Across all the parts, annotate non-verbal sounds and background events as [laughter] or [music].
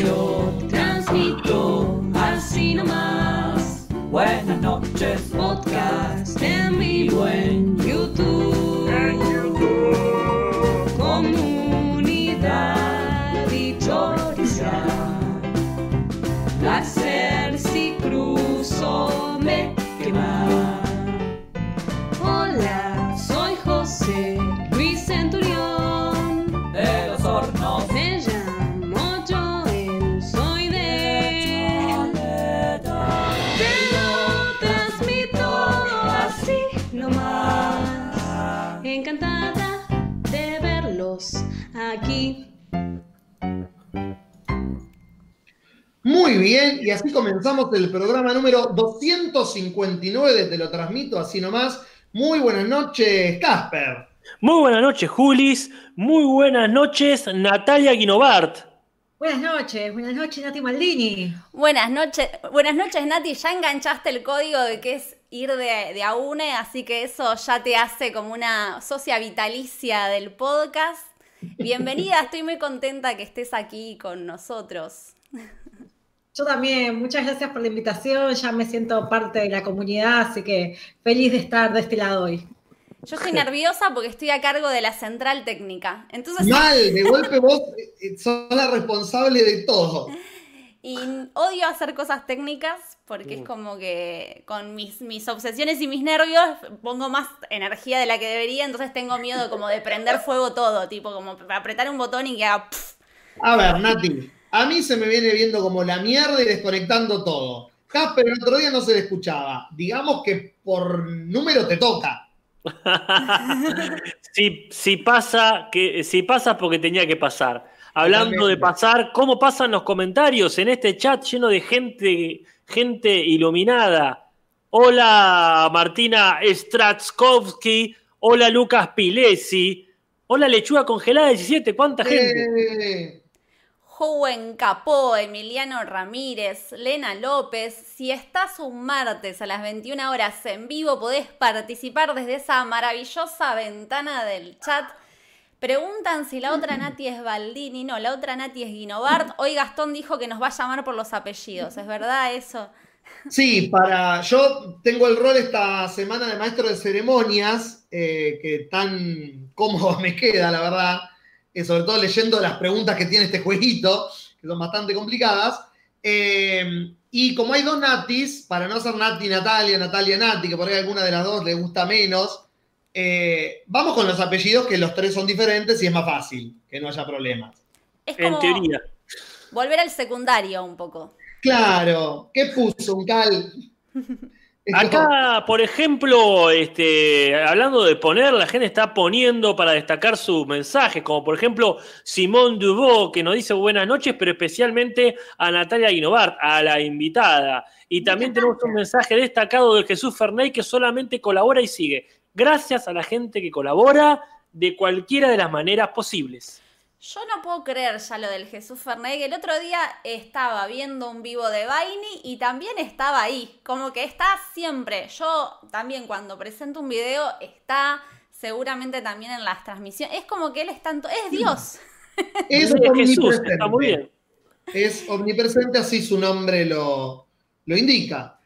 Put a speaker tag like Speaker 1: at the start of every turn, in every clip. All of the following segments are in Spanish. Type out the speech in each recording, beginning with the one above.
Speaker 1: Yo transmito así nomás.
Speaker 2: Buenas noches,
Speaker 1: Podcast en vivo en YouTube. Comunidad dichosa. Placer si cruzo me quema. Hola, soy José Luis Centurión.
Speaker 2: de los hornos
Speaker 1: Me llamo Joel, soy de Te lo transmito así nomás Encantada de verlos aquí
Speaker 3: Muy bien, y así comenzamos el programa número 259 de Te lo transmito así nomás. Muy buenas noches, Casper.
Speaker 4: Muy buenas noches, Julis. Muy buenas noches, Natalia Guinobart.
Speaker 5: Buenas noches, buenas noches Nati Maldini.
Speaker 6: Buenas noches, buenas noches Nati, ya enganchaste el código de que es ir de, de a une, así que eso ya te hace como una socia vitalicia del podcast. Bienvenida, estoy muy contenta que estés aquí con nosotros.
Speaker 5: Yo también, muchas gracias por la invitación, ya me siento parte de la comunidad, así que feliz de estar de este lado hoy.
Speaker 6: Yo estoy nerviosa porque estoy a cargo de la central técnica. Entonces,
Speaker 3: Mal, de golpe vos eh, sos la responsable de todo.
Speaker 6: y odio hacer cosas técnicas porque es como que con mis, mis obsesiones y mis nervios pongo más energía de la que debería, entonces tengo miedo como de prender fuego todo, tipo como apretar un botón y que haga... pf,
Speaker 3: A ver, Nati, a mí se me viene viendo como la mierda y desconectando todo. Casper el otro día no se le escuchaba. Digamos que por número te toca.
Speaker 4: Si, si pasa, que, si pasa porque tenía que pasar. Hablando de pasar, ¿cómo pasan los comentarios en este chat lleno de gente, gente iluminada? Hola Martina Stratskovsky, hola Lucas Pilesi, hola Lechuga Congelada 17, ¿cuánta gente?
Speaker 3: Eh,
Speaker 6: Joven Capó, Emiliano Ramírez, Lena López, si estás un martes a las 21 horas en vivo, podés participar desde esa maravillosa ventana del chat. Preguntan si la otra Nati es Baldini, no, la otra Nati es Guinobart. Hoy Gastón dijo que nos va a llamar por los apellidos, ¿es verdad eso?
Speaker 3: Sí, para. Yo tengo el rol esta semana de maestro de ceremonias, eh, que tan cómodo [laughs] me queda, la verdad. eh, sobre todo leyendo las preguntas que tiene este jueguito, que son bastante complicadas. Eh, y como hay dos Natis, para no ser Nati Natalia, Natalia Nati, que por ahí alguna de las dos le gusta menos, eh, vamos con los apellidos, que los tres son diferentes y es más fácil, que no haya problemas.
Speaker 6: Es
Speaker 4: En
Speaker 6: como
Speaker 4: teoría.
Speaker 6: volver al secundario un poco.
Speaker 3: Claro, ¿qué puso un
Speaker 4: [laughs]
Speaker 3: cal?
Speaker 4: Acá, por ejemplo, este, hablando de poner, la gente está poniendo para destacar sus mensajes, como por ejemplo Simón Dubó, que nos dice buenas noches, pero especialmente a Natalia Guinobart, a la invitada. Y también tenemos un mensaje destacado de Jesús Ferney, que solamente colabora y sigue. Gracias a la gente que colabora de cualquiera de las maneras posibles.
Speaker 6: Yo no puedo creer ya lo del Jesús Fernández. El otro día estaba viendo un vivo de Baini y también estaba ahí. Como que está siempre. Yo también cuando presento un video está seguramente también en las transmisiones. Es como que él es tanto...
Speaker 3: [clears throat]
Speaker 6: Es Dios.
Speaker 3: Es
Speaker 4: Jesús,
Speaker 3: omnipresente.
Speaker 4: está muy bien.
Speaker 3: es omnipresente, así su nombre lo, lo indica.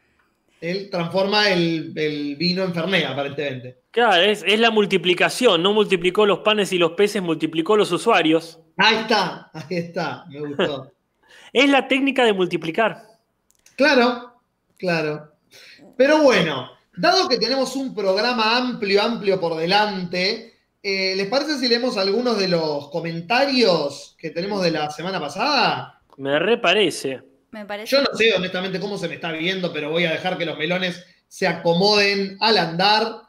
Speaker 3: Él transforma el, el vino en Fernet, aparentemente.
Speaker 4: Claro, es, es la multiplicación, no multiplicó los panes y los peces, multiplicó los usuarios.
Speaker 3: Ahí está, ahí está, me gustó.
Speaker 4: Es la técnica de multiplicar.
Speaker 3: Claro, claro. Pero bueno, dado que tenemos un programa amplio, amplio por delante, eh, ¿les parece si leemos algunos de los comentarios que tenemos de la semana pasada?
Speaker 4: Me reparece.
Speaker 6: Me parece...
Speaker 3: Yo no sé honestamente cómo se me está viendo, pero voy a dejar que los melones se acomoden al andar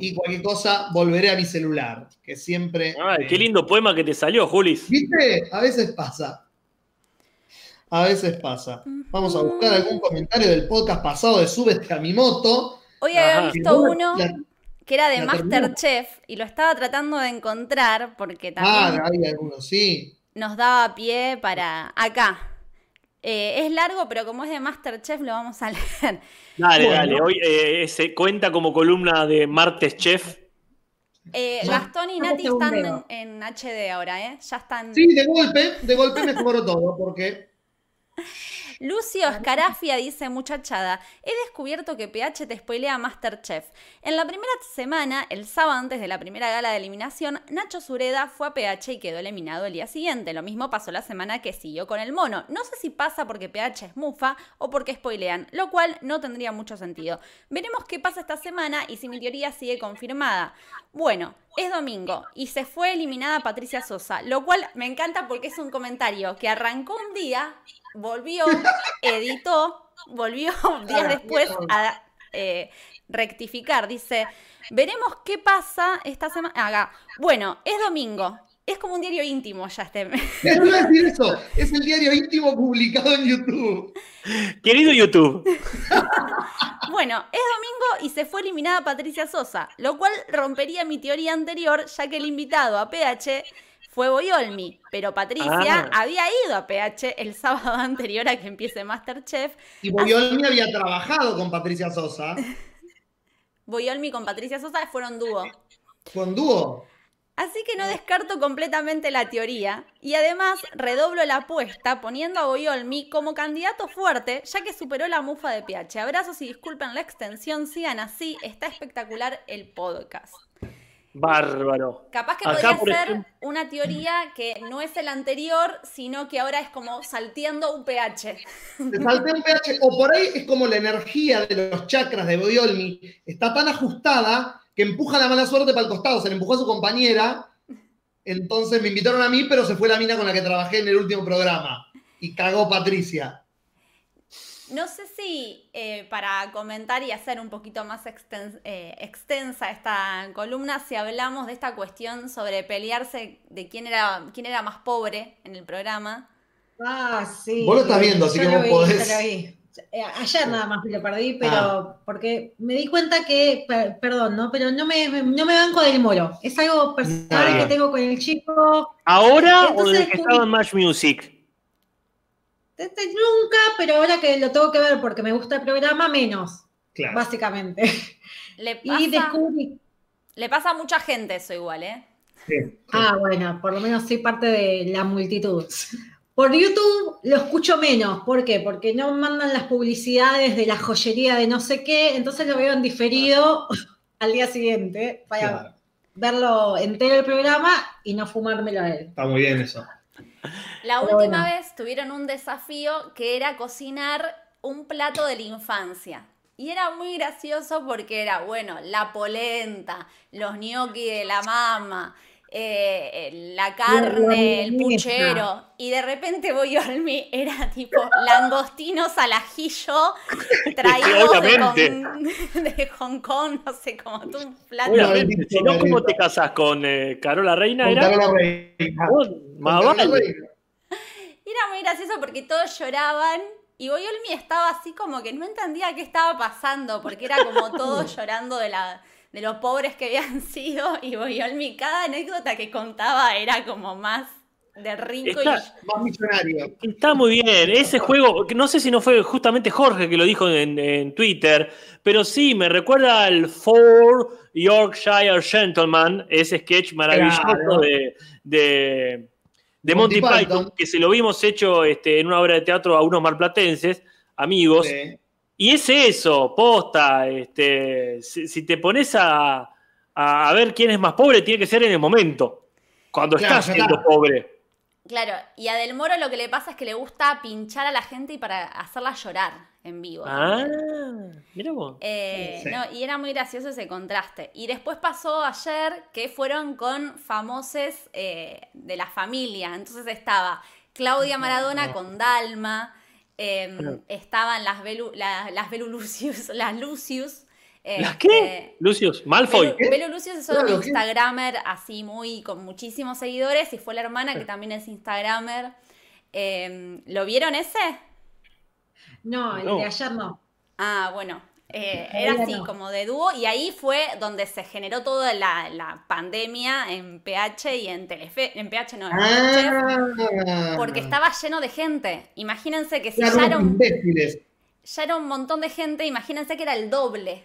Speaker 3: y
Speaker 4: Mm.
Speaker 3: cualquier cosa volveré a mi celular, que siempre...
Speaker 4: Ay,
Speaker 3: eh,
Speaker 4: qué lindo poema que te salió, Julis.
Speaker 3: ¿Viste? A veces pasa. A veces pasa. Vamos a buscar
Speaker 6: Mm.
Speaker 3: algún comentario del podcast pasado de Súbete a mi moto.
Speaker 6: Hoy había
Speaker 4: Ajá.
Speaker 6: visto uno
Speaker 3: La-
Speaker 6: que era de
Speaker 3: la terminó.
Speaker 6: Masterchef y lo estaba tratando de encontrar porque también...
Speaker 3: Ah, hay algunos, sí.
Speaker 6: nos daba pie para acá. Eh, es largo, pero como es de Masterchef, lo vamos a leer.
Speaker 4: Dale,
Speaker 3: Bueno.
Speaker 4: dale. Hoy eh, se cuenta como columna de Martes Chef.
Speaker 6: Eh,
Speaker 3: Ya.
Speaker 6: Gastón y
Speaker 5: Estamos
Speaker 6: Nati
Speaker 5: de un
Speaker 6: están en,
Speaker 5: dedo.
Speaker 6: en HD ahora, ¿eh? Ya están.
Speaker 3: Sí, de golpe, de golpe me cobró todo, porque
Speaker 6: Lucio Escarafia dice, muchachada, he descubierto que PH te spoilea Masterchef. En la primera semana, el sábado antes de la primera gala de eliminación, Nacho Sureda fue a PH y quedó eliminado el día siguiente. Lo mismo pasó la semana que siguió con el mono. No sé si pasa porque PH es mufa o porque spoilean, lo cual no tendría mucho sentido. Veremos qué pasa esta semana y si mi teoría sigue confirmada. Bueno, es domingo y se fue eliminada Patricia Sosa, lo cual me encanta porque es un comentario que arrancó un día, volvió, editó, volvió [laughs] días después a eh, rectificar. Dice, veremos qué pasa esta semana. Acá, bueno, es domingo. Es como un diario íntimo ya este [laughs] mes.
Speaker 3: es iba a decir eso, es el diario íntimo publicado en YouTube.
Speaker 4: Querido YouTube,
Speaker 6: Bueno, es domingo y se fue eliminada Patricia Sosa, lo cual rompería mi teoría anterior, ya que el invitado a PH fue Boyolmi, pero Patricia
Speaker 4: Ah.
Speaker 6: había ido a PH el sábado [laughs] anterior a que empiece Masterchef.
Speaker 3: Y Boyolmi había trabajado con Patricia Sosa,
Speaker 6: Boyolmi con Patricia Sosa fueron dúo.
Speaker 3: con dúo.
Speaker 6: Así que no descarto completamente la teoría y además redoblo la apuesta poniendo a Boyolmi como candidato fuerte ya que superó la mufa de PH. Abrazos y disculpen la extensión, sigan así, está espectacular el podcast.
Speaker 4: bárbaro.
Speaker 6: Capaz que
Speaker 4: Acá,
Speaker 6: podría
Speaker 4: por
Speaker 6: ser
Speaker 4: ejemplo-
Speaker 6: una teoría que no es el anterior, sino que ahora es como salteando un pH.
Speaker 3: Te salté un pH, o por ahí es como la energía de los chakras de Boyolmi está tan ajustada que empuja la mala suerte para el costado, se le empujó a su compañera, entonces me invitaron a mí, pero se fue la mina con la que trabajé en el último programa. Y cagó Patricia.
Speaker 6: No sé si eh, para comentar y hacer un poquito más exten- eh, extensa esta columna, si hablamos de esta cuestión sobre pelearse de quién era, quién era más pobre en el programa.
Speaker 5: Ah, sí.
Speaker 3: Vos lo estás viendo, así
Speaker 5: Yo
Speaker 3: que
Speaker 5: lo
Speaker 3: vos
Speaker 5: vi,
Speaker 3: podés.
Speaker 5: yo lo vi. Eh, Ayer nada más me lo perdí, pero
Speaker 3: Ah.
Speaker 5: porque me di cuenta que, per- perdón, ¿no? Pero no me, no me banco del moro. Es algo personal
Speaker 3: Nadie.
Speaker 5: que tengo con el chico.
Speaker 4: ¿Ahora o
Speaker 5: Entonces,
Speaker 4: desde que estaba en Match Music?
Speaker 5: Desde nunca, pero ahora que lo tengo que ver porque me gusta el programa, menos,
Speaker 3: Claro.
Speaker 5: básicamente.
Speaker 6: Le
Speaker 5: Y
Speaker 6: pasa,
Speaker 5: descubrí.
Speaker 6: le pasa a mucha gente eso igual, ¿eh?
Speaker 5: Ah, bueno, por lo menos soy parte de la multitud. Por YouTube lo escucho menos. ¿Por qué? Porque no mandan las publicidades de la joyería de no sé qué, entonces lo veo en diferido [laughs] al día siguiente para
Speaker 3: Claro.
Speaker 5: verlo entero el programa y no fumármelo a él.
Speaker 3: Está muy bien eso.
Speaker 6: La
Speaker 5: Pero
Speaker 6: última
Speaker 5: bueno.
Speaker 6: vez tuvieron un desafío que era cocinar un plato de la infancia. Y era muy gracioso porque era, bueno, la polenta, los gnocchi de la mama, eh, eh, la carne, el
Speaker 5: milanesa.
Speaker 6: puchero. Y de repente voy a mí, [laughs] era tipo langostinos al ajillo traídos de Hong, [laughs] de Hong Kong, no sé, como tú, un plato.
Speaker 4: Obviamente, si no, ¿cómo
Speaker 3: Margarita.
Speaker 4: te casás con eh, Carola Reina?
Speaker 3: Con
Speaker 4: ¿Era?
Speaker 3: Carola Reina.
Speaker 4: Vos,
Speaker 3: Con
Speaker 4: más
Speaker 3: Carola
Speaker 4: vale.
Speaker 3: Reina.
Speaker 6: Y era muy gracioso porque todos lloraban y Boyolmi estaba así como que no entendía qué estaba pasando porque era como todos llorando de la de los pobres que habían [laughs] sido y Boyolmi cada anécdota que contaba era como más de rico y
Speaker 4: Está-
Speaker 3: Más millonario.
Speaker 4: Está muy bien. Ese juego, que no sé si no fue justamente Jorge que lo dijo en, en Twitter, pero sí, me recuerda al Four Yorkshire Gentleman, ese sketch maravilloso
Speaker 3: Claro.
Speaker 4: de, de, de
Speaker 3: Monty
Speaker 4: Monty,
Speaker 3: Python.
Speaker 4: Python, que se lo vimos hecho este, en una obra de teatro a unos marplatenses, amigos.
Speaker 3: Sí.
Speaker 4: Y es eso, posta. Este, si, si te pones a, a ver quién es más pobre, tiene que ser en el momento, cuando
Speaker 3: Claro,
Speaker 4: estás
Speaker 3: ya
Speaker 4: siendo
Speaker 3: está.
Speaker 4: pobre.
Speaker 6: claro, y a Del Moro lo que le pasa es que le gusta pinchar a la gente y para hacerla llorar en vivo.
Speaker 4: Ah,
Speaker 6: también.
Speaker 4: mira vos.
Speaker 6: Eh,
Speaker 3: Sí.
Speaker 6: no, y era muy gracioso ese contraste. Y después pasó ayer que fueron con famosos eh, de la familia. Entonces estaba Claudia Maradona con Dalma, eh, estaban las, Belu, la- las Belu Lucius, [laughs] las Lucius. eh,
Speaker 4: ¿Las qué?
Speaker 6: eh,
Speaker 4: Lucius, Malfoy.
Speaker 6: Belu, Belu Lucius es
Speaker 3: Claro,
Speaker 6: otro
Speaker 3: ¿qué?
Speaker 6: Instagramer así muy con muchísimos seguidores y fue la hermana que también es Instagramer. Eh, ¿Lo vieron ese?
Speaker 5: No, el
Speaker 4: No.
Speaker 5: de ayer no.
Speaker 6: Ah, bueno. eh,
Speaker 5: Ahí
Speaker 6: era
Speaker 5: ya
Speaker 6: así,
Speaker 5: no.
Speaker 6: como de dúo, y ahí fue donde se generó toda la, la pandemia en PH y en Telefe, en PH no, en Masterchef,
Speaker 3: Ah.
Speaker 6: porque estaba lleno de gente. Imagínense que si
Speaker 3: Eran
Speaker 6: ya
Speaker 3: unos
Speaker 6: era, un,
Speaker 3: imbéciles.
Speaker 6: ya era un montón de gente, imagínense que era el doble.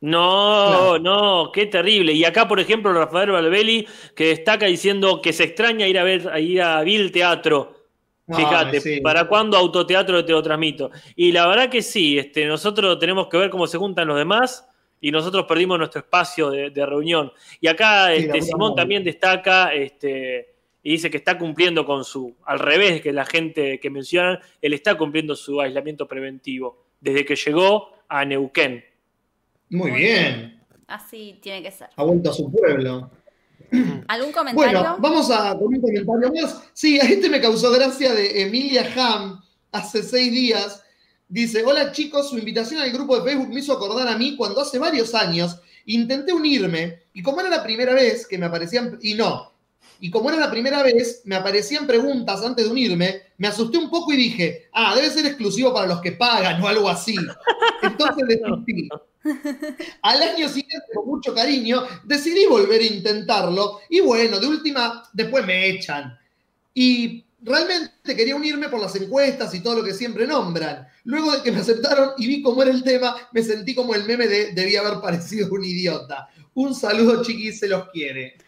Speaker 4: No, no, qué terrible. Y acá, por ejemplo, Rafael Balbelli, que destaca diciendo que se extraña ir a ver a ir a Vil Teatro. Fíjate,
Speaker 3: Ay, sí.
Speaker 4: ¿para cuándo autoteatro te lo transmito? Y la verdad que sí, este, nosotros tenemos que ver cómo se juntan los demás y nosotros perdimos nuestro espacio de, de reunión. Y
Speaker 3: Sí,
Speaker 4: acá
Speaker 3: la
Speaker 4: este,
Speaker 3: verdad,
Speaker 4: Simón
Speaker 3: no.
Speaker 4: también destaca este, y dice que está cumpliendo con su, al revés que la gente que mencionan, él está cumpliendo su aislamiento preventivo desde que llegó a Neuquén.
Speaker 3: Muy bien.
Speaker 6: Así tiene que ser.
Speaker 3: Ha vuelto a su pueblo.
Speaker 6: ¿Algún comentario?
Speaker 3: Bueno, vamos a con un comentario más. Sí, [laughs] a este me causó gracia de Emilia Ham hace seis días. Dice: Hola chicos, su invitación al grupo de Facebook me hizo acordar a mí cuando hace varios años intenté unirme y como era la primera vez que me aparecían, y no, y como era la primera vez, me aparecían preguntas antes de unirme, me asusté un poco y dije: Ah, debe ser exclusivo para los que pagan o algo así. Entonces desistí. Al año siguiente, con mucho cariño, decidí volver a intentarlo y bueno, de última, después me echan. Y realmente quería unirme por las encuestas y todo lo que siempre nombran. Luego de que me aceptaron y vi cómo era el tema, me sentí como el meme de debía haber parecido un idiota. Un saludo, chiquis, se los quiere.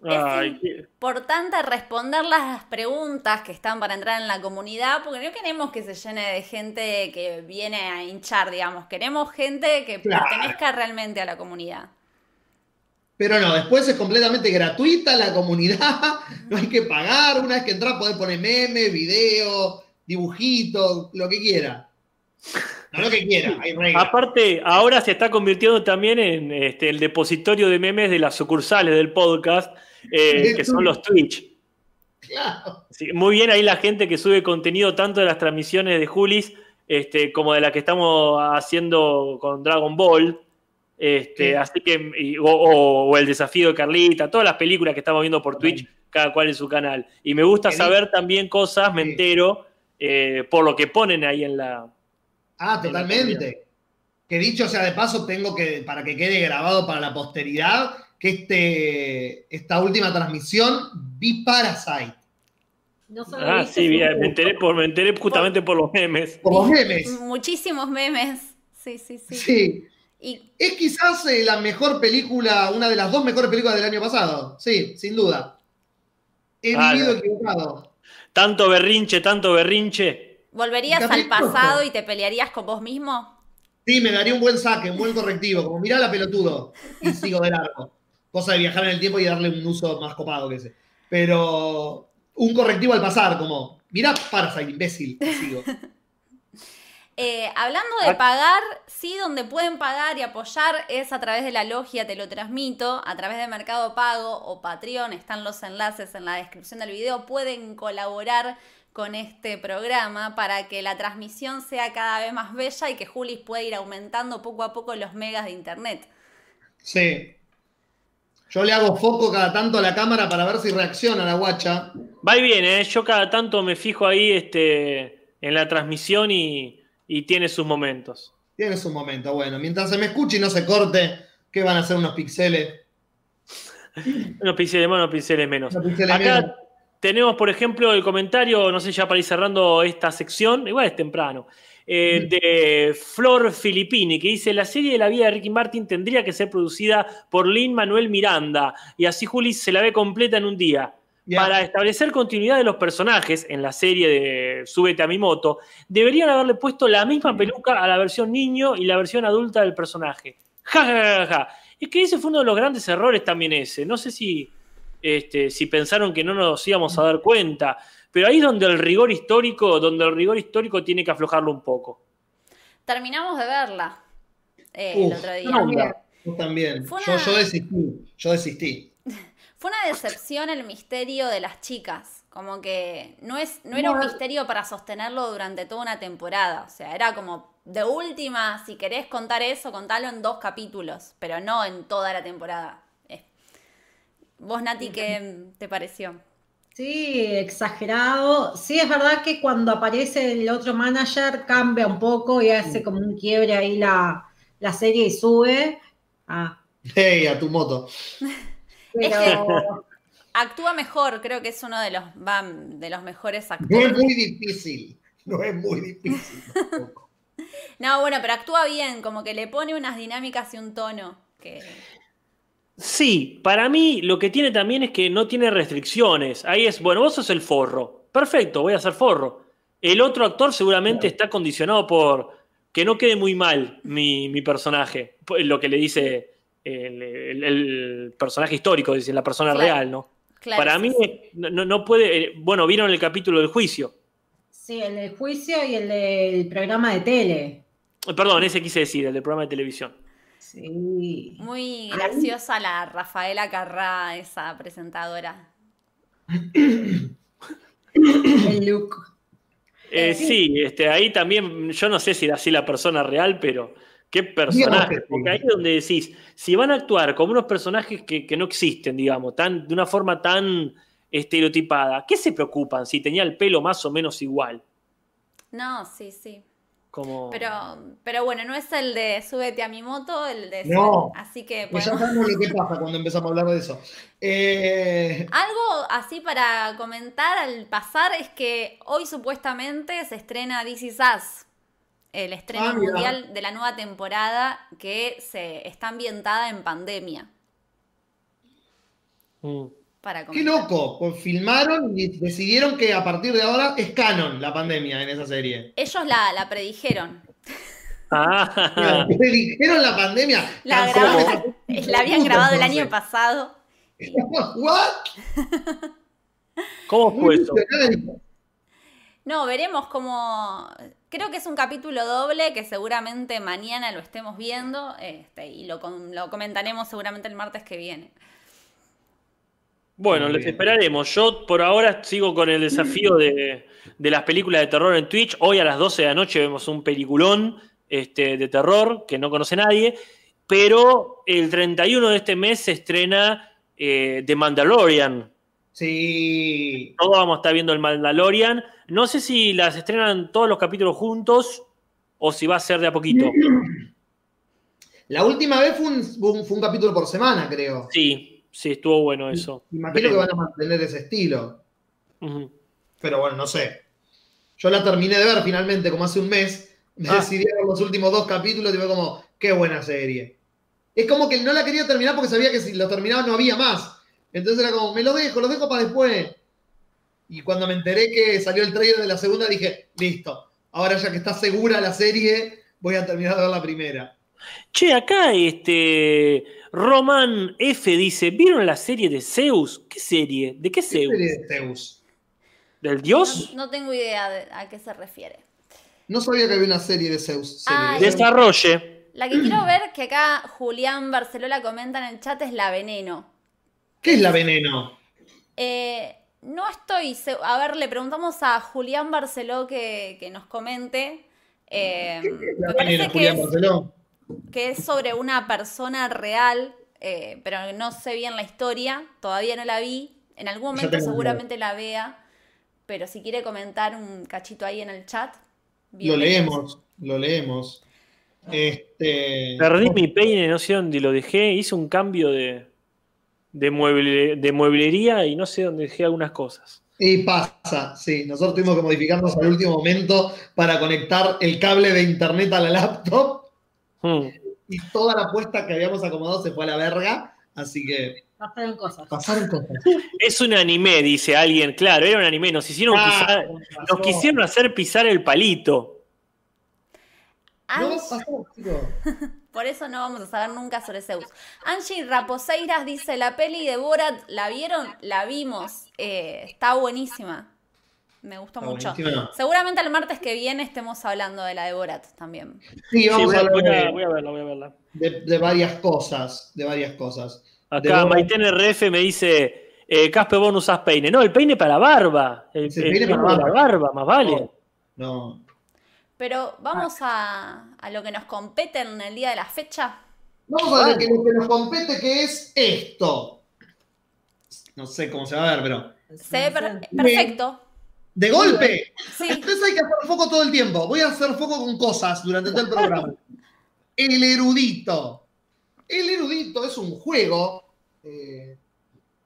Speaker 4: Ay, qué-
Speaker 6: Importante responder las preguntas que están para entrar en la comunidad, porque no queremos que se llene de gente que viene a hinchar, digamos. Queremos gente que
Speaker 3: Claro.
Speaker 6: pertenezca realmente a la comunidad.
Speaker 3: Pero no, después es completamente gratuita la comunidad, [laughs] no hay que pagar. Una vez que entras, podés poner meme, video, dibujito, lo que quiera. No lo que quiera, hay reglas.
Speaker 4: Aparte, ahora se está convirtiendo también en este, el depositorio de memes de las sucursales del podcast, eh, que son los Twitch.
Speaker 3: Claro.
Speaker 4: Sí, muy bien ahí la gente que sube contenido tanto de las transmisiones de Julis este, como de la que estamos haciendo con Dragon Ball. Este,
Speaker 3: Sí.
Speaker 4: Así que, y- o, o- o el desafío de Carlita, todas las películas que estamos viendo por Twitch, cada cual en su canal. Y me gusta
Speaker 3: Sí.
Speaker 4: saber también cosas, me
Speaker 3: Sí.
Speaker 4: entero, eh, por lo que ponen ahí en la,
Speaker 3: Ah,
Speaker 4: de la
Speaker 3: totalmente. Que dicho sea de paso, tengo que, para que quede grabado para la posteridad, que este, esta última transmisión vi Parasite.
Speaker 5: No solo
Speaker 4: Ah,
Speaker 5: viste,
Speaker 4: sí,
Speaker 5: sino
Speaker 4: bien,
Speaker 5: que-
Speaker 4: me enteré, por, me enteré justamente por los memes.
Speaker 3: Por los memes.
Speaker 6: Muchísimos memes. Sí, Mm, sí, sí.
Speaker 3: Sí.
Speaker 6: Y
Speaker 3: Es quizás eh, la mejor película, una de las dos mejores películas del año pasado. Sí, sin duda. He
Speaker 4: Ah,
Speaker 3: vivido
Speaker 4: no.
Speaker 3: equivocado.
Speaker 4: Tanto berrinche, tanto berrinche.
Speaker 6: ¿Volverías
Speaker 3: Capítulo.
Speaker 6: al pasado y te pelearías con vos mismo?
Speaker 3: Sí, me daría un buen saque, un buen correctivo. Como mirá la pelotudo. Y sigo de largo. Cosa de viajar en el tiempo y darle un uso más copado que ese. Pero un correctivo al pasar, como mirá Parasite, imbécil. y
Speaker 6: [laughs]
Speaker 3: sigo.
Speaker 6: Eh, hablando de
Speaker 3: Ah.
Speaker 6: pagar, sí, donde pueden pagar y apoyar es a través de la logia, te lo transmito, a través de Mercado Pago o Patreon, están los enlaces en la descripción del video, pueden colaborar con este programa para que la transmisión sea cada vez más bella y que Julis pueda ir aumentando poco a poco los megas de internet.
Speaker 3: Sí. Yo le hago foco cada tanto a la cámara para ver si reacciona la guacha.
Speaker 4: Va y viene, ¿eh? yo cada tanto me fijo ahí este, en la transmisión y, y tiene sus momentos.
Speaker 3: Tiene su momento, bueno. Mientras se me escuche y no se corte, ¿qué van a hacer unos pixeles?
Speaker 4: Unos pinceles más, unos pinceles menos.
Speaker 3: Unos pinceles
Speaker 4: Acá
Speaker 3: menos.
Speaker 4: tenemos, por ejemplo, el comentario, no sé, ya para ir cerrando esta sección, igual es temprano, eh, de Flor Filippini, que dice, la serie de la vida de Ricky Martin tendría que ser producida por Lin Manuel Miranda, y así Juli se la ve completa en un día.
Speaker 3: Ya.
Speaker 4: Para establecer continuidad de los personajes en la serie de Súbete a mi moto, deberían haberle puesto la misma peluca a la versión niño y la versión adulta del personaje. Ja, ja, ja, ja, ja. Es que ese fue uno de los grandes errores también ese. No sé si, este, si pensaron que no nos íbamos a dar cuenta, pero ahí es donde el rigor histórico, donde el rigor histórico tiene que aflojarlo un poco.
Speaker 6: Terminamos de verla eh, el
Speaker 3: Uf,
Speaker 6: otro día.
Speaker 3: no, no, yo también.
Speaker 6: Fue
Speaker 3: Yo,
Speaker 6: una-
Speaker 3: yo desistí. Yo desistí. [laughs]
Speaker 6: Fue una decepción el misterio de las chicas. Como que no, es, no era un misterio para sostenerlo durante toda una temporada. O sea, era como de última, si querés contar eso, contalo en dos capítulos, pero no en toda la temporada. Eh. Vos, Nati, ¿qué te pareció?
Speaker 5: Sí, exagerado. Sí, es verdad que cuando aparece el otro manager cambia un poco y
Speaker 4: Mm.
Speaker 5: hace como un quiebre ahí la, la serie y sube. Ah,
Speaker 3: Hey, a tu moto.
Speaker 5: pero
Speaker 6: Actúa mejor, creo que es uno de los, va, de los mejores
Speaker 3: No es
Speaker 6: actores.
Speaker 3: muy difícil. No es muy difícil. tampoco.
Speaker 6: No, bueno, pero actúa bien, como que le pone unas dinámicas y un tono. Que...
Speaker 4: Sí, para mí lo que tiene también es que no tiene restricciones. Ahí es, bueno, vos sos el forro. Perfecto, voy a ser forro. El otro actor seguramente está condicionado por que no quede muy mal mi, mi personaje. Lo que le dice el, el- el personaje histórico, dice la persona
Speaker 6: Claro,
Speaker 4: real, ¿no?
Speaker 6: Claro,
Speaker 4: para
Speaker 6: sí,
Speaker 4: mí
Speaker 6: sí.
Speaker 4: no, no- no puede. eh, Bueno, vieron el capítulo del juicio.
Speaker 5: Sí, el del juicio y el del programa de tele.
Speaker 4: Eh, Perdón, ese quise decir, el del programa de televisión.
Speaker 5: Sí.
Speaker 6: Muy graciosa la Rafaela Carrá, esa presentadora.
Speaker 5: El look.
Speaker 4: Eh,
Speaker 6: Eh,
Speaker 4: sí, este, ahí también, yo no sé si era así la persona real, pero qué personaje.
Speaker 3: Digamos que sí.
Speaker 4: Porque ahí es donde decís, si van a actuar como unos personajes que, que no existen, digamos, tan, de una forma tan estereotipada, ¿qué se preocupan si tenía el pelo más o menos igual?
Speaker 6: No, sí, sí.
Speaker 3: Oh.
Speaker 4: Como...
Speaker 6: Pero, pero bueno, no es el de súbete a mi moto, el de
Speaker 3: No.
Speaker 6: así que
Speaker 3: Pues ya
Speaker 6: podemos-
Speaker 3: sabemos lo que pasa cuando empezamos a hablar de eso. Eh,
Speaker 6: Algo así para comentar al pasar es que hoy supuestamente se estrena This Is Us, el estreno
Speaker 3: Ah, mira.
Speaker 6: mundial de la nueva temporada que se está ambientada en pandemia.
Speaker 4: Mm.
Speaker 6: Para
Speaker 3: qué
Speaker 6: comentar.
Speaker 3: loco. Pues filmaron y decidieron que a partir de ahora es canon la pandemia en esa serie.
Speaker 6: Ellos la, la predijeron.
Speaker 4: Ah, [laughs]
Speaker 3: Le dijeron la pandemia.
Speaker 6: La,
Speaker 3: cancelaron
Speaker 6: [laughs] grabaron- la habían grabado el año pasado.
Speaker 3: [laughs] ¿What?
Speaker 4: ¿Cómo fue Pues eso?
Speaker 3: Impresionante.
Speaker 6: No, veremos cómo. Creo que es un capítulo doble que seguramente mañana lo estemos viendo este, y lo, com- lo comentaremos seguramente el martes que viene.
Speaker 4: Bueno,
Speaker 3: Muy
Speaker 4: les
Speaker 3: bien.
Speaker 4: esperaremos. Yo por ahora sigo con el desafío de, de las películas de terror en Twitch. Hoy a las 12 de la noche vemos un peliculón este, de terror que no conoce nadie. Pero el 31 de este mes se estrena eh, The Mandalorian.
Speaker 3: Sí.
Speaker 4: Todos vamos a estar viendo el Mandalorian. No sé si las estrenan todos los capítulos juntos o si va a ser de a poquito.
Speaker 3: La última vez fue un, fue un- fue un capítulo por semana, creo.
Speaker 4: Sí, sí, estuvo bueno eso.
Speaker 3: Imagino que van a mantener ese estilo.
Speaker 4: Ujú.
Speaker 3: Pero bueno, no sé. Yo la terminé de ver finalmente, como hace un mes. Me
Speaker 4: Ah.
Speaker 3: decidí a ver los últimos dos capítulos y fue como, qué buena serie. Es como que no la quería terminar porque sabía que si lo terminaba no había más. Entonces era como, me lo dejo, lo dejo para después. Y cuando me enteré que salió el trailer de la segunda, dije, listo. Ahora ya que está segura la serie, voy a terminar de ver la primera.
Speaker 4: Che, acá este Roman F dice, ¿vieron la serie de Zeus? ¿Qué serie? ¿De qué
Speaker 3: ¿Qué
Speaker 4: Zeus?
Speaker 3: serie de Zeus?
Speaker 4: ¿Del
Speaker 6: No,
Speaker 4: dios?
Speaker 6: no tengo idea de a qué se refiere.
Speaker 3: No sabía que había una serie de Zeus. serie
Speaker 6: Ay.
Speaker 3: de Zeus.
Speaker 4: Desarrolle.
Speaker 6: La que quiero ver, que acá Julián Barcelona comenta en el chat, es La Veneno.
Speaker 3: ¿Qué es la veneno?
Speaker 6: Eh, no estoy segura. A ver, le preguntamos a Julián Barceló que, que nos comente. Eh,
Speaker 3: La
Speaker 6: me
Speaker 3: veneno,
Speaker 6: parece que
Speaker 3: Julián
Speaker 6: es-
Speaker 3: Barceló.
Speaker 6: que es sobre una persona real, eh, pero no sé bien la historia, todavía no la vi. En
Speaker 3: Ya
Speaker 6: algún momento
Speaker 3: tengo
Speaker 6: seguramente la vea, pero si quiere comentar un cachito ahí en el chat.
Speaker 3: Lo
Speaker 6: bienvenido.
Speaker 3: leemos, lo leemos. Este,
Speaker 4: Perdí mi peine, no sé dónde lo dejé. Hice un cambio de, de, mueble, de mueblería y no sé dónde dejé algunas cosas.
Speaker 3: Y pasa, sí. Nosotros tuvimos que modificarnos al último momento para conectar el cable de internet a la laptop
Speaker 4: Hmm.
Speaker 3: y toda la apuesta que habíamos acomodado se fue a la verga. Así que
Speaker 5: Pasaron cosas.
Speaker 3: pasaron
Speaker 4: [laughs]
Speaker 3: cosas.
Speaker 4: Es un anime, dice alguien. Claro, era un anime. Nos hicieron
Speaker 3: Ah,
Speaker 4: pisar-
Speaker 3: pasó.
Speaker 4: nos quisieron hacer pisar el palito.
Speaker 3: No,
Speaker 6: Angie-
Speaker 3: Ah, pasó, chicos.
Speaker 6: por eso no vamos a saber nunca sobre Zeus. Angie Raposeiras dice, la peli de Borat, ¿la vieron? La vimos. Eh, está buenísima. Me gustó
Speaker 3: Está
Speaker 6: mucho.
Speaker 3: buenísima.
Speaker 6: Seguramente el martes que viene estemos hablando de la de Borat también.
Speaker 3: Sí,
Speaker 4: Sí,
Speaker 3: vamos
Speaker 4: voy,
Speaker 3: a
Speaker 4: a, voy a-
Speaker 3: hablar
Speaker 4: voy a verla, voy a verla.
Speaker 3: de, de- de varias cosas. De varias cosas.
Speaker 4: Acá
Speaker 3: De-
Speaker 4: Maiten RF me dice, eh, Casper, vos no usás peine. No, el peine para barba. El,
Speaker 3: Sí, el
Speaker 4: el
Speaker 3: peine
Speaker 4: peine
Speaker 3: para Oh.
Speaker 4: para barba, más vale.
Speaker 3: No.
Speaker 6: Pero vamos a, a lo que nos compete en el día de la fecha.
Speaker 3: Vamos a ver que lo que nos compete, que es esto. No sé cómo se va a ver, pero.
Speaker 6: Se ve per- perfecto.
Speaker 3: ¡De golpe!
Speaker 6: Sí,
Speaker 3: Entonces hay que hacer foco todo el tiempo. Voy a hacer foco con cosas durante todo el programa. El erudito. El erudito es un juego eh,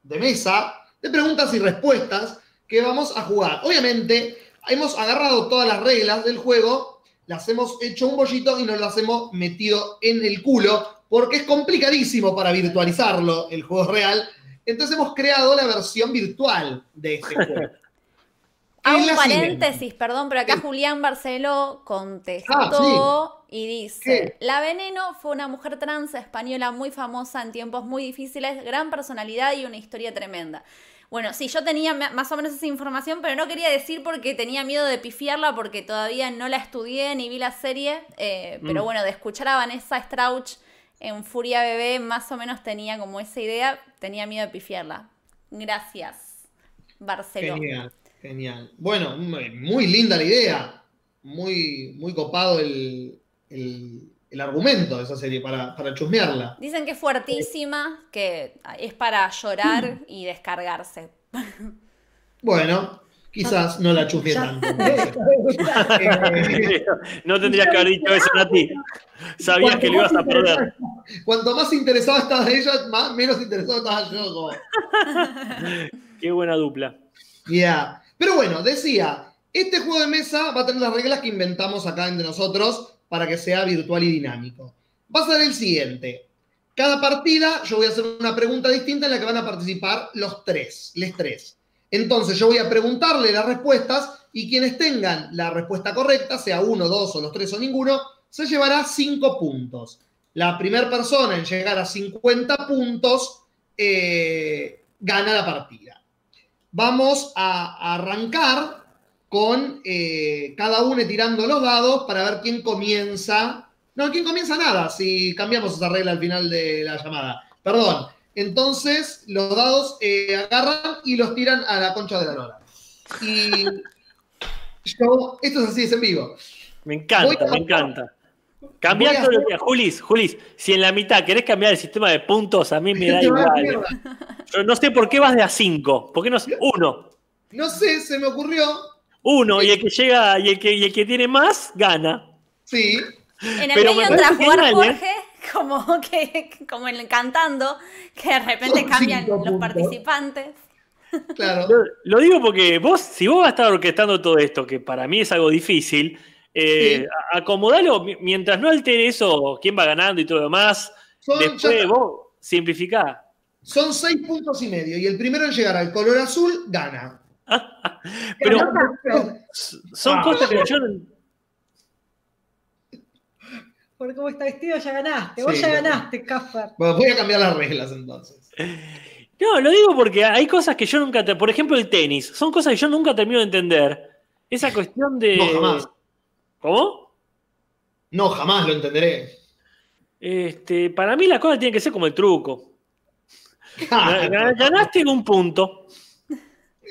Speaker 3: de mesa de preguntas y respuestas que vamos a jugar. Obviamente hemos agarrado todas las reglas del juego las hemos hecho un bollito y nos las hemos metido en el culo, porque es complicadísimo para virtualizarlo el juego real. Entonces hemos creado la versión virtual de este juego.
Speaker 6: Hago un
Speaker 3: la Ah,
Speaker 6: paréntesis, perdón, pero acá Julián Barceló contestó y dice: La Veneno fue una mujer trans española muy famosa en tiempos muy difíciles, gran personalidad y una historia tremenda. Bueno, sí, yo tenía ma- más o menos esa información, pero no quería decir porque tenía miedo de pifiarla, porque todavía no la estudié ni vi la serie. eh, Pero
Speaker 4: Mm.
Speaker 6: bueno, de escuchar a Vanessa Strauch en Furia Bebé, más o menos tenía como esa idea, tenía miedo de pifiarla. Gracias, Barceló.
Speaker 3: Genial, genial. Bueno, muy muy linda la idea. Muy, muy copado el, el- el argumento de esa serie para, para chusmearla.
Speaker 6: Dicen que es fuertísima, que es para llorar y descargarse.
Speaker 3: Bueno, quizás no la chusmeé
Speaker 5: Ya. [laughs]
Speaker 3: tanto. Eh,
Speaker 4: [laughs] No tendrías que haber dicho eso, Nati. Sabías que lo ibas a perder.
Speaker 3: Cuanto más interesado estabas de ella, más, menos interesado estaba yo. como-
Speaker 4: Qué buena dupla.
Speaker 3: Yeah. Pero bueno, decía, este juego de mesa va a tener las reglas que inventamos acá entre nosotros para que sea virtual y dinámico. Va a ser el siguiente. Cada partida yo voy a hacer una pregunta distinta en la que van a participar los tres, les tres. Entonces yo voy a preguntarle las respuestas y quienes tengan la respuesta correcta, sea uno, dos o los tres o ninguno, se llevará cinco puntos. La primera persona en llegar a 50 puntos eh, gana la partida vamos a arrancar con eh, cada uno tirando los dados para ver quién comienza. No, quién comienza nada, si cambiamos esa regla al final de la llamada. Perdón. Entonces, los dados eh, agarran y los tiran a la concha de la lora. Y [laughs] yo, esto es así, es en vivo.
Speaker 4: Me
Speaker 3: Voy
Speaker 4: encanta,
Speaker 3: a-
Speaker 4: me encanta. Cambiar
Speaker 3: Voy a
Speaker 4: todo lo
Speaker 3: hacer-
Speaker 4: que. Julis, Julis, si en la mitad querés cambiar el sistema de puntos, a mí me da
Speaker 3: Te va a la
Speaker 4: igual.
Speaker 3: mierda.
Speaker 4: Yo no sé por qué vas de a 5. ¿Por qué no es uno?
Speaker 3: No sé, se me ocurrió.
Speaker 4: Uno, y el que llega y el que, y el que tiene más, gana.
Speaker 3: Sí.
Speaker 6: En el
Speaker 4: Pero me
Speaker 6: medio
Speaker 4: parece
Speaker 6: entra a jugar
Speaker 4: genial, ¿eh?
Speaker 6: Jorge, como que, como en el cantando, que de repente
Speaker 3: Son
Speaker 6: cambian
Speaker 3: cinco
Speaker 6: los
Speaker 3: puntos.
Speaker 6: participantes.
Speaker 3: Claro.
Speaker 4: [laughs] Lo, lo digo porque vos, si vos vas a estar orquestando todo esto, que para mí es algo difícil, eh,
Speaker 3: Sí.
Speaker 4: a- acomodalo mi- mientras no altere eso, quién va ganando y todo lo demás.
Speaker 3: Son,
Speaker 4: Después
Speaker 3: ya-
Speaker 4: vos simplificá.
Speaker 3: son seis puntos y medio. Y el primero en llegar al color azul gana.
Speaker 4: Pero
Speaker 3: Pero-
Speaker 4: s- son
Speaker 3: Ah.
Speaker 4: cosas que yo. no-
Speaker 5: Por cómo está vestido ya ganaste. Vos
Speaker 3: Sí,
Speaker 5: ya
Speaker 3: claro.
Speaker 5: ganaste, Casper.
Speaker 3: Bueno, voy a cambiar las reglas entonces.
Speaker 4: No, lo digo porque hay cosas que yo nunca. te- Por ejemplo, el tenis. Son cosas que yo nunca termino de entender. Esa cuestión de.
Speaker 3: No, jamás.
Speaker 4: ¿Cómo?
Speaker 3: No, jamás lo
Speaker 4: [laughs]
Speaker 3: entenderé.
Speaker 4: Este, para mí las cosas tienen que ser como el truco.
Speaker 3: Ah,
Speaker 4: Ga- ga- Ganaste un punto.
Speaker 3: [laughs]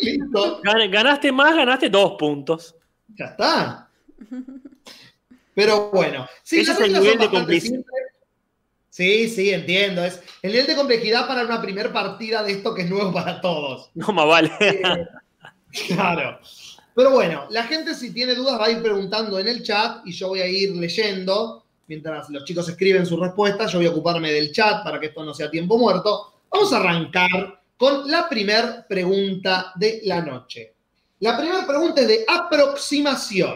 Speaker 3: Listo,
Speaker 4: Gan- Ganaste más, ganaste dos puntos.
Speaker 3: ya está. Pero bueno, sí,
Speaker 4: Ese
Speaker 3: las
Speaker 4: es el
Speaker 3: reglas
Speaker 4: nivel
Speaker 3: son
Speaker 4: de
Speaker 3: bastante
Speaker 4: complici-
Speaker 3: simples. Sí, sí, entiendo. Es el nivel de complejidad para una primer partida de esto que es nuevo para todos. [laughs]
Speaker 4: No más vale. [laughs]
Speaker 3: Eh, claro. Pero bueno, la gente si tiene dudas va a ir preguntando en el chat y yo voy a ir leyendo. Mientras los chicos escriben sus respuestas, yo voy a ocuparme del chat para que esto no sea tiempo muerto. Vamos a arrancar con la primer pregunta de la noche. La primera pregunta es de aproximación.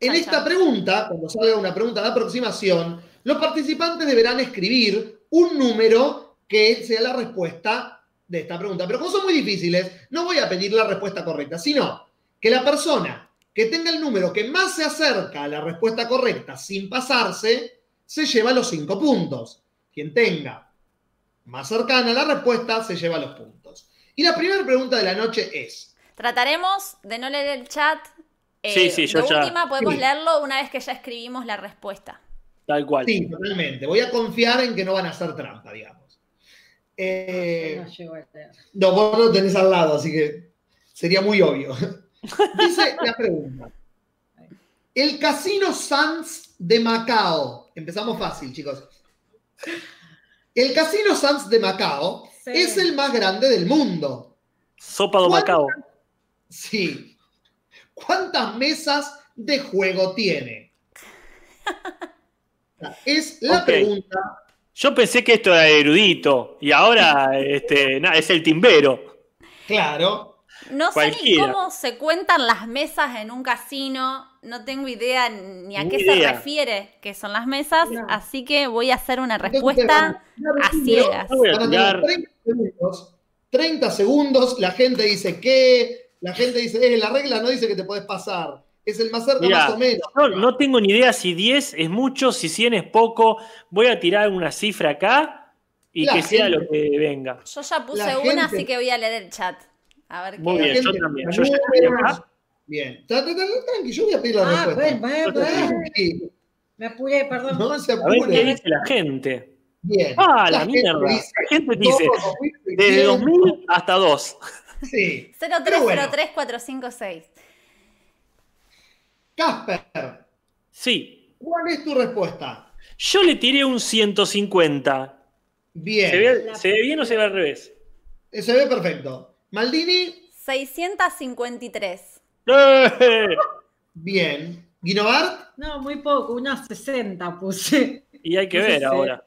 Speaker 3: En
Speaker 6: Chan,
Speaker 3: esta
Speaker 6: chan.
Speaker 3: pregunta, cuando salga una pregunta de aproximación, los participantes deberán escribir un número que sea la respuesta de esta pregunta. Pero como son muy difíciles, no voy a pedir la respuesta correcta, sino que la persona que tenga el número que más se acerca a la respuesta correcta sin pasarse, se lleva los cinco puntos. Quien tenga más cercana la respuesta, se lleva los puntos. Y la primera pregunta de la noche es,
Speaker 6: Trataremos de no leer el chat.
Speaker 4: Sí, sí, yo
Speaker 6: de
Speaker 4: ya-
Speaker 6: última podemos
Speaker 3: Sí.
Speaker 6: leerlo una vez que ya escribimos la respuesta.
Speaker 4: Tal cual.
Speaker 3: sí, totalmente, voy a confiar en que no van a hacer trampa, digamos. Eh,
Speaker 5: Ah, No llegó a leer.
Speaker 3: No, vos no tenés al lado, así que sería muy obvio. [laughs] Dice la pregunta. El Casino Sands de Macao. Empezamos fácil, chicos. El Casino Sands de Macao
Speaker 5: Sí.
Speaker 3: es el más grande del mundo.
Speaker 4: Sopa de
Speaker 3: ¿Cuál?
Speaker 4: Macao.
Speaker 3: Sí. ¿Cuántas mesas de juego
Speaker 6: [laughs]
Speaker 3: tiene? Es la
Speaker 4: Ok.
Speaker 3: pregunta.
Speaker 4: Yo pensé que esto era erudito y ahora este, na- es el timbero.
Speaker 3: Claro.
Speaker 6: No sé ni
Speaker 4: Cualquiera.
Speaker 6: cómo se cuentan las mesas en un casino, no tengo idea ni a
Speaker 4: Ni
Speaker 6: qué
Speaker 4: idea.
Speaker 6: se refiere que son las mesas,
Speaker 5: No.
Speaker 6: así que voy a hacer una respuesta a ciegas.
Speaker 4: Yo voy a
Speaker 3: Van a
Speaker 4: tirar-
Speaker 3: tener 30 segundos, 30 segundos, la gente dice que, la gente dice, eh, la regla no dice que te podés pasar, es el más cerca
Speaker 4: Mirá,
Speaker 3: más o menos.
Speaker 4: No, no tengo ni idea si 10 es mucho, si 100 es poco. Voy a tirar una cifra acá y
Speaker 3: La
Speaker 4: que sea
Speaker 3: gente.
Speaker 4: lo que venga.
Speaker 6: Yo ya puse
Speaker 3: La
Speaker 6: una,
Speaker 3: gente-
Speaker 6: así que voy a leer el chat. A ver
Speaker 4: Muy
Speaker 6: qué.
Speaker 3: La
Speaker 4: bien, yo
Speaker 3: gente-
Speaker 4: también.
Speaker 3: los
Speaker 4: Yo ya
Speaker 3: números.
Speaker 4: estoy acá.
Speaker 3: Bien, Tra- tra- tra- tranqui, yo voy a pedir la
Speaker 5: Ah, bueno,
Speaker 3: respuesta.
Speaker 5: bueno, bueno.
Speaker 3: Tranqui,
Speaker 5: Me apuré, perdón.
Speaker 3: No se
Speaker 4: A ver qué
Speaker 3: apure.
Speaker 4: dice la gente.
Speaker 3: Bien.
Speaker 4: Ah, la,
Speaker 3: gente
Speaker 4: mierda.
Speaker 3: dice,
Speaker 4: la gente dice
Speaker 3: "Todos fuimos y
Speaker 4: desde
Speaker 3: quieren".
Speaker 4: 2000 hasta 2.
Speaker 3: Sí. Pero bueno.
Speaker 6: 0303456.
Speaker 3: Casper,
Speaker 4: Sí.
Speaker 3: ¿cuál es tu respuesta?
Speaker 4: Yo le tiré un 150.
Speaker 3: Bien.
Speaker 4: ¿Se ve, se ve bien o se ve al revés?
Speaker 3: [laughs] Se ve perfecto. Maldini,
Speaker 6: 653.
Speaker 4: ¡Eh!
Speaker 3: bien. Guinovart,
Speaker 5: No, muy poco, unas 60 puse.
Speaker 4: Y hay que
Speaker 5: No sé
Speaker 4: ver
Speaker 5: si-
Speaker 4: ahora.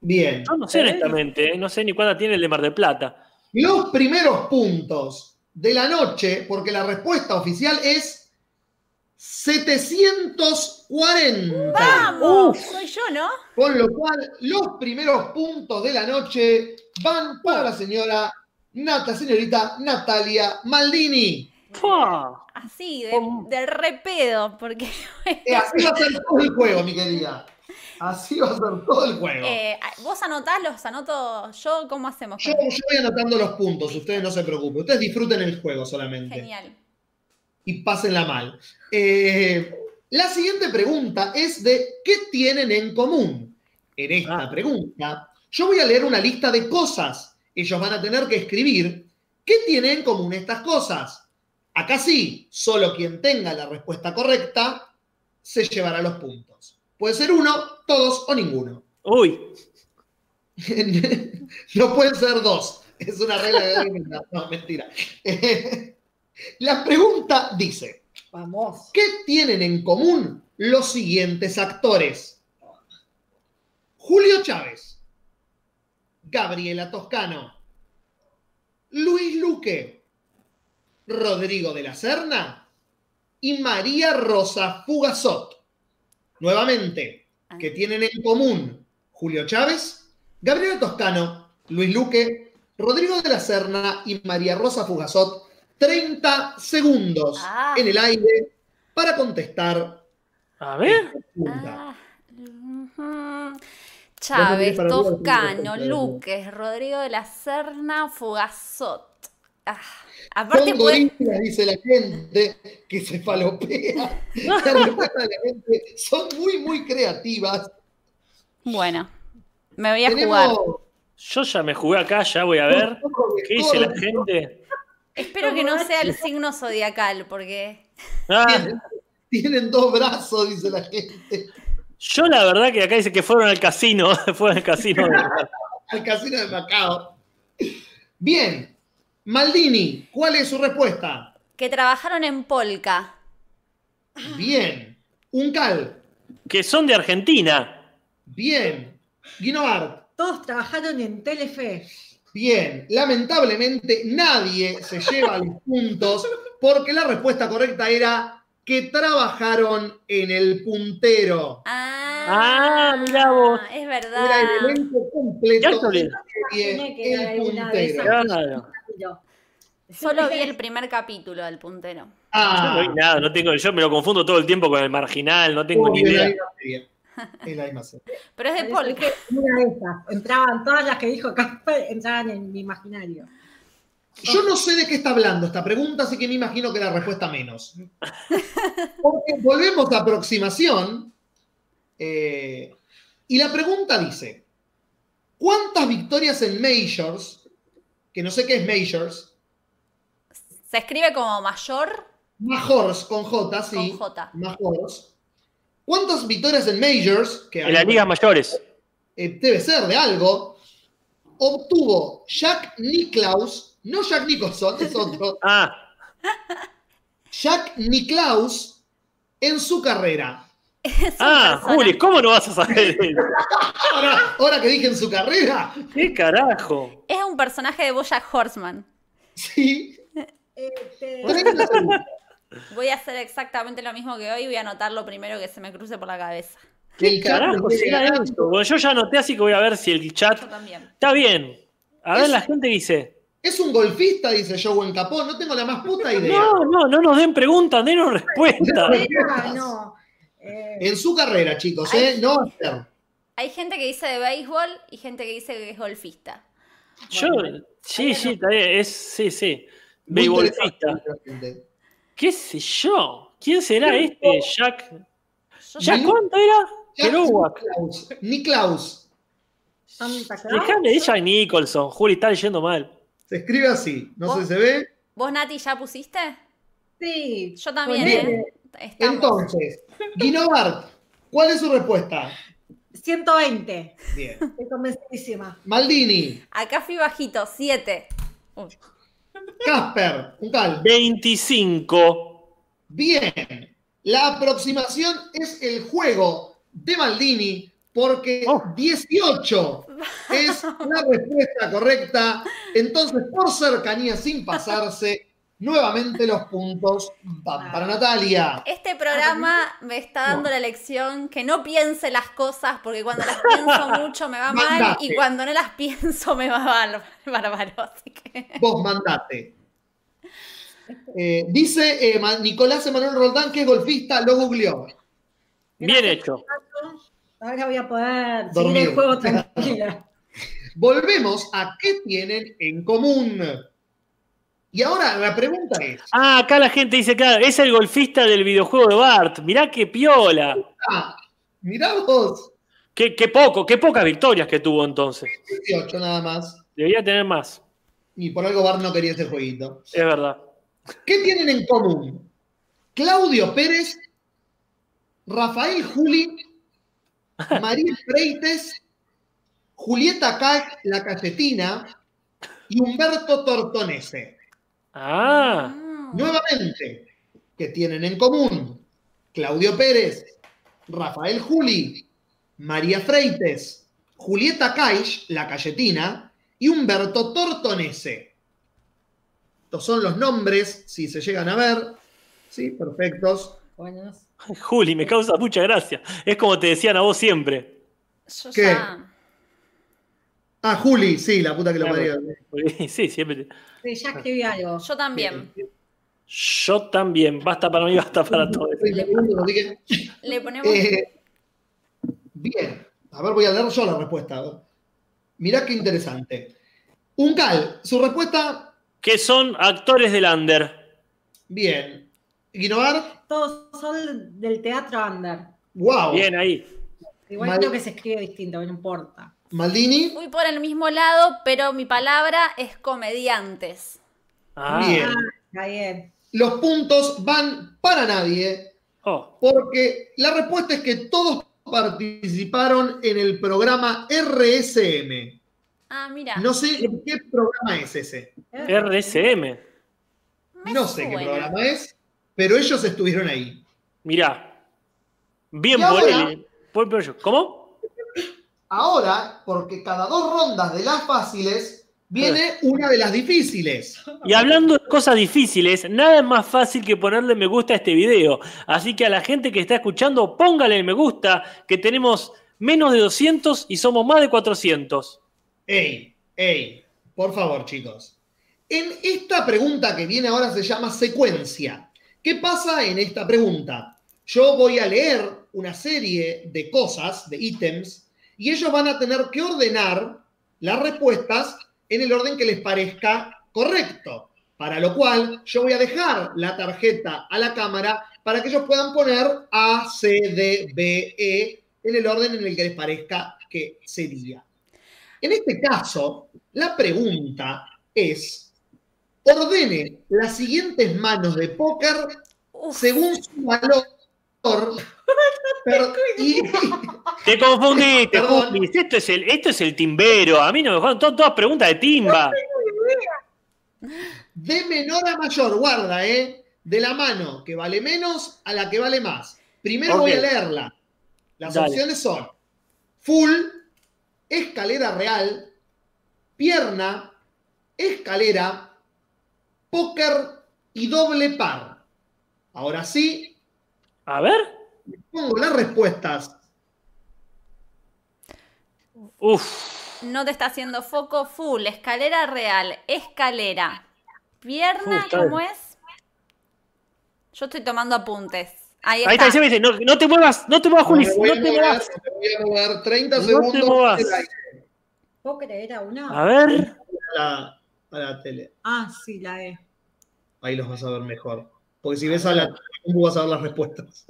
Speaker 3: bien.
Speaker 4: Yo no sé honestamente, ¿eh? no sé ni cuánta tiene el de Mar del Plata.
Speaker 3: Los primeros puntos de la noche, porque la respuesta oficial es 740.
Speaker 6: ¡Vamos! Soy yo, ¿no?
Speaker 3: Con lo cual, los primeros puntos de la noche van para la señora Nata, señorita Natalia Maldini.
Speaker 4: ¡Fua!
Speaker 6: Así,
Speaker 4: ¿Cómo?
Speaker 6: de, del repedo, porque
Speaker 3: Eh, así va a ser todo el juego, mi querida. Así va a ser todo el juego.
Speaker 6: eh, vos anotás, los anoto yo, ¿cómo hacemos?
Speaker 3: Yo, yo voy anotando los puntos, ustedes no se preocupen. Ustedes disfruten el juego solamente.
Speaker 6: Genial.
Speaker 3: y pásenla mal. Eh, la siguiente pregunta es de ¿qué tienen en común? En esta
Speaker 4: Ah.
Speaker 3: pregunta, yo voy a leer una lista de cosas. Ellos van a tener que escribir qué tienen en común estas cosas. Acá sí, solo quien tenga la respuesta correcta se llevará los puntos. Puede ser uno, todos o ninguno. [laughs]
Speaker 4: Uy,
Speaker 3: no pueden ser dos. Es una regla de No, mentira. [laughs] la pregunta dice:
Speaker 5: Vamos.
Speaker 3: ¿Qué tienen en común los siguientes actores? Julio Chávez, Gabriela Toscano, Luis Luque, Rodrigo de la Serna y María Rosa Fugazot. Nuevamente, ¿qué tienen en común Julio Chávez, Gabriela Toscano, Luis Luque, Rodrigo de la Serna y María Rosa Fugazot? 30 segundos
Speaker 6: Ah.
Speaker 3: en el aire para contestar
Speaker 4: a ver.
Speaker 3: esta pregunta.
Speaker 6: Ah, ujú. Chávez,
Speaker 3: para vos,
Speaker 6: Toscano,
Speaker 3: Rodrigo.
Speaker 6: Luques, Rodrigo de la Serna, Fugazot. Ah, aparte, pues,
Speaker 3: Son
Speaker 6: puede,
Speaker 3: gorilas, dice la gente, que se falopea.
Speaker 6: [laughs]
Speaker 3: La respuesta de la gente son muy, muy creativas.
Speaker 6: bueno, me voy a jugar.
Speaker 3: Tenemos
Speaker 4: Yo ya me jugué acá, ya voy a ver.
Speaker 3: un poco de
Speaker 4: ¿Qué dice la
Speaker 3: corte.
Speaker 4: gente?
Speaker 6: Espero que no sea el signo zodiacal, porque
Speaker 4: Ah,
Speaker 3: Tienen, tienen dos brazos, dice la gente.
Speaker 4: yo la verdad que acá dice que fueron al casino, [laughs] fueron al casino. de-
Speaker 3: Al casino de Macao. Bien. Maldini, ¿cuál es su respuesta?
Speaker 6: que trabajaron en Polka. Ah.
Speaker 3: Bien. Uncal.
Speaker 4: Que son de Argentina.
Speaker 3: Bien. Guinovart.
Speaker 5: Todos trabajaron en Telefe.
Speaker 3: Bien, lamentablemente nadie se lleva
Speaker 5: [laughs]
Speaker 3: los puntos porque la respuesta correcta era que trabajaron en el puntero.
Speaker 6: Ah,
Speaker 4: Ah, mirá vos.
Speaker 6: Es
Speaker 3: Era
Speaker 6: verdad.
Speaker 3: el elenco completo
Speaker 4: Ya está
Speaker 3: de
Speaker 4: Ah. bien.
Speaker 3: la serie
Speaker 5: Imaginé que era
Speaker 3: El
Speaker 5: una de esas.
Speaker 3: Puntero.
Speaker 4: Claro.
Speaker 5: Yo.
Speaker 6: Solo vi el primer capítulo del puntero.
Speaker 4: Yo no
Speaker 3: Ah,
Speaker 4: vi nada, no tengo, yo me lo confundo todo el tiempo con el marginal, no tengo ni
Speaker 3: obvio,
Speaker 4: idea.
Speaker 3: es la misma serie. Es la misma serie.
Speaker 6: Pero es de
Speaker 5: Parece
Speaker 6: Polka.
Speaker 5: que Una de esas. Entraban todas las que dijo Casper, entraban en mi imaginario.
Speaker 3: Yo no sé de qué está hablando esta pregunta, así que me imagino que la respuesta menos. Porque volvemos a aproximación. eh, y la pregunta dice: ¿Cuántas victorias en Majors? Que no sé qué es Majors.
Speaker 6: Se escribe como mayor
Speaker 3: Majors con J, sí.
Speaker 6: con J.
Speaker 3: Majors. ¿Cuántas victorias en Majors? Que
Speaker 4: En las ligas mayores.
Speaker 3: eh, debe ser de algo. Obtuvo Jack Nicklaus, no Jack Nicholson, es otro.
Speaker 4: Ah,
Speaker 3: Jack Nicklaus en su carrera.
Speaker 6: Es una
Speaker 4: ah,
Speaker 6: persona.
Speaker 4: Juli, ¿cómo no vas a saber?
Speaker 3: Ahora, ahora que dije en su carrera, [laughs]
Speaker 4: ¿Qué carajo?
Speaker 6: Es un personaje de Boya Horseman.
Speaker 3: sí,
Speaker 5: Este,
Speaker 4: [laughs]
Speaker 3: 30 segundos.
Speaker 6: Voy a hacer exactamente lo mismo que hoy, voy a anotar lo primero que se me cruce por la cabeza.
Speaker 3: El chat
Speaker 4: Carajo, eh.
Speaker 3: viene
Speaker 4: será
Speaker 3: ganando.
Speaker 4: esto. Bueno, yo ya anoté, así que voy a ver si el chat.
Speaker 6: Yo también.
Speaker 4: Está bien. A ver,
Speaker 3: Es-
Speaker 4: la gente dice.
Speaker 3: Es un golfista, dice Joe Capó. No tengo la más puta idea.
Speaker 4: No, no, no nos den preguntas,
Speaker 3: [laughs]
Speaker 4: denos respuestas.
Speaker 5: ah, no. Eh,
Speaker 3: En su carrera, chicos, ¿eh? No va a ser.
Speaker 6: Hay gente que dice de béisbol y gente que dice que es golfista.
Speaker 4: Yo, sí, sí, está bien, es, sí, sí.
Speaker 3: Muy
Speaker 4: Beisbolista.
Speaker 3: interesante.
Speaker 4: ¿Qué sé yo? ¿Quién será este Jack?
Speaker 6: Yo
Speaker 4: ¿Jack
Speaker 3: Jack-
Speaker 4: cuánto era?
Speaker 3: Jack
Speaker 4: Kerouac.
Speaker 3: Nicklaus. Nicklaus.
Speaker 5: tanta
Speaker 3: Ah,
Speaker 5: cosa.
Speaker 4: Dejame de Jack Nicholson, Juli, está leyendo mal.
Speaker 3: Se escribe así. No sé si se ve.
Speaker 4: Oh,
Speaker 6: ¿Vos, Nati, ya pusiste?
Speaker 5: Sí.
Speaker 6: Yo también,
Speaker 3: Ponele.
Speaker 6: ¿eh? Estamos.
Speaker 3: Entonces, Guinobart, ¿cuál es su respuesta?
Speaker 5: 120.
Speaker 3: Bien.
Speaker 5: Estoy convencidísima.
Speaker 3: Maldini,
Speaker 6: Acá fui bajito, 7.
Speaker 3: Casper, un cal.
Speaker 4: 25.
Speaker 3: Bien. La aproximación es el juego de Maldini porque
Speaker 4: Oh.
Speaker 3: 18 es la respuesta correcta. Entonces, por cercanía, sin pasarse, nuevamente los puntos van para Natalia.
Speaker 6: Este programa me está dando la lección que no piense las cosas porque cuando las
Speaker 3: [laughs]
Speaker 6: pienso mucho me va mal
Speaker 3: Mandaste.
Speaker 6: y cuando no las pienso me va bárbaro. bárbaro, Así que
Speaker 3: Vos mandate. Eh, dice eh, Ma- Nicolás Emanuel Roldán que es golfista, lo googleó.
Speaker 4: Bien hecho.
Speaker 5: Ahora voy a poder
Speaker 3: Dormido.
Speaker 5: seguir el juego tranquila. [laughs]
Speaker 3: Volvemos a qué tienen en común. Y ahora la pregunta es,
Speaker 4: Ah, acá la gente dice, claro, es el golfista del videojuego de Bart. Mirá qué piola.
Speaker 3: ah, mirá vos,
Speaker 4: Qué, qué poco, qué pocas victorias que tuvo entonces.
Speaker 3: 18 nada más,
Speaker 4: Debería tener más.
Speaker 3: y por algo Bar no quería ese jueguito.
Speaker 4: Es verdad.
Speaker 3: ¿Qué tienen en común? Claudio Pérez, Rafael Juli, María Freites, Julieta Cac, la Cachetina y Humberto Tortonese.
Speaker 4: Ah,
Speaker 6: Mm.
Speaker 3: Nuevamente, ¿qué tienen en común? Claudio Pérez, Rafael Juli, María Freites, Julieta Caish, la Cayetina, y Humberto Tortonese. Estos son los nombres, si se llegan a ver. Sí, perfectos.
Speaker 5: Bueno,
Speaker 4: Juli, me causa mucha gracia. Es como te decían a vos siempre.
Speaker 6: [laughs]
Speaker 4: [laughs]
Speaker 6: Yo
Speaker 3: ¿Qué?
Speaker 6: ya-
Speaker 3: Ah, Juli, sí, la puta que lo parió.
Speaker 4: Porque- Sí, siempre. te-
Speaker 5: sí, ya escribí algo.
Speaker 6: Yo también.
Speaker 4: Yo también. Basta para mí, basta para todos.
Speaker 3: Estoy leyendo, así que-
Speaker 6: Le ponemos.
Speaker 3: Eh, bien, a ver, voy a leer yo la respuesta. a ver. Mirá qué interesante. Uncal, su respuesta
Speaker 4: Que son actores del under.
Speaker 3: Bien. Guinobar,
Speaker 5: Todos son del teatro under.
Speaker 3: wow.
Speaker 4: Bien ahí.
Speaker 5: Igual
Speaker 3: Mal-
Speaker 5: creo que se escribe distinto, no importa.
Speaker 3: Maldini,
Speaker 6: Voy por el mismo lado, pero mi palabra es comediantes.
Speaker 4: Ah.
Speaker 3: bien.
Speaker 5: Está bien.
Speaker 3: Los puntos van para nadie,
Speaker 4: Oh,
Speaker 3: porque la respuesta es que todos participaron en el programa RSM.
Speaker 6: Ah, mira.
Speaker 3: No sé en qué programa es ese.
Speaker 5: Eh,
Speaker 4: RSM.
Speaker 6: me
Speaker 3: No sé qué
Speaker 6: suena.
Speaker 3: programa es, pero ellos estuvieron ahí.
Speaker 4: Mirá. Bien
Speaker 3: Y
Speaker 4: por
Speaker 3: ahora-
Speaker 4: él. Por- por yo. ¿Cómo?
Speaker 3: Ahora, porque cada dos rondas de las fáciles
Speaker 4: Ah.
Speaker 3: viene una de las difíciles.
Speaker 4: Y hablando de cosas difíciles, nada es más fácil que ponerle me gusta a este video. Así que a la gente que está escuchando, póngale el me gusta, que tenemos menos de 200 y somos más de 400.
Speaker 3: Ey, ey, por favor, chicos. En esta pregunta que viene ahora se llama secuencia. ¿Qué pasa en esta pregunta? Yo voy a leer una serie de cosas, de ítems, y ellos van a tener que ordenar las respuestas en el orden que les parezca correcto. Para lo cual, yo voy a dejar la tarjeta a la cámara para que ellos puedan poner A, C, D, B, E en el orden en el que les parezca que sería. En este caso, la pregunta es, ordene las siguientes manos de póker
Speaker 6: Uf,
Speaker 3: según su valor. per- y-
Speaker 4: Te confundiste,
Speaker 3: Perdón.
Speaker 4: Juli. Esto es, el, esto es el timbero. A mí no me jodan. Son todas preguntas de timba.
Speaker 3: de menor a mayor, guarda, ¿eh? De la mano que vale menos a la que vale más. Primero
Speaker 4: Ok.
Speaker 3: voy a leerla. Las
Speaker 4: Dale.
Speaker 3: opciones son full, escalera real, pierna, escalera, póker y doble par. Ahora sí,
Speaker 4: A ver.
Speaker 3: pongo las respuestas.
Speaker 4: Uf.
Speaker 6: No te está haciendo foco full. Escalera real. Escalera.
Speaker 4: Uh,
Speaker 6: Pierna,
Speaker 4: está
Speaker 6: ¿cómo es? Yo estoy tomando apuntes. Ahí está.
Speaker 4: Ahí está, ahí se me dice, no, no te muevas, no te muevas, Juli,
Speaker 3: Me voy a
Speaker 4: no te
Speaker 3: mover,
Speaker 4: muevas.
Speaker 3: me voy a mover 30
Speaker 4: No te
Speaker 3: segundos
Speaker 4: movas.
Speaker 3: del aire
Speaker 5: ¿Puedo creer a una?
Speaker 4: A ver.
Speaker 3: a la, a la tele.
Speaker 5: Ah, sí, la E.
Speaker 3: Ahí los vas a ver mejor. Porque si ves a la compu vas a ver las respuestas.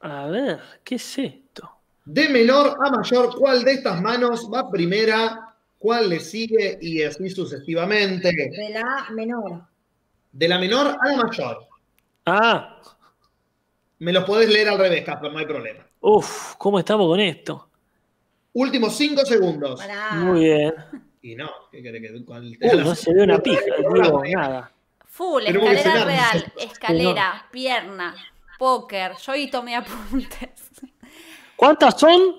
Speaker 4: A ver, ¿qué es esto?
Speaker 3: De menor a mayor, ¿cuál de estas manos va primera? ¿Cuál le sigue? Y así sucesivamente.
Speaker 5: De la A menor.
Speaker 3: De la menor a la mayor.
Speaker 4: Ah,
Speaker 3: Me los podés leer al revés, Casper, no hay problema.
Speaker 4: uf, ¿cómo estamos con esto?
Speaker 3: Últimos 5 segundos.
Speaker 5: Para.
Speaker 4: Muy bien.
Speaker 3: Y no, ¿qué querés que cuál te da
Speaker 4: Uy,
Speaker 3: la-
Speaker 4: Uh, no se ve una
Speaker 3: [laughs]
Speaker 4: pija, no digo
Speaker 3: Programa, eh.
Speaker 4: nada.
Speaker 6: Full,
Speaker 3: Tenemos que
Speaker 6: escalera
Speaker 3: cenar.
Speaker 6: real, escalera, pierna, póker. Yo ahí tomé apuntes. [laughs]
Speaker 4: ¿Cuántas son?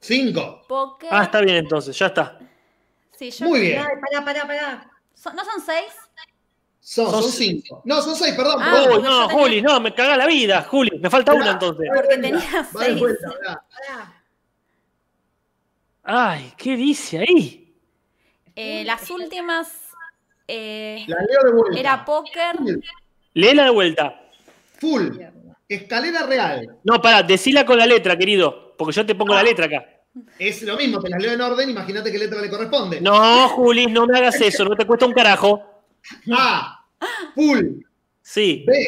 Speaker 3: Cinco.
Speaker 6: Póker.
Speaker 4: Ah, está bien entonces, ya está.
Speaker 6: Sí, yo-
Speaker 3: Muy bien.
Speaker 5: Pará, pará, pará, pará.
Speaker 6: ¿Son- ¿No son seis?
Speaker 3: Son,
Speaker 4: Son
Speaker 3: son cinco. No, son seis, perdón.
Speaker 6: Ah,
Speaker 3: perdón.
Speaker 4: Uy,
Speaker 6: bueno, yo
Speaker 4: no,
Speaker 6: tenía-
Speaker 4: Juli, no, me caga la vida, Juli. Me falta una entonces.
Speaker 3: Va de
Speaker 6: Porque
Speaker 3: vuelta,
Speaker 6: tenía
Speaker 3: va de
Speaker 6: seis.
Speaker 3: vuelta, pará.
Speaker 5: pará.
Speaker 4: Ay, ¿qué dice ahí?
Speaker 6: Eh, las últimas eh,
Speaker 3: La leo de vuelta.
Speaker 6: era póker.
Speaker 4: Léela de vuelta.
Speaker 3: Full. Escalera real.
Speaker 4: No, pará, decila con la letra, querido. Porque yo te pongo la letra acá.
Speaker 3: Es lo mismo, te las leo en orden, imagínate qué letra le corresponde.
Speaker 4: No, Juli, no me hagas eso, no te cuesta un carajo.
Speaker 3: A. Full.
Speaker 4: Sí,
Speaker 3: B.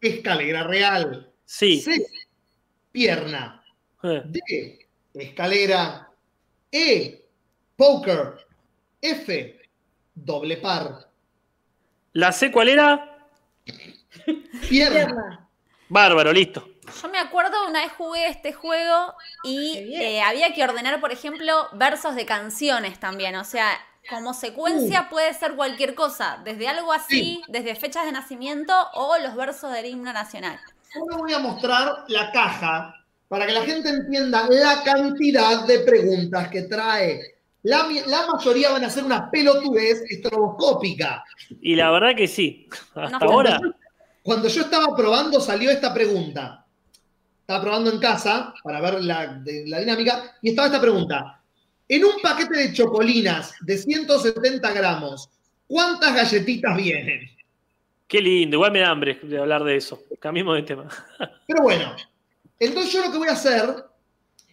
Speaker 3: Escalera real.
Speaker 4: sí.
Speaker 3: C. Pierna.
Speaker 4: Eh,
Speaker 3: D. Escalera. E. Poker. F. Doble par.
Speaker 4: ¿La sé cuál era?
Speaker 3: Pierna.
Speaker 5: Pierna.
Speaker 4: Bárbaro, listo.
Speaker 6: Yo me acuerdo una vez jugué este juego y
Speaker 5: Qué bien.
Speaker 6: eh, había que ordenar, por ejemplo, versos de canciones también. O sea, como secuencia
Speaker 5: Uh.
Speaker 6: puede ser cualquier cosa, desde algo así, desde fechas de nacimiento o los versos del himno nacional.
Speaker 3: Ahora voy a mostrar la caja para que la gente entienda la cantidad de preguntas que trae. La, mi- la mayoría van a ser una pelotudez estroboscópica.
Speaker 4: Y la verdad que sí. Hasta
Speaker 6: fue
Speaker 4: ahora.
Speaker 3: Cuando yo estaba probando, salió esta pregunta. Estaba probando en casa para ver la, de- la dinámica y estaba esta pregunta. En un paquete de chocolinas de 170 gramos, ¿cuántas galletitas vienen?
Speaker 4: Qué lindo, igual me da hambre de hablar de eso. Cambiemos de tema.
Speaker 3: Pero bueno, entonces yo lo que voy a hacer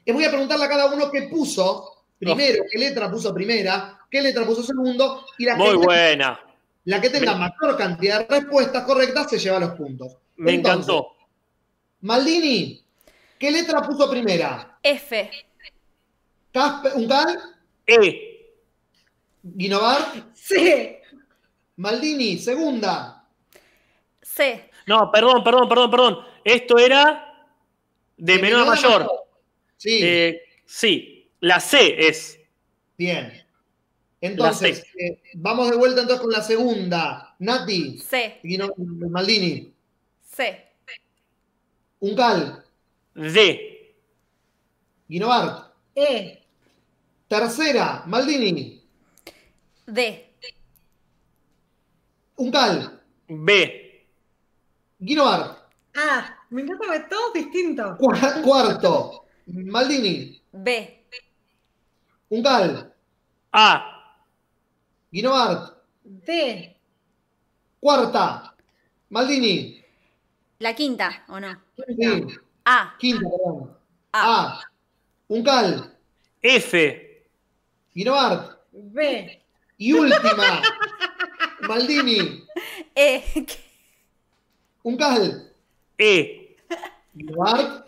Speaker 3: es voy a preguntarle a cada uno qué puso primero, qué letra puso primera, qué letra puso segundo y la,
Speaker 4: Muy
Speaker 3: que,
Speaker 4: buena.
Speaker 3: la que tenga mayor cantidad de respuestas correctas se lleva los puntos.
Speaker 4: Me
Speaker 3: Entonces,
Speaker 4: encantó.
Speaker 3: Maldini, ¿qué letra puso primera?
Speaker 6: F,
Speaker 3: Casper, un tal,
Speaker 4: E.
Speaker 3: Guinovar,
Speaker 5: Sí.
Speaker 3: Maldini, segunda.
Speaker 6: C,
Speaker 4: No, perdón, perdón, perdón, perdón. Esto era de menor a mayor.
Speaker 3: Sí,
Speaker 4: Eh, sí, la C es.
Speaker 3: bien. Entonces, eh, vamos de vuelta entonces con la segunda. Nati,
Speaker 6: C,
Speaker 3: Guino- Maldini,
Speaker 6: C,
Speaker 3: Uncal,
Speaker 4: D.
Speaker 3: Guinovar.
Speaker 5: E.
Speaker 3: Tercera, Maldini,
Speaker 6: D,
Speaker 3: Uncal,
Speaker 4: B.
Speaker 3: Guinovar.
Speaker 5: A. Me encanta que todos distintos.
Speaker 3: Cua- cuarto, Maldini,
Speaker 6: B,
Speaker 3: Uncal,
Speaker 4: A.
Speaker 3: Guinovar.
Speaker 5: D.
Speaker 3: Cuarta, Maldini,
Speaker 6: la quinta, ¿o no?
Speaker 3: sí,
Speaker 6: A,
Speaker 3: quinta, perdón.
Speaker 5: Ah.
Speaker 6: A,
Speaker 3: A, Uncal,
Speaker 4: F.
Speaker 3: Guinovar.
Speaker 5: B.
Speaker 3: Y última, Maldini,
Speaker 6: E,
Speaker 3: Uncal,
Speaker 4: E.
Speaker 3: Guinovar,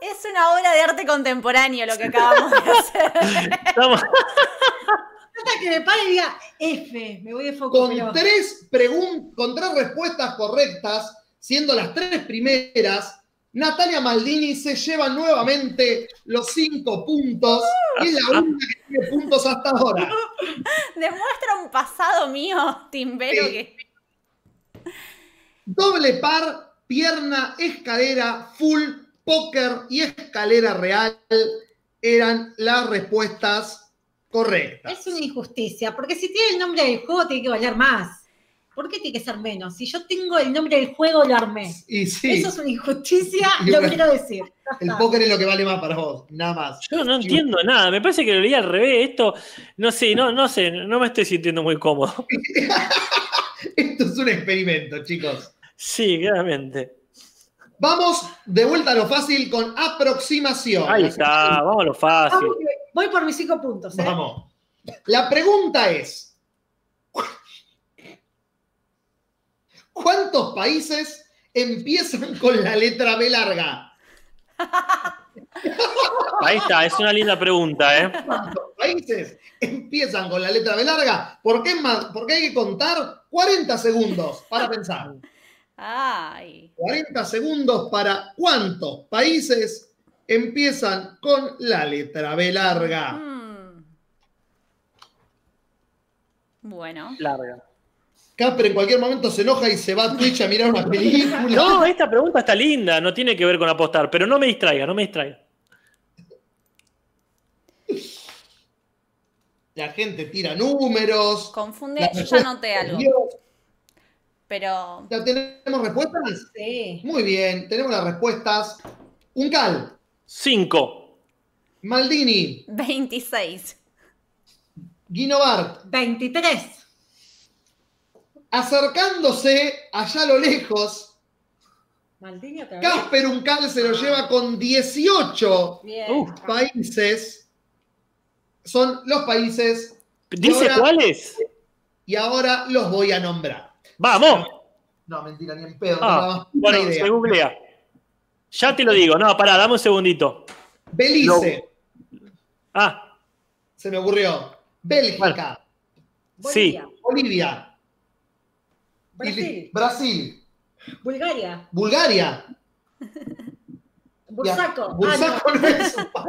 Speaker 6: es una obra de arte contemporáneo lo que
Speaker 5: [laughs]
Speaker 6: acabamos de hacer.
Speaker 4: Estamos-
Speaker 5: Hasta que me pare y diga F. Me voy de foco.
Speaker 3: con
Speaker 5: pero-
Speaker 3: tres, pregun- con tres respuestas correctas, siendo las tres primeras, Natalia Maldini se lleva nuevamente los cinco puntos y es la única que tiene puntos hasta ahora.
Speaker 6: Demuestra un pasado mío, Timbero,
Speaker 3: Sí.
Speaker 6: que
Speaker 3: Doble par, pierna, escalera, full, póker y escalera real eran las respuestas correctas.
Speaker 5: Es una injusticia. Porque si tiene el nombre del juego, tiene que valer más. ¿Por qué tiene que ser menos? Si yo tengo el nombre del juego, lo armé.
Speaker 3: Y sí,
Speaker 5: Eso es una injusticia,
Speaker 3: [laughs] Y
Speaker 5: lo
Speaker 3: bueno.
Speaker 5: quiero decir. Ya
Speaker 3: el
Speaker 5: está.
Speaker 3: póker es lo que vale más para vos, nada más.
Speaker 4: [laughs]
Speaker 3: [laughs]
Speaker 4: Yo no entiendo nada, me parece que lo leí al revés. Esto, no sé, no, no sé, no me estoy sintiendo muy cómodo. [laughs]
Speaker 3: Esto es un experimento, chicos.
Speaker 4: Sí, claramente.
Speaker 3: Vamos de vuelta a lo fácil con aproximación.
Speaker 4: Ahí está, vamos a lo fácil.
Speaker 5: Vamos que Voy por mis cinco puntos. ¿eh?
Speaker 3: Vamos. La pregunta es: ¿Cuántos países empiezan con la letra B larga?
Speaker 4: Ahí está, es una linda pregunta, ¿eh?
Speaker 3: ¿Cuántos países empiezan con la letra B larga? ¿Por qué, es más- por qué hay que contar 40 segundos para pensar?
Speaker 6: Ay.
Speaker 3: 40 segundos para cuántos países empiezan con la letra B larga.
Speaker 6: Mm. Bueno.
Speaker 4: Larga.
Speaker 3: Casper en cualquier momento se enoja y se va a Twitch a mirar una película.
Speaker 4: No, esta pregunta está linda, no tiene que ver con apostar, pero no me distraiga, no me distraiga.
Speaker 3: La gente tira números.
Speaker 6: Confunde,
Speaker 3: La
Speaker 6: yo ya
Speaker 3: respuesta,
Speaker 6: noté algo,
Speaker 3: Dios,
Speaker 6: pero
Speaker 3: ¿ya ¿Tenemos respuestas?
Speaker 5: Sí.
Speaker 3: Muy bien, tenemos las respuestas. Uncal,
Speaker 4: Cinco.
Speaker 3: Maldini,
Speaker 6: 26.
Speaker 3: Guinovart,
Speaker 5: 23.
Speaker 3: acercándose allá a lo lejos.
Speaker 5: Maldini otra vez.
Speaker 3: Casper Uncal se lo lleva con 18
Speaker 5: Bien.
Speaker 4: Uf.
Speaker 3: países. Son los países
Speaker 4: ¿Dice
Speaker 3: ahora-
Speaker 4: cuáles?
Speaker 3: y ahora los voy a nombrar.
Speaker 4: Vamos.
Speaker 3: No, mentira, ni en pedo. no
Speaker 4: Ah,
Speaker 3: da más puta
Speaker 4: bueno,
Speaker 3: idea.
Speaker 4: se googlea. Ya te lo digo, no, pará, dame un segundito.
Speaker 3: Belice,
Speaker 4: Ah,
Speaker 3: se me ocurrió. Bélgica,
Speaker 5: Bolivia.
Speaker 3: Bolivia, Fili-
Speaker 5: Brasil.
Speaker 3: Brasil,
Speaker 5: Bulgaria.
Speaker 3: Bulgaria.
Speaker 5: Bursaco. Ah,
Speaker 3: Bursaco no es un país.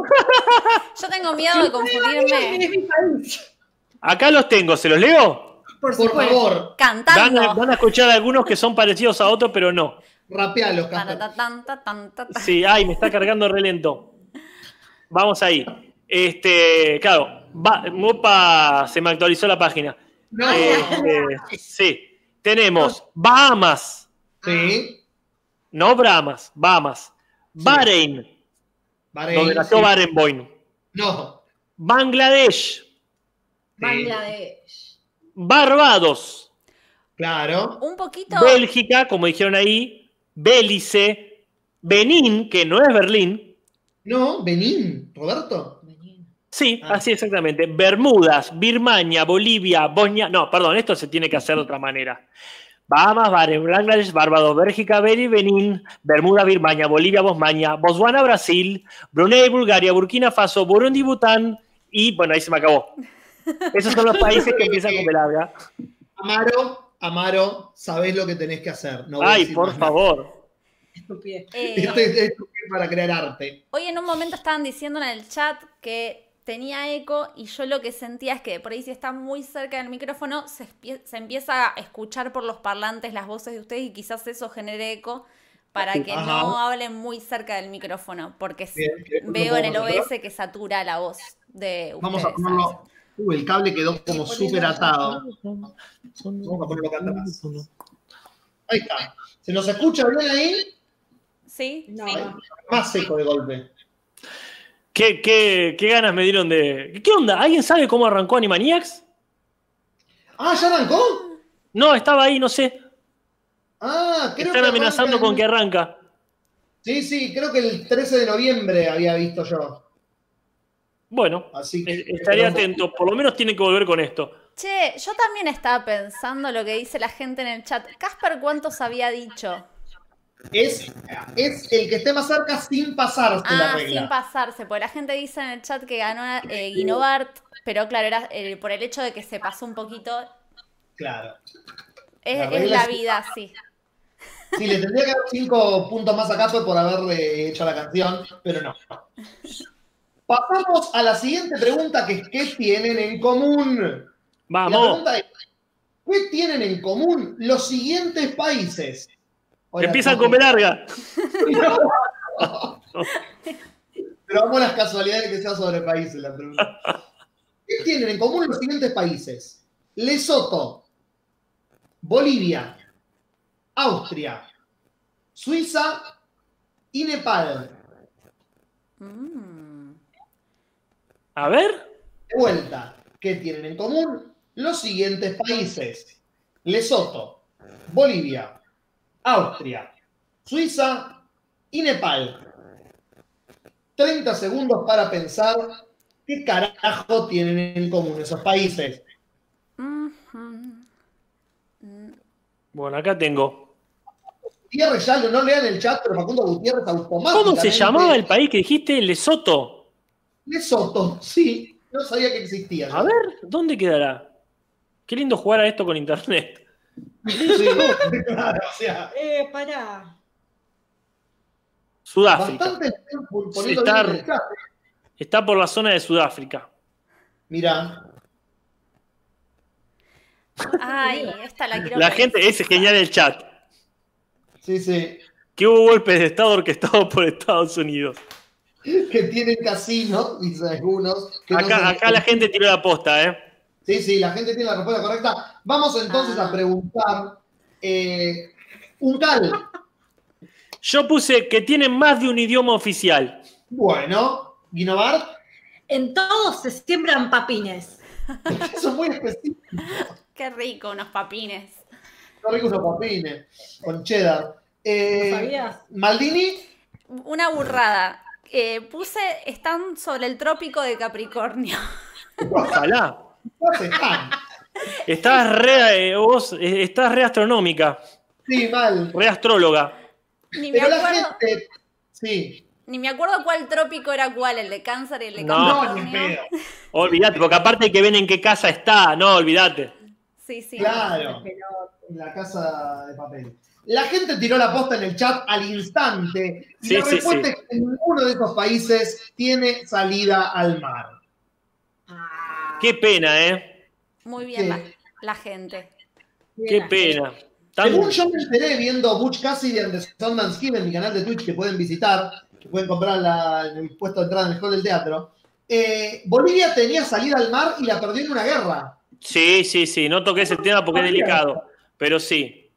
Speaker 6: Yo tengo miedo de confundirme
Speaker 5: Es mi país.
Speaker 4: acá los tengo, ¿se los leo?
Speaker 3: Por
Speaker 5: Por, supuesto.
Speaker 3: favor,
Speaker 4: Van a,
Speaker 6: cantando.
Speaker 4: van a escuchar algunos que son parecidos a otros, pero no.
Speaker 3: rapealos, Casper.
Speaker 6: Taratán, tatán, tatán.
Speaker 4: Sí, ay, me está cargando re lento. Vamos ahí. Este, claro, va- opa, se me actualizó la página.
Speaker 3: No.
Speaker 4: Este, sí, tenemos Bahamas,
Speaker 3: Sí.
Speaker 4: no Brahmas, Bahamas, Bahrein,
Speaker 3: Bahrein,
Speaker 4: donde nació
Speaker 3: sí.
Speaker 4: Barenboim,
Speaker 3: No.
Speaker 4: Bangladesh,
Speaker 5: Bangladesh.
Speaker 4: Barbados,
Speaker 3: Claro.
Speaker 6: Un poquito.
Speaker 4: Bélgica, como dijeron ahí, Bélice, Benín, que no es Berlín,
Speaker 3: No, Benín, Roberto.
Speaker 4: sí,
Speaker 3: Ah.
Speaker 4: así exactamente, Bermudas, Birmania, Bolivia, Bosnia, no, perdón, esto se tiene que hacer de otra manera. Bahamas, Bahrein, Bangladesh, Barbados, Bélgica, Beri, Benín, Bermuda, Birmania, Bolivia, Bosnia, Botswana, Brasil, Brunei, Bulgaria, Burkina Faso, Burundi, Bután y, bueno, ahí se me acabó. Esos
Speaker 3: [laughs]
Speaker 4: son los países que empiezan con B larga.
Speaker 3: Amaro, Amaro, sabés lo que tenés que hacer. No voy a
Speaker 4: Ay,
Speaker 3: decir
Speaker 4: por
Speaker 3: más nada. [laughs]
Speaker 4: favor.
Speaker 5: Estupidez.
Speaker 6: eh,
Speaker 3: Este es tu pie para crear arte.
Speaker 6: Hoy en un momento estaban diciendo en el chat que tenía eco y yo lo que sentía es que por ahí si está muy cerca del micrófono se, espie- se empieza a escuchar por los parlantes las voces de ustedes y quizás eso genere eco para que
Speaker 3: Ajá.
Speaker 6: no hablen muy cerca del micrófono porque s-
Speaker 3: Bien, bien, lo
Speaker 6: veo en el
Speaker 3: podemos hacer.
Speaker 6: OBS que satura la voz de ustedes.
Speaker 3: Vamos a
Speaker 6: ¿sabes?
Speaker 3: ponerlo. Uh, el cable quedó como súper atado. Vamos a ponerlo acá atrás. Ahí está. ¿Se nos escucha bien ahí?
Speaker 6: ¿Sí?
Speaker 5: No.
Speaker 6: Sí.
Speaker 3: Más seco de golpe.
Speaker 4: ¿Qué, qué, qué ganas me dieron de. ¿Qué onda? ¿Alguien sabe cómo arrancó Animaniacs?
Speaker 3: Ah, ¿ya arrancó?
Speaker 4: No, estaba ahí, no sé.
Speaker 3: Ah, creo
Speaker 4: Están
Speaker 3: que
Speaker 4: amenazando
Speaker 3: arranca
Speaker 4: con
Speaker 3: el-
Speaker 4: que arranca.
Speaker 3: Sí, sí, creo que el 13 de noviembre había visto yo.
Speaker 4: Bueno,
Speaker 3: Así que
Speaker 4: eh, estaré atento. Por lo menos tiene que volver con esto.
Speaker 6: Che, yo también estaba pensando lo que dice la gente en el chat. Casper, ¿cuántos había dicho?
Speaker 3: Es, es el que esté más cerca sin pasarse la
Speaker 6: Ah, sin
Speaker 3: regla.
Speaker 6: pasarse, porque la gente dice en el chat que ganó eh, Guinovart, pero claro, era eh, por el hecho de que se pasó un poquito.
Speaker 3: claro.
Speaker 6: Es
Speaker 3: La
Speaker 6: es la,
Speaker 3: regla es-
Speaker 6: vida, sí.
Speaker 3: Sí, le tendría que dar 5 puntos más a Cato por haberle hecho la canción, pero no. Pasamos a la siguiente pregunta que es ¿qué tienen en común? La
Speaker 4: Vamos.
Speaker 3: pregunta es, ¿qué tienen en común los siguientes países? Hola,
Speaker 4: Empiezan
Speaker 3: Cato.
Speaker 4: con B larga.
Speaker 3: [laughs] Pero amo las casualidades que sea sobre países la pregunta. ¿Qué tienen en común los siguientes países? Lesoto, Bolivia, Austria, Suiza y Nepal.
Speaker 6: Mm.
Speaker 4: A ver.
Speaker 3: De vuelta, ¿qué tienen en común los siguientes países? Lesoto, Bolivia, Austria, Suiza y Nepal. 30 segundos para pensar qué carajo tienen en común esos países.
Speaker 6: Mhm.
Speaker 4: Bueno, acá tengo.
Speaker 3: Gutiérrez, ya no lean el chat, pero Facundo Gutiérrez automáticamente.
Speaker 4: ¿Cómo se llamaba el país que dijiste? Lesoto.
Speaker 3: Lesoto, sí. No sabía que existía.
Speaker 4: A ver, ¿dónde quedará? Qué lindo jugar a esto con internet.
Speaker 3: Sí, [laughs] claro, o sea,
Speaker 5: Eh, pará.
Speaker 4: Sudáfrica.
Speaker 3: bastante tiempo
Speaker 4: Sí,
Speaker 3: poniendo
Speaker 4: está-
Speaker 3: bien el chat.
Speaker 4: Está por la zona de Sudáfrica.
Speaker 3: Mirá,
Speaker 6: Ay, esta la quiero.
Speaker 4: La
Speaker 6: ver.
Speaker 4: gente, ese es genial el chat.
Speaker 3: sí, sí.
Speaker 4: Que hubo golpes de Estado orquestados [laughs] por Estados Unidos.
Speaker 3: [laughs] Que tienen casino, dicen algunos. que no
Speaker 4: Acá,
Speaker 3: son-
Speaker 4: acá la gente tiró la posta, ¿eh?
Speaker 3: Sí, sí, la gente tiene la respuesta correcta. Vamos entonces
Speaker 6: Ah.
Speaker 3: a preguntar. eh, un tal.
Speaker 4: Yo puse que tienen más de un idioma oficial.
Speaker 3: Bueno, Guinovart,
Speaker 5: En todos se siembran papines.
Speaker 3: [laughs] eso es muy específico.
Speaker 6: Qué rico, unos papines.
Speaker 3: Qué rico unos papines con cheddar. Eh,
Speaker 5: ¿Lo sabías?
Speaker 3: Maldini,
Speaker 6: Una burrada. Eh, puse, están sobre el trópico de Capricornio. [laughs]
Speaker 4: Ojalá.
Speaker 3: ¿dónde están?
Speaker 4: Estás re, eh, vos, eh, estás re astronómica,
Speaker 3: Sí, mal.
Speaker 4: re astróloga.
Speaker 6: Ni me
Speaker 3: Pero la
Speaker 6: acuerdo,
Speaker 3: gente. Sí.
Speaker 6: ni me acuerdo cuál trópico era cuál, el de cáncer y el de
Speaker 4: No.
Speaker 3: No,
Speaker 6: Capricornio.
Speaker 3: ni pedo.
Speaker 4: Olvídate, porque aparte hay que ven en qué casa está. No, olvídate.
Speaker 6: Sí, sí.
Speaker 3: Claro. En la casa de papel. La gente tiró la posta en el chat al instante. Y
Speaker 4: Sí,
Speaker 3: la
Speaker 4: sí,
Speaker 3: respuesta
Speaker 4: sí.
Speaker 3: es que ninguno de estos países tiene salida al mar.
Speaker 5: Ah,
Speaker 4: Qué pena, ¿eh?
Speaker 6: Muy bien la,
Speaker 3: Sí.
Speaker 6: la gente.
Speaker 4: Qué
Speaker 5: bien.
Speaker 4: pena. Tan-
Speaker 3: Según yo me enteré viendo Butch Cassidy and the Sundance Kid en mi canal de Twitch que pueden visitar, que pueden comprar la- en el puesto de entrada en el hall del teatro, eh, Bolivia tenía salida al mar y la perdió en una guerra.
Speaker 4: Sí, sí, sí. No toques el tema porque es delicado. Pero sí.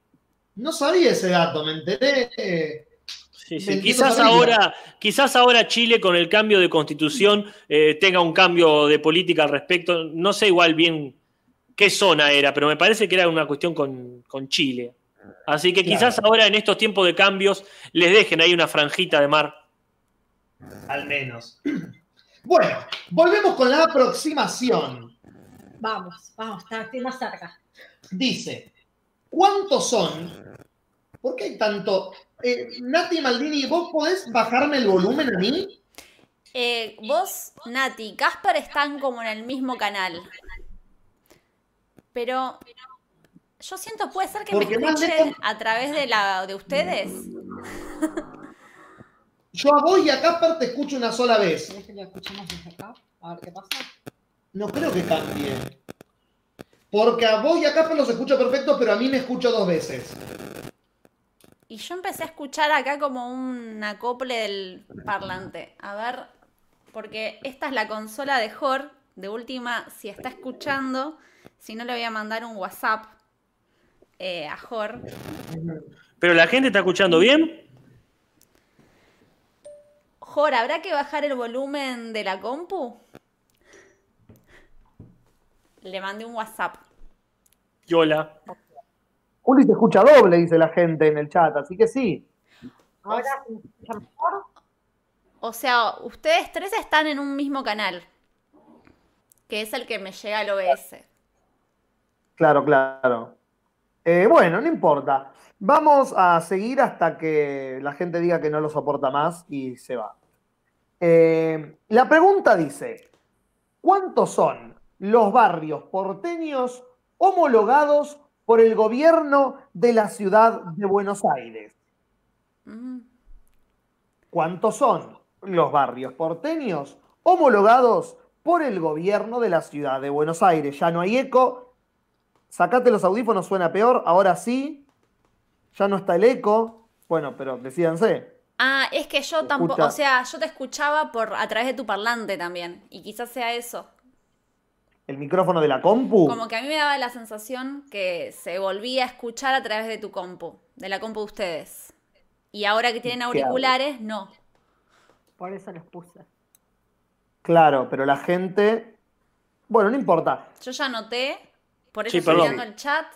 Speaker 3: No sabía ese dato, me enteré. eh,
Speaker 4: Sí, sí.
Speaker 3: Bendito
Speaker 4: Quizás
Speaker 3: Camilo.
Speaker 4: ahora, quizás ahora Chile con el cambio de constitución eh, tenga un cambio de política al respecto. No sé igual bien qué zona era, pero me parece que era una cuestión con, con Chile. Así que
Speaker 3: Claro.
Speaker 4: quizás ahora en estos tiempos de cambios les dejen ahí una franjita de mar.
Speaker 3: al menos. [clears throat] Bueno, volvemos con la aproximación.
Speaker 5: Vamos, vamos, está, estoy más cerca.
Speaker 3: Dice, ¿cuántos son? ¿Por qué hay tanto? Eh, Nati Maldini, ¿vos podés bajarme el volumen a mí?
Speaker 6: Eh, vos, Nati y Casper están como en el mismo canal. Pero yo siento, puede ser que
Speaker 3: Porque
Speaker 6: me
Speaker 3: más
Speaker 6: escuchen
Speaker 3: lejos-
Speaker 6: a través de la de ustedes.
Speaker 3: Yo a vos y a Casper te escucho una sola vez.
Speaker 5: ¿Querés que lo escuchemos desde acá? A ver qué pasa.
Speaker 3: No creo que cambie. Porque a vos y a Casper los escucho perfectos, pero a mí me escucho dos veces.
Speaker 6: Y yo empecé a escuchar acá como un acople del parlante. A ver, porque esta es la consola de Jor. De última, si está escuchando, si no le voy a mandar un WhatsApp eh, a Jor.
Speaker 4: Pero la gente está escuchando bien.
Speaker 6: Jor, ¿habrá que bajar el volumen de la compu? Le mandé un WhatsApp.
Speaker 4: Yola.
Speaker 3: Juli te escucha doble, dice la gente en el chat, así que sí.
Speaker 5: Ahora,
Speaker 6: O sea, ustedes tres están en un mismo canal, que es el que me llega al OBS.
Speaker 3: Claro, claro. Eh, bueno, no importa. Vamos a seguir hasta que la gente diga que no lo soporta más y se va. Eh, la pregunta dice, ¿cuántos son los barrios porteños homologados por el gobierno de la ciudad de Buenos Aires?
Speaker 6: Mm.
Speaker 3: ¿Cuántos son los barrios porteños homologados por el gobierno de la ciudad de Buenos Aires? Ya no hay eco. Sacate los audífonos, suena peor. Ahora sí. Ya no está el eco. Bueno, pero decídanse.
Speaker 6: Ah, es que yo tampoco,
Speaker 3: escucha.
Speaker 6: o sea, yo te escuchaba por a través de tu parlante también, y quizás sea eso.
Speaker 3: el micrófono de la compu.
Speaker 6: Como que a mí me daba la sensación que se volvía a escuchar a través de tu compu, de la compu de ustedes. Y ahora que tienen
Speaker 3: ¿Qué hago?
Speaker 6: auriculares, no.
Speaker 7: Por eso los puse.
Speaker 3: Claro, pero la gente. Bueno, no importa.
Speaker 6: Yo ya noté, por eso
Speaker 4: Sí,
Speaker 6: estoy
Speaker 4: perdón.
Speaker 6: mirando el chat.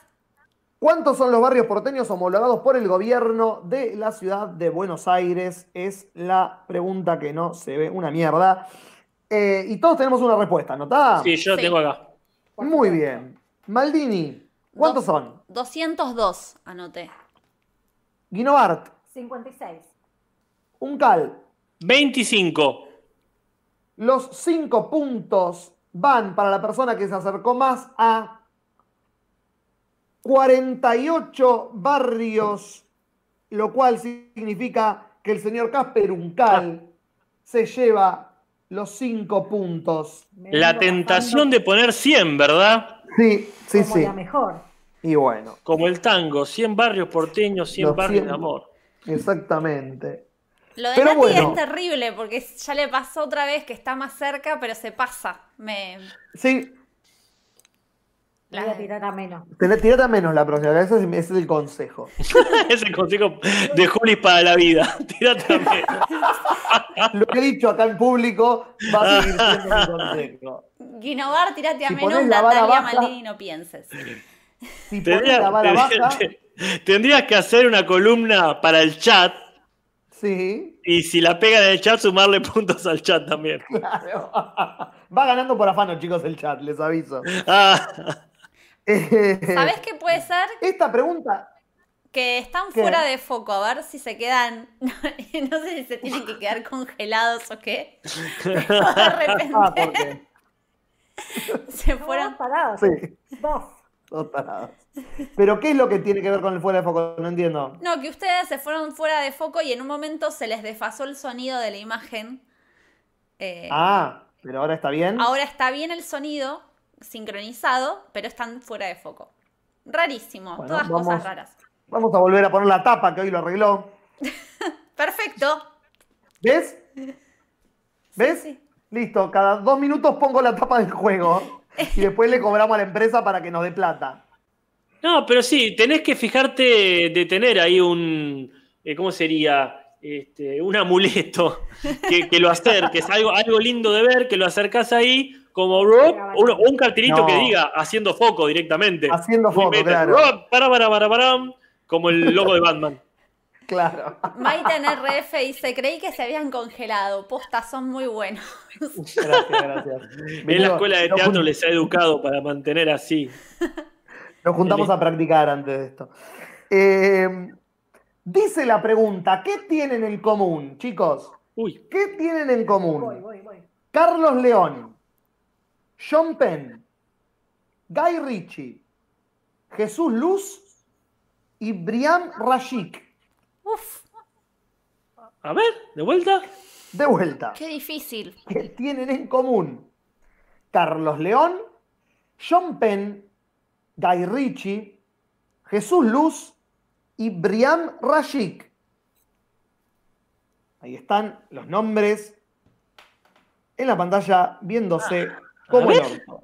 Speaker 3: ¿Cuántos son los barrios porteños homologados por el gobierno de la ciudad de Buenos Aires? Es la pregunta que no se ve una mierda. Eh, y todos tenemos una respuesta, ¿notá?
Speaker 4: Sí, yo lo
Speaker 6: Sí.
Speaker 4: tengo acá.
Speaker 3: Muy bien. Maldini, ¿cuántos
Speaker 6: Dos.
Speaker 3: son?
Speaker 6: 202 anoté.
Speaker 3: Guinovart,
Speaker 5: 56.
Speaker 3: Uncal.
Speaker 4: 25.
Speaker 3: Los cinco puntos van para la persona que se acercó más a 48 barrios, lo cual significa que el señor Casper Uncal se lleva los cinco puntos.
Speaker 5: Me
Speaker 4: La
Speaker 5: vengo
Speaker 4: tentación
Speaker 5: bajando
Speaker 4: de poner 100, ¿verdad?
Speaker 3: Sí, sí,
Speaker 5: como
Speaker 3: sí.
Speaker 5: la mejor.
Speaker 3: Y bueno,
Speaker 4: Como el tango, 100 barrios porteños, 100
Speaker 3: Los
Speaker 4: barrios
Speaker 3: 100.
Speaker 4: de amor. [laughs]
Speaker 3: exactamente.
Speaker 6: Lo de
Speaker 3: Pero
Speaker 6: Nati
Speaker 3: bueno.
Speaker 6: es terrible porque ya le pasó otra vez que está más cerca, pero se pasa. Me...
Speaker 3: Sí,
Speaker 5: La voy a tirar a menos.
Speaker 3: tenés- tirate a menos la próxima, que ese es, ese es el consejo.
Speaker 4: Ese el consejo de Juli para la vida. [laughs] Tírate a mí.
Speaker 3: Lo que he dicho acá en público va a seguir siendo mi consejo.
Speaker 6: Guinovar, tirate a
Speaker 3: Si
Speaker 6: menos,
Speaker 3: ponés la vara
Speaker 6: Natalia
Speaker 3: baja-
Speaker 6: Maldini,
Speaker 3: [laughs]
Speaker 6: no pienses.
Speaker 3: Si ponés
Speaker 4: Tendría-
Speaker 3: la vara
Speaker 4: tendría-
Speaker 3: baja,
Speaker 4: te- tendrías que hacer una columna para el chat
Speaker 3: sí.
Speaker 4: y si la pegan en el chat, sumarle [laughs] puntos al chat también.
Speaker 3: Claro. Va ganando por afano, chicos, el chat, les aviso.
Speaker 4: Ah,
Speaker 3: Eh,
Speaker 6: ¿Sabés qué puede ser?
Speaker 3: Esta pregunta,
Speaker 6: Que están
Speaker 3: ¿Qué?
Speaker 6: fuera de foco, a ver si se quedan. [laughs] No sé si se tienen que quedar congelados
Speaker 3: [laughs]
Speaker 6: o qué. [laughs] Pero de
Speaker 3: ah,
Speaker 6: repente
Speaker 3: porque
Speaker 6: se
Speaker 5: Fueron
Speaker 6: fueron.
Speaker 5: parados.
Speaker 3: sí,
Speaker 5: Dos.
Speaker 3: dos tarados. Pero ¿qué es lo que tiene que ver con el fuera de foco? No entiendo.
Speaker 6: No, que ustedes se fueron fuera de foco y en un momento se les desfasó el sonido de la imagen. Eh,
Speaker 3: Ah, pero ahora está bien.
Speaker 6: Ahora está bien el sonido sincronizado, pero están fuera de foco. Rarísimo,
Speaker 3: Bueno,
Speaker 6: todas
Speaker 3: vamos.
Speaker 6: cosas raras.
Speaker 3: Vamos a volver a poner la tapa que hoy lo arregló.
Speaker 6: Perfecto.
Speaker 3: ¿Ves? ¿Ves?
Speaker 6: sí.
Speaker 3: Listo, cada dos minutos pongo la tapa del juego y después le cobramos a la empresa para que nos dé plata.
Speaker 4: no, pero sí, tenés que fijarte de tener ahí un. eh, ¿Cómo sería? Este, un amuleto que, que lo acerques, algo, algo lindo de ver, que lo acercás ahí, como Rob, uno- un cartelito
Speaker 3: No.
Speaker 4: que diga haciendo foco directamente.
Speaker 3: Haciendo foco,
Speaker 4: Metal,
Speaker 3: claro.
Speaker 4: Rob, para, para, para, para, como el logo de Batman. [laughs]
Speaker 3: Claro.
Speaker 6: Maite en RF dice, creí que se habían congelado. Posta, son muy buenos.
Speaker 3: [laughs] Gracias, gracias.
Speaker 4: En la escuela de
Speaker 3: Nos
Speaker 4: teatro
Speaker 3: jun-
Speaker 4: les ha educado para mantener así.
Speaker 3: Nos juntamos a practicar antes de esto. Eh, dice la pregunta, ¿qué tienen en común, chicos?
Speaker 4: Uy,
Speaker 3: ¿Qué tienen en
Speaker 5: Voy,
Speaker 3: común?
Speaker 5: voy, voy.
Speaker 3: Carlos León, John Penn, Guy Ritchie, Jesús Luz y Brian Rashik.
Speaker 6: Uf,
Speaker 4: a ver, de vuelta.
Speaker 3: De vuelta.
Speaker 6: qué difícil.
Speaker 3: ¿Qué tienen en común? Carlos León, John Penn, Guy Ritchie, Jesús Luz y Brian Rashik. Ahí están los nombres en la pantalla viéndose
Speaker 6: Ah,
Speaker 3: como el orto.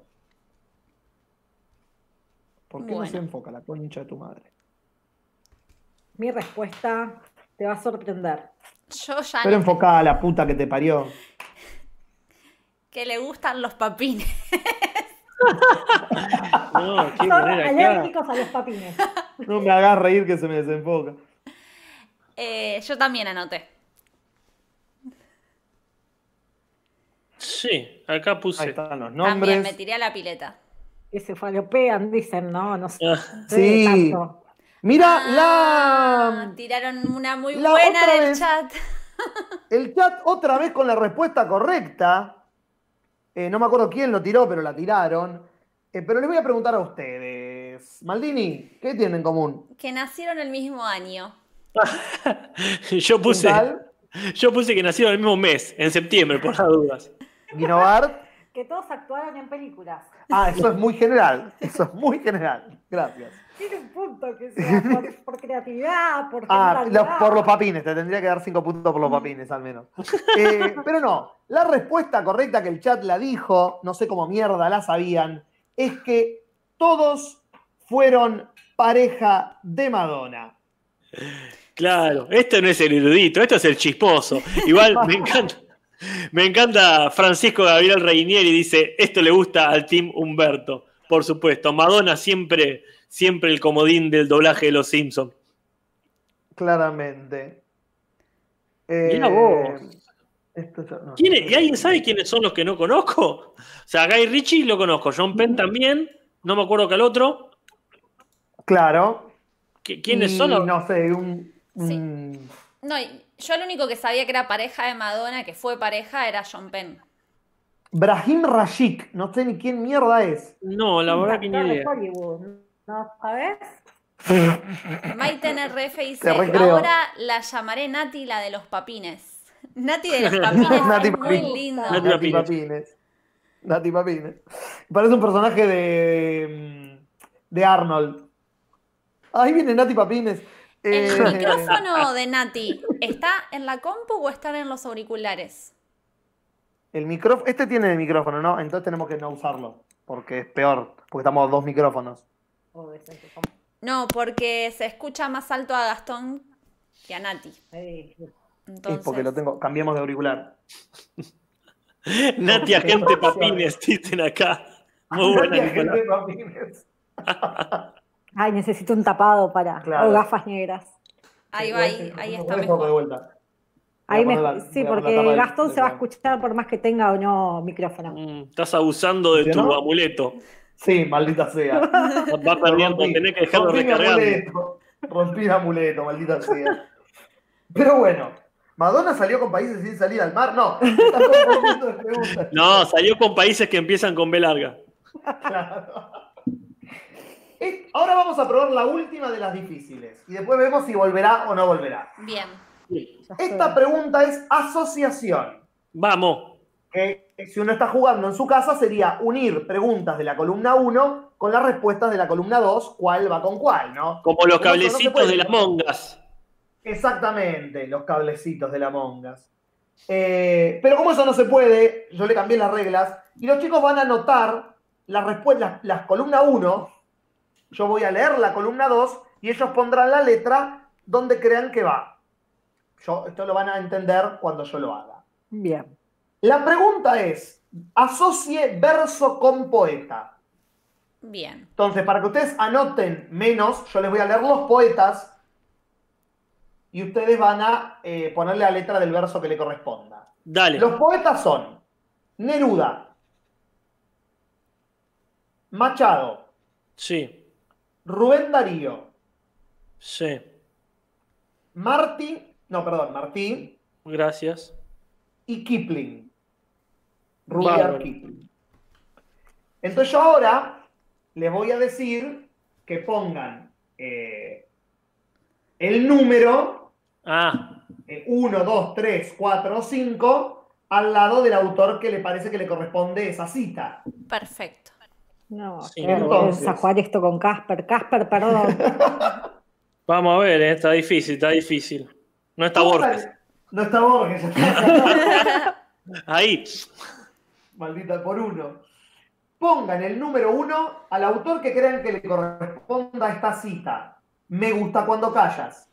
Speaker 3: ¿Por qué no
Speaker 6: Bueno.
Speaker 3: se enfoca la concha de tu madre?
Speaker 5: Mi respuesta te va a sorprender.
Speaker 6: Yo ya
Speaker 3: Pero
Speaker 6: Ah, no-
Speaker 3: enfocada a la puta que te parió.
Speaker 6: que le gustan los papines.
Speaker 4: No, qué
Speaker 5: Son [laughs]
Speaker 4: manera, claro.
Speaker 5: alérgicos a los [laughs] papines.
Speaker 3: No me hagas reír que se me desenfoca.
Speaker 6: Eh, yo también anoté.
Speaker 4: Sí, acá
Speaker 3: Ahí
Speaker 4: puse.
Speaker 3: están los
Speaker 6: También me
Speaker 3: nombres.
Speaker 6: tiré a la pileta.
Speaker 5: Que se falopean, dicen, no, no sé.
Speaker 4: Ah,
Speaker 3: Sí.
Speaker 5: tanto.
Speaker 3: Mira,
Speaker 6: Ah,
Speaker 3: la,
Speaker 6: Tiraron una muy
Speaker 3: la
Speaker 6: buena
Speaker 3: otra
Speaker 6: del
Speaker 3: vez.
Speaker 6: chat.
Speaker 3: el chat otra vez con la respuesta correcta. Eh, no me acuerdo quién lo tiró, pero la tiraron. Eh, pero les voy a preguntar a ustedes. Maldini, ¿qué tienen en común?
Speaker 6: Que nacieron el mismo año.
Speaker 4: [laughs] Yo puse,
Speaker 3: Uncal,
Speaker 4: yo puse que nacieron el mismo mes, en septiembre, por las dudas.
Speaker 3: Guinovart.
Speaker 5: Que todos actuaron en películas.
Speaker 3: Ah, eso es muy general. Eso es muy general. Gracias.
Speaker 5: Tiene un punto que sea
Speaker 3: [laughs]
Speaker 5: por, por creatividad, por
Speaker 3: Ah,
Speaker 5: generalidad.
Speaker 3: lo- por los papines, te tendría que dar cinco puntos por los papines al menos. [laughs] Eh, pero no, la respuesta correcta que el chat la dijo, no sé cómo mierda la sabían, es que todos fueron pareja de Madonna.
Speaker 4: Claro, esto no es el erudito, esto es el chisposo. Igual me encanta. Me encanta Francisco Gabriel Reinieri dice, esto le gusta al team Humberto. Por supuesto, Madonna siempre siempre el comodín del doblaje de Los Simpsons.
Speaker 3: Claramente. Eh,
Speaker 4: Mirá vos.
Speaker 3: esto yo no sé.
Speaker 4: ¿Quién es? ¿Y alguien sabe quiénes son los que no conozco? O sea, Guy Ritchie lo conozco, John Penn también, no me acuerdo que al otro.
Speaker 3: Claro.
Speaker 4: ¿Qui- ¿Quiénes
Speaker 3: Y
Speaker 4: son? los-
Speaker 3: No sé, un.
Speaker 6: Sí.
Speaker 3: un-
Speaker 6: No, y yo el único que sabía que era pareja de Madonna, que fue pareja, era John Penn.
Speaker 3: Brahim Rashik, no sé ni quién mierda es.
Speaker 4: No, la verdad que ni
Speaker 5: Actor de
Speaker 4: idea.
Speaker 5: Hollywood, ¿no sabes?
Speaker 3: [laughs]
Speaker 6: Maiten RF dice,
Speaker 3: Te recreo.
Speaker 6: ahora la llamaré Nati, la de los papines. Nati de
Speaker 3: [laughs]
Speaker 6: los papines
Speaker 3: Nati
Speaker 6: es muy
Speaker 3: Papines.
Speaker 6: lindo.
Speaker 4: Nati
Speaker 3: Nati
Speaker 4: Papines.
Speaker 3: Papines. Nati Papines. Parece un personaje de. de Arnold. Ahí viene Nati Papines. Eh, [laughs]
Speaker 6: ¿El micrófono de Nati está en la compu o están en los auriculares?
Speaker 3: el micrófono. Este tiene el micrófono, ¿no? Entonces tenemos que no usarlo. Porque es peor. Porque estamos dos micrófonos.
Speaker 5: O de Santo
Speaker 6: No, porque se escucha más alto a Gastón que a Nati.
Speaker 5: Tomé.
Speaker 6: Entonces,
Speaker 3: Es porque lo tengo. Cambiemos de auricular.
Speaker 4: Nati Agente Papines, dicen acá. Muy buena,
Speaker 3: Nati
Speaker 4: Nicolás.
Speaker 3: Agente Papines.
Speaker 5: Ay, necesito un tapado para.
Speaker 3: Claro.
Speaker 5: O gafas negras.
Speaker 6: Ahí va, ahí, ahí está
Speaker 3: Voy a ponerlo de
Speaker 6: mejor.
Speaker 3: vuelta. Voy a
Speaker 5: Ahí me,
Speaker 3: poner la- voy
Speaker 5: sí,
Speaker 3: a poner la
Speaker 5: porque
Speaker 3: tapa del-
Speaker 5: Gastón
Speaker 3: del
Speaker 5: se va a
Speaker 3: programa.
Speaker 5: escuchar por más que tenga o no micrófono.
Speaker 4: Mm, Estás abusando de tu
Speaker 3: ¿No? [laughs]
Speaker 4: amuleto.
Speaker 3: Sí, maldita sea.
Speaker 4: Vas perdiendo, tenés que dejarlo
Speaker 3: Rompí mi
Speaker 4: recargando.
Speaker 3: amuleto. Rompí mi amuleto, maldita sea. Pero bueno, ¿Madonna salió con países sin salir al mar? No, [laughs] me estás confundiendo de preguntas.
Speaker 4: No, salió con países que empiezan con B larga.
Speaker 3: Claro. Eh, Ahora vamos a probar la última de las difíciles y después vemos si volverá o no volverá.
Speaker 6: Bien.
Speaker 5: Ya
Speaker 3: Esta
Speaker 5: estoy.
Speaker 3: pregunta es asociación.
Speaker 4: Vamos.
Speaker 3: que si uno está jugando en su casa sería unir preguntas de la columna 1 con las respuestas de la columna 2, cuál va con cuál, ¿no?
Speaker 4: Como
Speaker 3: Pero no, no
Speaker 4: los
Speaker 3: se
Speaker 4: cablecitos
Speaker 3: puede.
Speaker 4: de las mongas.
Speaker 3: Exactamente, los cablecitos de la mongas. pero como eso no se puede, yo le cambié las reglas y los chicos van a anotar las respuestas, las, las columna 1, yo voy a leer la columna 2 y ellos pondrán la letra donde crean que va. Yo, esto lo van a entender cuando yo lo haga.
Speaker 5: Bien.
Speaker 3: La pregunta es, asocie verso con poeta.
Speaker 6: Bien.
Speaker 3: Entonces, para que ustedes anoten menos, yo les voy a leer los poetas y ustedes van a eh, ponerle la letra del verso que le corresponda.
Speaker 4: Dale.
Speaker 3: Los poetas son Neruda, Machado,
Speaker 4: Sí,
Speaker 3: Rubén Darío,
Speaker 4: sí.
Speaker 3: Martí, no, perdón, Martí
Speaker 4: Gracias.
Speaker 3: y Kipling. Rudyard
Speaker 4: Bárbaro.
Speaker 3: Kipling. Entonces yo ahora les voy a decir que pongan eh, el número
Speaker 4: Ah,
Speaker 3: 1, 2, 3, 4, 5 al lado del autor que le parece que le corresponde esa cita.
Speaker 6: Perfecto.
Speaker 5: No,
Speaker 4: Sí,
Speaker 5: qué
Speaker 3: entonces.
Speaker 5: vergüenza jugar esto con Casper.
Speaker 3: [laughs]
Speaker 5: Casper, perdón.
Speaker 4: vamos a ver, eh, está difícil, está difícil. No está Borges.
Speaker 3: No está Borges, ya está. [laughs]
Speaker 4: Ahí.
Speaker 3: Maldita por uno. Pongan el número 1 al autor que crean que le corresponda esta cita. Me gusta cuando callas.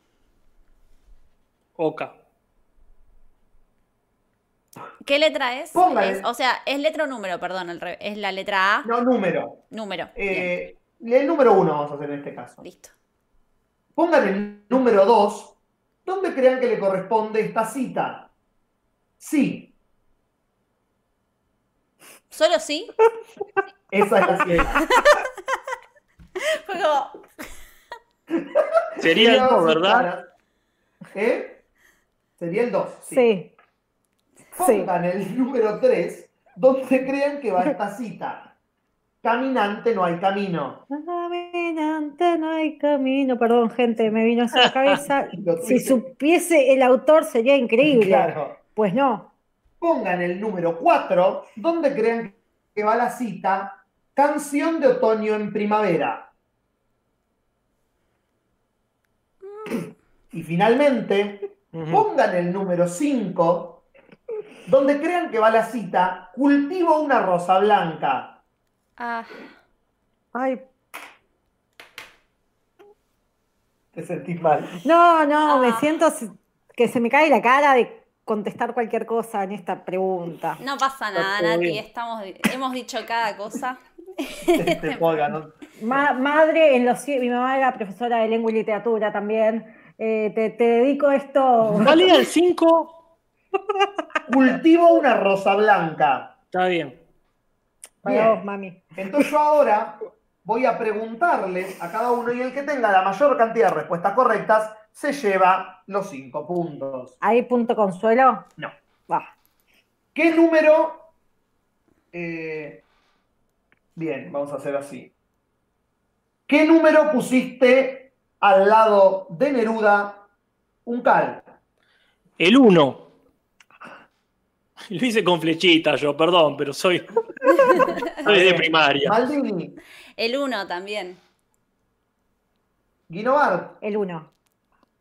Speaker 4: Oca.
Speaker 6: ¿Qué letra es?
Speaker 3: Póngale.
Speaker 6: Es- o sea, es letra o número, perdón. al revés. es la letra A,
Speaker 3: No, número.
Speaker 6: número. Bien,
Speaker 3: Eh, el número 1 vamos a hacer en este caso.
Speaker 6: listo.
Speaker 3: Pongan el número 2 donde crean que le corresponde esta cita. Sí, [laughs]
Speaker 6: ¿Solo sí?
Speaker 3: esa es la cita.
Speaker 6: Fue como,
Speaker 4: Sería el
Speaker 3: Miraba
Speaker 4: dos,
Speaker 3: sus
Speaker 4: ¿verdad?
Speaker 3: caras. ¿Eh? Sería el 2.
Speaker 5: Sí. Sí.
Speaker 3: Pongan el [laughs] número 3 donde crean que va esta cita. Caminante no hay camino.
Speaker 5: Caminante, no hay camino. Perdón, gente, me vino eso a
Speaker 3: [laughs]
Speaker 5: la cabeza.
Speaker 3: Lo
Speaker 5: Si
Speaker 3: triste.
Speaker 5: supiese el autor sería increíble.
Speaker 3: Claro.
Speaker 5: Pues no.
Speaker 3: Pongan el número 4 donde crean que va la cita. Canción de otoño en primavera.
Speaker 5: Mm.
Speaker 3: Y finalmente,
Speaker 4: Mm.
Speaker 3: pongan el número 5, donde crean que va la cita, cultivo una rosa blanca.
Speaker 6: Ah,
Speaker 5: Ay,
Speaker 3: Te sentís mal.
Speaker 5: no, no, me
Speaker 6: Ah.
Speaker 5: siento s- que se me cae la cara de contestar cualquier cosa en esta pregunta.
Speaker 6: no pasa nada,
Speaker 3: todo
Speaker 6: Nati.
Speaker 3: bien.
Speaker 6: Estamos, hemos dicho cada cosa.
Speaker 3: Este podcast, ¿no?
Speaker 5: Ma- madre, en los, cie- mi mamá era profesora de lengua y literatura también. Eh, te, te dedico esto.
Speaker 4: ¿Cuál era el 5?
Speaker 3: Cultivo una rosa blanca.
Speaker 4: Está bien.
Speaker 5: Para
Speaker 3: Bien.
Speaker 5: vos, mami.
Speaker 3: Entonces yo ahora voy a preguntarles a cada uno y el que tenga la mayor cantidad de respuestas correctas se lleva los cinco puntos.
Speaker 5: ¿Hay punto consuelo?
Speaker 3: No.
Speaker 5: Va.
Speaker 3: ¿Qué número? eh, bien, vamos a hacer así. ¿Qué número pusiste al lado de Neruda un cal?
Speaker 4: El 1. Lo hice con flechita yo, perdón, pero soy, soy de primaria.
Speaker 3: Maldini,
Speaker 6: El uno también.
Speaker 3: Guinovart.
Speaker 5: El uno.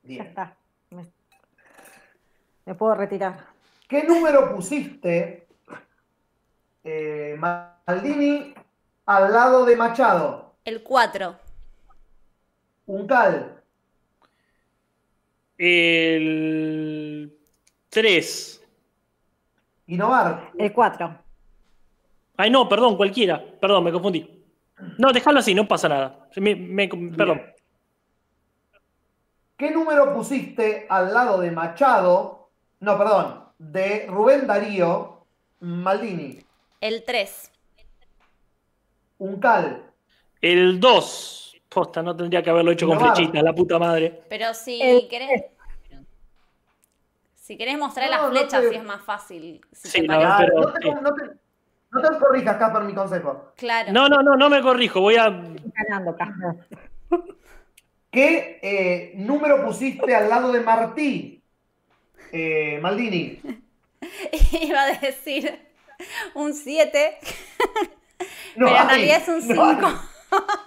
Speaker 5: Ya
Speaker 3: Bien.
Speaker 5: está. Me, me puedo retirar.
Speaker 3: ¿Qué número pusiste, eh, Maldini, al lado de Machado?
Speaker 6: El 4.
Speaker 3: Un cal.
Speaker 4: El 3.
Speaker 3: Guinovart.
Speaker 5: El cuatro.
Speaker 4: Ay, no, perdón, cualquiera. Perdón, me confundí. No, déjalo así, no pasa nada. Me- me- perdón.
Speaker 3: ¿Qué número pusiste al lado de Machado? No, perdón, de Rubén Darío Maldini.
Speaker 6: El 3.
Speaker 3: Un cal.
Speaker 4: El 2. Posta, no tendría que haberlo hecho con
Speaker 3: Guinovart.
Speaker 4: flechita, la puta madre.
Speaker 6: Pero si
Speaker 5: El
Speaker 6: querés. Si querés mostrar
Speaker 3: No,
Speaker 6: las
Speaker 3: no
Speaker 6: flechas,
Speaker 3: te-
Speaker 6: sí es más fácil. Si
Speaker 4: Sí,
Speaker 6: te
Speaker 4: la verdad.
Speaker 6: parece.
Speaker 4: pero-
Speaker 3: no, te, no, te- no te corrijas, Casper, mi consejo.
Speaker 6: Claro.
Speaker 4: No, no, no, no me corrijo. Voy a.
Speaker 5: Ganando, Casper.
Speaker 3: ¿Qué eh, número pusiste al lado de Martí? Eh, Maldini.
Speaker 6: [laughs] Iba a decir un 7.
Speaker 3: No,
Speaker 6: pero en
Speaker 3: ahí.
Speaker 6: realidad es un 5.
Speaker 3: No, ah,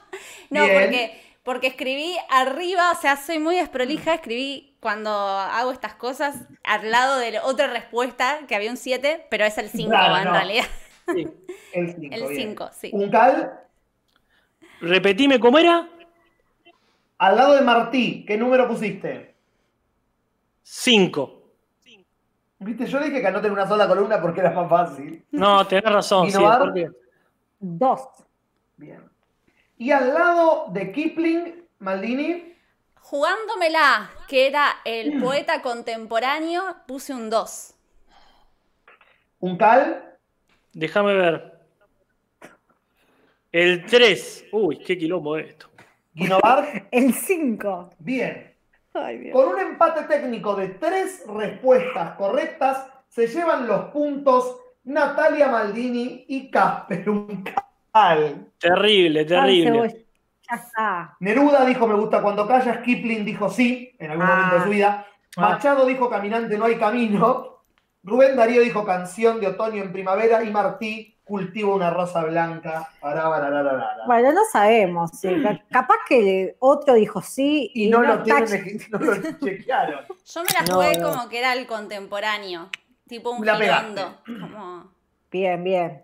Speaker 6: No, [laughs]
Speaker 3: Bien.
Speaker 6: porque, porque escribí arriba, o sea, soy muy desprolija, escribí cuando hago estas cosas al lado de la otra respuesta, que había un 7, pero es el 5
Speaker 3: Claro,
Speaker 6: en
Speaker 3: no.
Speaker 6: realidad.
Speaker 4: sí.
Speaker 3: El 5.
Speaker 6: El 5, sí.
Speaker 3: Un cal
Speaker 4: Repetime cómo era.
Speaker 3: al lado de Martí. ¿Qué número pusiste?
Speaker 4: 5.
Speaker 3: Viste, yo dije que anoten una sola columna porque era más fácil.
Speaker 4: No, tenés razón. sí,
Speaker 3: Guinovart.
Speaker 4: ¿por qué?
Speaker 5: Dos.
Speaker 3: Bien. Y al lado de Kipling, Maldini,
Speaker 6: Jugándomela, que era el
Speaker 3: Mm.
Speaker 6: poeta contemporáneo, puse un 2.
Speaker 3: un cal,
Speaker 4: Déjame ver. El 3. Uy, qué quilombo es esto.
Speaker 3: Guinovart.
Speaker 5: El cinco.
Speaker 3: Bien.
Speaker 5: Ay, Dios.
Speaker 3: Con un empate técnico de tres respuestas correctas, se llevan los puntos Natalia Maldini y Casper Uncal.
Speaker 4: Terrible,
Speaker 5: Ay,
Speaker 4: terrible.
Speaker 5: cebolla. Ya está.
Speaker 3: Neruda dijo me gusta cuando callas, Kipling dijo sí, en algún
Speaker 5: Ah.
Speaker 3: momento de su vida. Machado dijo caminante no hay camino. Rubén Darío dijo canción de otoño en primavera y Martí cultivo una rosa blanca. Ará, ará, ará, ará, ará.
Speaker 5: Bueno, no sabemos. sí. Ca- Capaz que otro dijo sí y,
Speaker 3: Mm. y no, lo
Speaker 5: está-
Speaker 3: tienen, [laughs] no lo chequearon.
Speaker 6: Yo me la
Speaker 4: No,
Speaker 6: jugué
Speaker 4: no.
Speaker 6: como que era el contemporáneo, tipo un
Speaker 3: La
Speaker 6: girondo. Como...
Speaker 5: Bien, bien.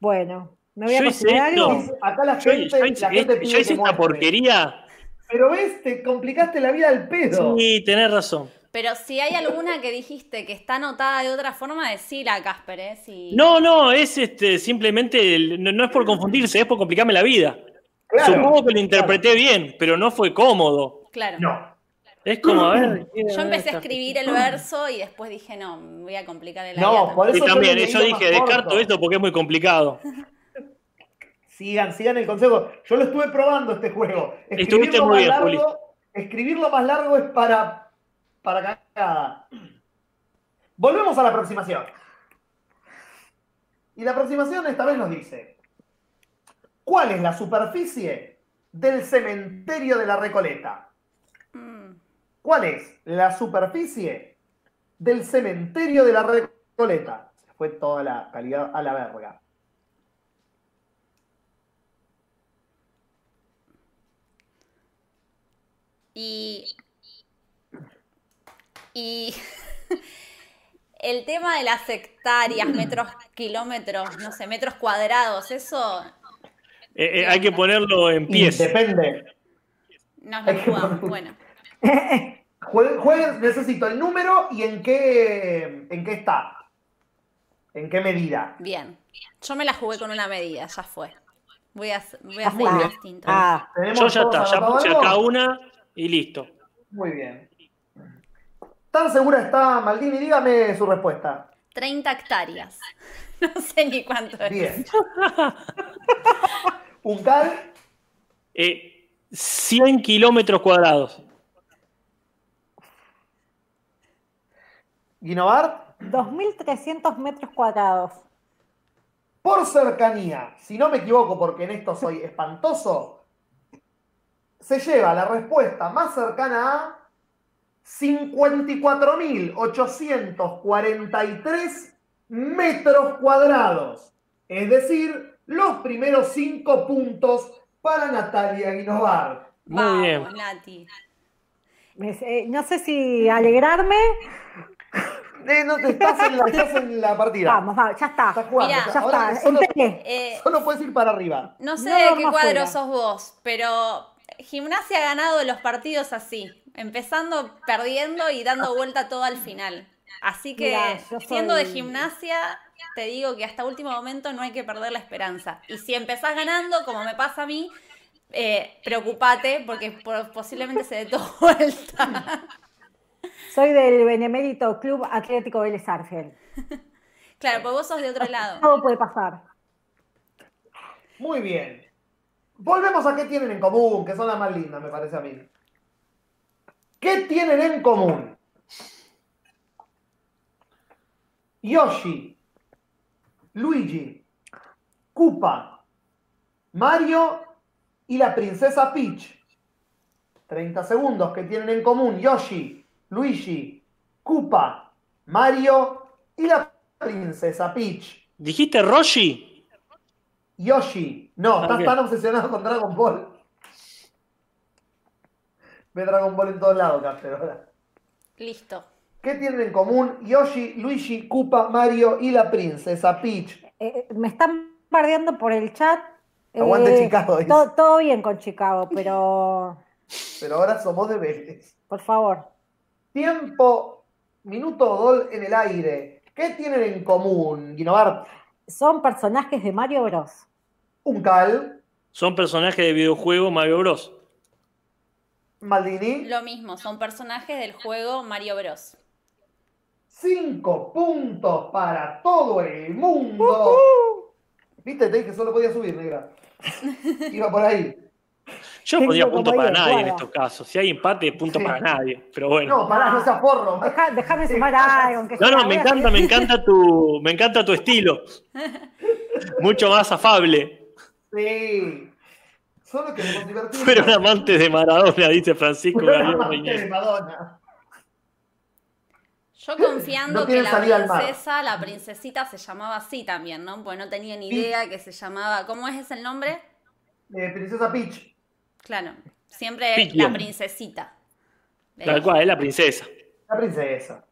Speaker 5: Bueno, me voy a
Speaker 4: Yo hice
Speaker 5: cocinar
Speaker 4: esto.
Speaker 5: algo.
Speaker 3: Es- Acá la
Speaker 4: Yo,
Speaker 3: gente,
Speaker 4: yo
Speaker 3: la gente
Speaker 4: hice,
Speaker 3: pide
Speaker 4: yo hice
Speaker 3: que
Speaker 4: esta
Speaker 3: muestre.
Speaker 4: porquería.
Speaker 3: Pero ves, te complicaste la vida al pedo.
Speaker 4: Sí, tenés razón.
Speaker 6: Pero si hay alguna que dijiste que está anotada de otra forma, decila, Casper, ¿eh? Si...
Speaker 4: No, no, es este, simplemente, el- no, no es por confundirse, es por complicarme la vida.
Speaker 3: Claro.
Speaker 4: Supongo que lo interpreté bien, pero no fue cómodo.
Speaker 6: Claro.
Speaker 3: No.
Speaker 4: Es como, a ver.
Speaker 6: Yo empecé a escribir el verso y después dije, no, me voy a complicar el
Speaker 3: No, por
Speaker 4: Y
Speaker 3: eso yo
Speaker 4: también, eh,
Speaker 3: lo
Speaker 4: yo
Speaker 3: leí más
Speaker 4: dije, descarto
Speaker 3: corto.
Speaker 4: esto porque es muy complicado.
Speaker 3: Sigan, sigan el consejo. Yo lo estuve probando este juego.
Speaker 4: Estuviste muy bien, Juli.
Speaker 3: largo, escribirlo más largo es para, para cagada. Volvemos a la aproximación. Y la aproximación esta vez nos dice: ¿Cuál es la superficie del cementerio de la Recoleta?
Speaker 6: Mm,
Speaker 3: ¿Cuál es la superficie del cementerio de la Recoleta? Se fue toda la calidad a la verga.
Speaker 6: Y. Y. [laughs] El tema de las hectáreas, metros, kilómetros, no sé, metros cuadrados, eso
Speaker 4: Eh, eh, hay que ponerlo en pies.
Speaker 3: Depende. [laughs]
Speaker 6: nos lo jugamos. Bueno,
Speaker 3: Jueguen, jueguen, necesito el número y en qué, en qué está. En qué medida.
Speaker 6: bien. Yo me la jugué con una medida, ya fue. Voy a, hacer- voy a
Speaker 8: Ya
Speaker 6: hacer
Speaker 8: está.
Speaker 6: distinto.
Speaker 8: Ah,
Speaker 3: ¿Tenemos
Speaker 4: Yo ya
Speaker 3: todos
Speaker 4: está, ya
Speaker 3: anotado
Speaker 4: puse
Speaker 3: algo?
Speaker 4: acá una y listo.
Speaker 3: Muy bien. ¿Tan segura está Maldini? Dígame su respuesta.
Speaker 6: 30 hectáreas. [laughs] No sé ni cuánto es.
Speaker 3: Bien. [laughs] Uncal,
Speaker 4: Eh, 100 kilómetros cuadrados.
Speaker 3: Guinovart,
Speaker 5: 2.300 metros cuadrados.
Speaker 3: por cercanía, si no me equivoco porque en esto soy espantoso, se lleva la respuesta más cercana a 54.843 metros cuadrados. Es decir, los primeros cinco puntos para Natalia Guinovart.
Speaker 4: Muy
Speaker 6: Vamos,
Speaker 4: bien.
Speaker 6: Nati.
Speaker 5: Es, eh, no sé si alegrarme.
Speaker 3: Eh, no, estás, en la, estás en la partida.
Speaker 5: Vamos, vamos, ya está.
Speaker 3: Estás jugando.
Speaker 6: Mirá.
Speaker 5: Ya
Speaker 3: Ahora
Speaker 5: está.
Speaker 3: solo-
Speaker 5: entré.
Speaker 6: Eh,
Speaker 3: Solo puedes ir para arriba.
Speaker 6: no sé
Speaker 5: No
Speaker 6: de
Speaker 5: dormas
Speaker 6: qué cuadro
Speaker 5: fuera.
Speaker 6: sos vos, pero Gimnasia ha ganado los partidos así, empezando perdiendo y dando vuelta todo al final. Así que,
Speaker 5: Mirá, yo soy-
Speaker 6: siendo de gimnasia, te digo que hasta último momento no hay que perder la esperanza. Y si empezás ganando, como me pasa a mí, eh, preocupate porque po- posiblemente se dé todo [laughs] vuelta.
Speaker 5: Soy del Benemérito Club Atlético Vélez Argel.
Speaker 6: claro, pues vos sos de otro lado.
Speaker 5: Todo puede pasar.
Speaker 3: Muy bien. Volvemos a qué tienen en común, que son las más lindas, me parece a mí. ¿Qué tienen en común? Yoshi, Luigi, Koopa, Mario y la princesa Peach. 30 segundos que tienen en común Yoshi, Luigi, Koopa, Mario y la princesa Peach.
Speaker 4: ¿Dijiste Roshi?
Speaker 3: Yoshi. No, estás
Speaker 4: Ok.
Speaker 3: tan obsesionado con Dragon Ball. Ve Dragon Ball en todos lados, Castro. ahora.
Speaker 6: Listo.
Speaker 3: ¿Qué tienen en común Yoshi, Luigi, Koopa, Mario y la princesa Peach?
Speaker 5: Eh, me están bardeando por el chat. Eh,
Speaker 3: Aguante Chicago, dice.
Speaker 5: to- todo bien con Chicago, pero
Speaker 3: Pero ahora somos de Vélez.
Speaker 5: por favor.
Speaker 3: Tiempo, minuto, gol en el aire. ¿Qué tienen en común, Guinovart?
Speaker 5: Son personajes de Mario Bros.
Speaker 3: Un cal,
Speaker 4: Son personajes de videojuego Mario Bros.
Speaker 3: Maldini.
Speaker 6: Lo mismo, son personajes del juego Mario Bros.
Speaker 3: Cinco puntos para todo el mundo. Viste, te dije que solo podía subir, negra. Iba por ahí.
Speaker 4: Yo
Speaker 5: Tengo
Speaker 4: pondría
Speaker 5: como
Speaker 4: punto para
Speaker 5: ahí de
Speaker 4: nadie en
Speaker 5: cuadra.
Speaker 4: estos casos. Si hay empate, punto
Speaker 3: Sí.
Speaker 4: para nadie. Pero bueno.
Speaker 3: No, pará, no seas porro. [laughs]
Speaker 5: Deja- Déjame sumar algo. aunque
Speaker 4: No,
Speaker 5: sea-
Speaker 4: no, me encanta, me encanta tu, me encanta
Speaker 3: [laughs]
Speaker 4: tu estilo. Mucho más afable.
Speaker 3: Sí. Solo que nos divertimos.
Speaker 4: Fueron amantes de Maradona, dice Francisco
Speaker 3: Fueron
Speaker 4: Gabriel
Speaker 3: amantes de
Speaker 4: Reñero.
Speaker 3: Madonna.
Speaker 6: Yo confiando
Speaker 3: No
Speaker 6: que
Speaker 3: tienen
Speaker 6: la
Speaker 3: salida al mar.
Speaker 6: princesa, la princesita se llamaba así también, ¿no? Pues no tenía ni idea que se llamaba. ¿Cómo es ese el nombre?
Speaker 3: Eh, Princesa Peach.
Speaker 6: Claro, siempre
Speaker 4: Piquion.
Speaker 6: la princesita. Eh,
Speaker 4: Tal cual, es la princesa.
Speaker 3: La princesa.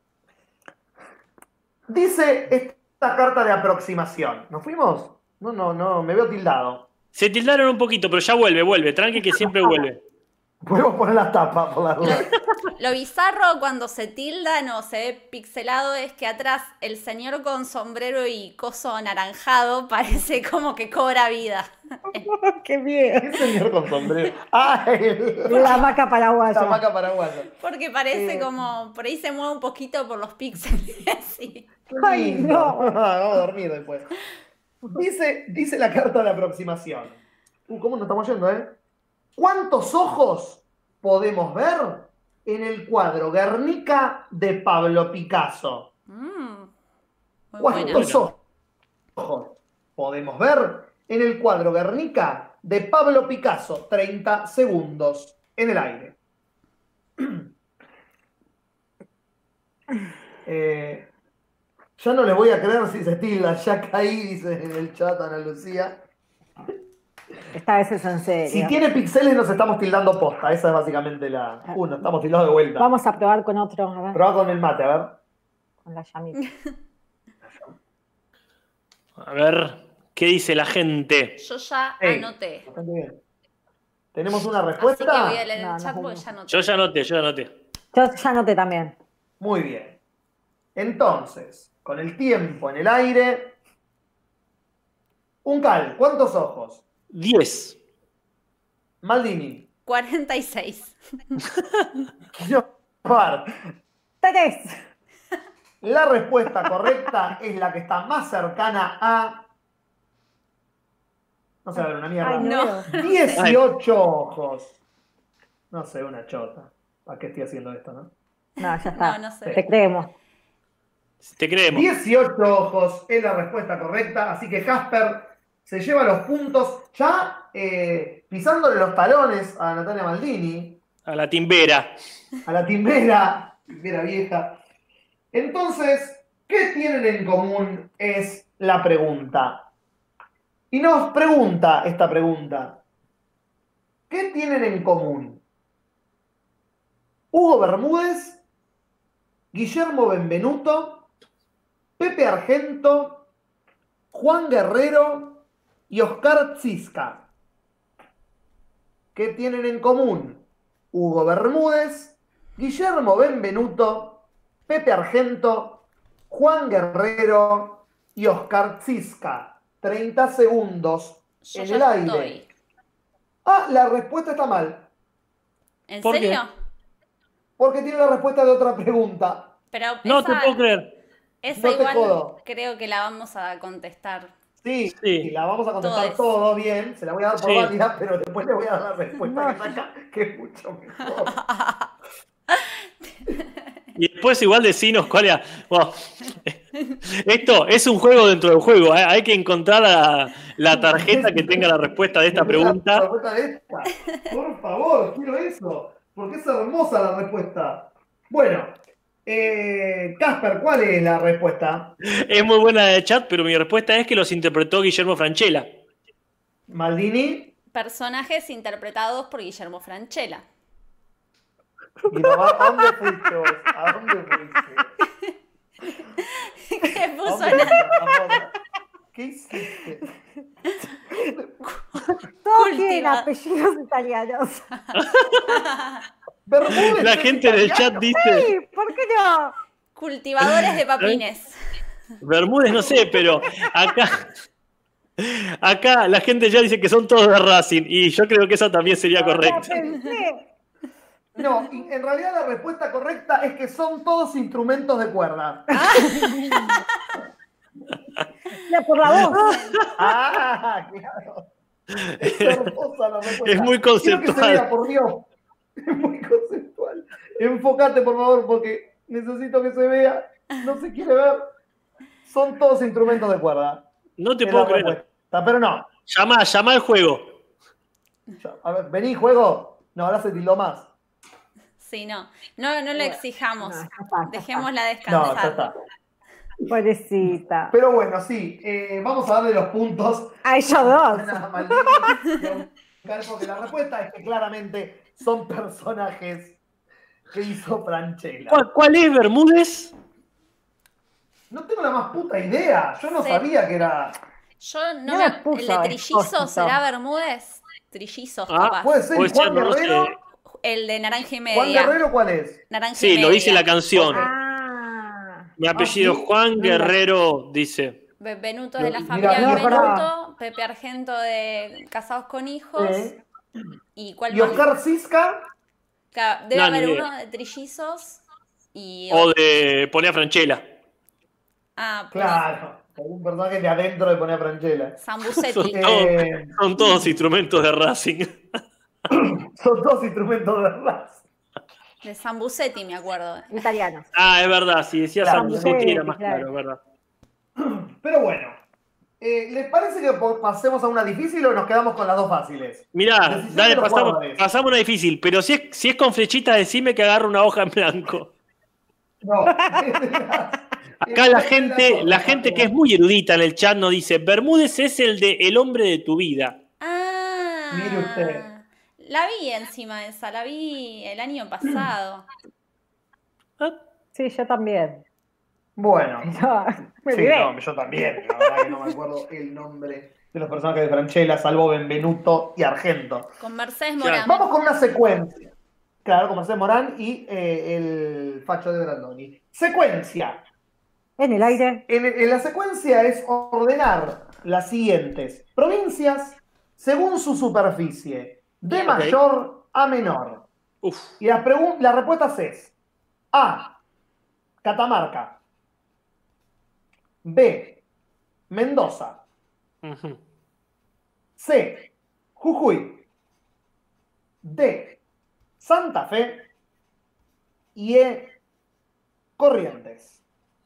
Speaker 3: Dice esta carta de aproximación. ¿Nos fuimos? No, no, no, me veo tildado.
Speaker 4: Se tildaron un poquito, pero ya vuelve, vuelve. Tranqui que siempre vuelve.
Speaker 3: Podemos poner la tapa por la duda.
Speaker 6: Lo bizarro cuando se tildan o se ve pixelado es que atrás el señor con sombrero y coso anaranjado [laughs] parece como que cobra vida.
Speaker 5: Qué bien.
Speaker 3: ¿Qué señor con sombrero? ¡Ah! el-
Speaker 5: La vaca paraguaya.
Speaker 3: [laughs] La maca paraguaya.
Speaker 6: Porque parece
Speaker 3: Eh.
Speaker 6: como, por ahí se mueve un poquito por los píxeles. [laughs] sí.
Speaker 3: Qué
Speaker 5: Ay,
Speaker 3: lindo.
Speaker 5: no.
Speaker 3: [laughs] Vamos a dormir después. Dice, dice la carta de aproximación. Uh, ¿Cómo nos estamos yendo, eh? ¿Cuántos ojos podemos ver en el cuadro Guernica de Pablo Picasso?
Speaker 6: Mm, muy buena.
Speaker 3: ¿Cuántos ojos podemos ver en el cuadro Guernica de Pablo Picasso? 30 segundos en el aire. [clears throat] Eh, ya no les voy a creer si se tilda, ya caí, dice en el chat Ana Lucía.
Speaker 5: Esta vez es en serio.
Speaker 3: Si tiene pixeles, nos estamos tildando posta. Esa es básicamente la. Uno, estamos tildados de vuelta.
Speaker 5: Ah. Vamos a probar con otro, a ver,
Speaker 3: Probá con el mate, a ver.
Speaker 5: con la llamita.
Speaker 4: A ver, ¿qué dice la gente?
Speaker 6: Yo ya
Speaker 3: Ey.
Speaker 6: anoté.
Speaker 3: Bastante bien. ¿Tenemos una
Speaker 6: Así que
Speaker 3: respuesta?
Speaker 6: voy a leer
Speaker 5: No, no
Speaker 6: el chat porque
Speaker 5: tengo.
Speaker 6: ya anoté.
Speaker 4: Yo ya noté, yo ya noté.
Speaker 5: Yo ya noté también.
Speaker 3: Muy bien. Entonces, con el tiempo en el aire. Un cal, ¿cuántos ojos?
Speaker 4: 10.
Speaker 3: Maldini.
Speaker 6: 46.
Speaker 3: Kiosbar.
Speaker 5: Tres.
Speaker 3: La respuesta correcta [laughs] es la que está más cercana a. No se ve una mierda.
Speaker 5: Ay, no.
Speaker 6: No.
Speaker 5: veo.
Speaker 3: 18 ojos. No sé, una chota. ¿Para qué estoy haciendo esto, no?
Speaker 5: No, ya está.
Speaker 6: [laughs] No, no sé.
Speaker 5: Te creemos.
Speaker 4: Te creemos.
Speaker 3: 18 ojos es la respuesta correcta, así que Jasper se lleva los puntos ya eh, pisándole los talones a Natalia Maldini,
Speaker 4: A la timbera.
Speaker 3: a la timbera, timbera vieja. Entonces, ¿qué tienen en común? Es la pregunta. Y nos pregunta esta pregunta. ¿Qué tienen en común? Hugo Bermúdez, Guillermo Benvenuto, Pepe Argento, Juan Guerrero y Oscar Cisca. ¿Qué tienen en común? Hugo Bermúdez, Guillermo Benvenuto, Pepe Argento, Juan Guerrero y Oscar Cisca. 30 segundos
Speaker 6: Yo
Speaker 3: en
Speaker 6: ya
Speaker 3: el aire.
Speaker 6: estoy.
Speaker 3: Ah, la respuesta está mal,
Speaker 6: ¿En
Speaker 4: ¿Por qué?
Speaker 6: serio?
Speaker 3: porque tiene la respuesta de otra pregunta.
Speaker 6: Pero
Speaker 4: No te
Speaker 6: esa,
Speaker 4: puedo creer.
Speaker 6: esa
Speaker 3: no te
Speaker 6: igual
Speaker 3: jodo.
Speaker 6: creo que la vamos a contestar.
Speaker 3: Sí,
Speaker 4: Sí.
Speaker 3: y la vamos a contestar
Speaker 6: Todes.
Speaker 3: todo bien, se la voy a dar por
Speaker 4: Sí.
Speaker 3: válida, pero después le voy a dar la respuesta que está acá, que es mucho mejor.
Speaker 4: Y después igual decinos cuál era. Bueno, [laughs] esto es un juego dentro del juego. ¿eh? Hay que encontrar la, la tarjeta que tenga la respuesta de esta
Speaker 3: La
Speaker 4: pregunta.
Speaker 3: respuesta de esta. Por favor, quiero eso, porque es hermosa la respuesta. Bueno, eh, Casper, ¿cuál es la respuesta?
Speaker 4: Es muy buena de chat, pero mi respuesta es que los interpretó Guillermo Franchella.
Speaker 3: Maldini,
Speaker 6: Personajes interpretados por Guillermo Franchella. [laughs]
Speaker 3: y mamá, ¿a dónde fuiste vos? ¿A dónde fuiste?
Speaker 6: Que puso
Speaker 3: ¿A dónde fuiste? ¿Qué hiciste?
Speaker 5: Todos
Speaker 6: Cultiva.
Speaker 5: tienen apellidos
Speaker 6: [laughs]
Speaker 5: italianos.
Speaker 3: Bermúdez
Speaker 4: La
Speaker 3: es
Speaker 4: gente del
Speaker 3: italiano.
Speaker 4: chat dice,
Speaker 5: Sí, ¿por qué no?
Speaker 6: Cultivadores
Speaker 4: ¿Eh?
Speaker 6: de papines.
Speaker 4: Bermúdez no sé, pero acá, acá la gente ya dice que son todos de Racing y yo creo que esa también sería
Speaker 5: La
Speaker 4: correcta.
Speaker 5: pensé.
Speaker 3: No, y en realidad la respuesta correcta es que son todos instrumentos de
Speaker 4: [laughs]
Speaker 3: cuerda.
Speaker 5: La por la voz.
Speaker 3: Ah, claro. Es hermosa la respuesta.
Speaker 4: Es muy
Speaker 3: Quiero que se
Speaker 4: conceptual.
Speaker 3: vea, por Dios. Es muy conceptual. Enfócate, por favor, porque necesito que se vea. No se quiere ver. Son todos instrumentos de cuerda.
Speaker 4: No te
Speaker 3: Es
Speaker 4: puedo
Speaker 3: la
Speaker 4: creer.
Speaker 3: respuesta, Pero no.
Speaker 4: Llamá, llamá al juego.
Speaker 3: Yo- a ver, vení, juego. No, ahora se tildó más.
Speaker 6: Sí, no. No, no lo
Speaker 5: No,
Speaker 6: exijamos.
Speaker 5: ya está, ya está.
Speaker 6: Dejémosla
Speaker 3: No, ya
Speaker 6: descansar.
Speaker 3: está.
Speaker 5: Pobrecita.
Speaker 3: Pero bueno, sí. eh, vamos a darle los puntos
Speaker 5: A ellos dos.
Speaker 3: Nada, [laughs] maldito. Porque la respuesta es que claramente son personajes que hizo Franchella.
Speaker 4: ¿Cuál, cuál es Bermúdez?
Speaker 3: No tengo la más puta idea. Yo no
Speaker 6: Sí.
Speaker 3: sabía que era.
Speaker 6: Yo no,
Speaker 5: No
Speaker 6: me-
Speaker 5: la puso,
Speaker 6: ¿El de
Speaker 5: esposo.
Speaker 6: Trillizo será Bermúdez? Trillizos,
Speaker 4: Ah,
Speaker 6: capaz.
Speaker 3: Puede ser
Speaker 4: Puede
Speaker 3: Juan
Speaker 4: ser, no
Speaker 3: Guerrero.
Speaker 4: sé.
Speaker 6: El de Naranja y
Speaker 3: Juan
Speaker 6: Media.
Speaker 3: Guerrero, ¿cuál es?
Speaker 6: Naranja y
Speaker 4: Sí, lo dice
Speaker 6: Media.
Speaker 4: la canción.
Speaker 5: Ah.
Speaker 4: Mi apellido
Speaker 3: Ah, sí.
Speaker 4: Juan Guerrero dice.
Speaker 6: Benvenuto de la
Speaker 3: Mira,
Speaker 6: familia
Speaker 3: mira,
Speaker 5: pará.
Speaker 6: Benvenuto. Pepe Argento de Casados con Hijos.
Speaker 3: Eh,
Speaker 6: ¿Y cuál
Speaker 3: Y
Speaker 6: más?
Speaker 3: Oscar Cisca,
Speaker 6: Claro, Debe
Speaker 4: No, ni
Speaker 6: haber
Speaker 4: idea.
Speaker 6: uno de Trillizos. Y...
Speaker 4: O de poner a Franchella.
Speaker 6: Ah, pues,
Speaker 3: claro. Algún personaje de adentro le ponía Franchella.
Speaker 6: Zambucetti.
Speaker 4: No.
Speaker 3: Eh,
Speaker 4: Son todos instrumentos de Racing.
Speaker 3: son dos instrumentos de raza.
Speaker 6: De Zambucetti, me acuerdo.
Speaker 5: Italianos.
Speaker 4: Ah, es verdad, si decías
Speaker 3: Claro,
Speaker 4: Zambucetti
Speaker 5: sí,
Speaker 4: era más
Speaker 5: claro.
Speaker 4: claro, es verdad.
Speaker 3: Pero bueno, eh, ¿les parece que po- pasemos a una difícil o nos quedamos con las dos
Speaker 4: [laughs]
Speaker 3: fáciles?
Speaker 4: Mirá,
Speaker 3: Decisión de
Speaker 4: dale,
Speaker 3: los
Speaker 4: pasamos,
Speaker 3: jugadores.
Speaker 4: pasamos una difícil, pero si es, si es con flechita, decime que agarro una hoja en blanco.
Speaker 3: No. [laughs]
Speaker 4: Acá la gente, la gente que es muy erudita en el chat nos dice, Bermúdez es el de el hombre de tu vida.
Speaker 6: Ah,
Speaker 3: Mire usted.
Speaker 6: La vi encima esa, la vi el año pasado.
Speaker 5: Sí, yo también.
Speaker 3: Bueno.
Speaker 5: Yo [laughs] me
Speaker 3: Sí,
Speaker 5: olvidé.
Speaker 3: no, yo también. La verdad que no me acuerdo el nombre de los personajes de Franchella, salvo Benvenuto y Argento.
Speaker 6: Con Mercedes
Speaker 4: Claro.
Speaker 6: Morán.
Speaker 3: Vamos con una secuencia. Claro, con Marcel Morán y eh, el facho de Brandoni. Secuencia.
Speaker 5: En el aire.
Speaker 3: En, en la secuencia es ordenar las siguientes provincias según su superficie, de
Speaker 4: Bien, ok.
Speaker 3: mayor a menor.
Speaker 4: Uf.
Speaker 3: Y las pregun- las respuestas es A. Catamarca. B. Mendoza.
Speaker 4: Ujú.
Speaker 3: C. Jujuy. D. Santa Fe. Y E. Corrientes.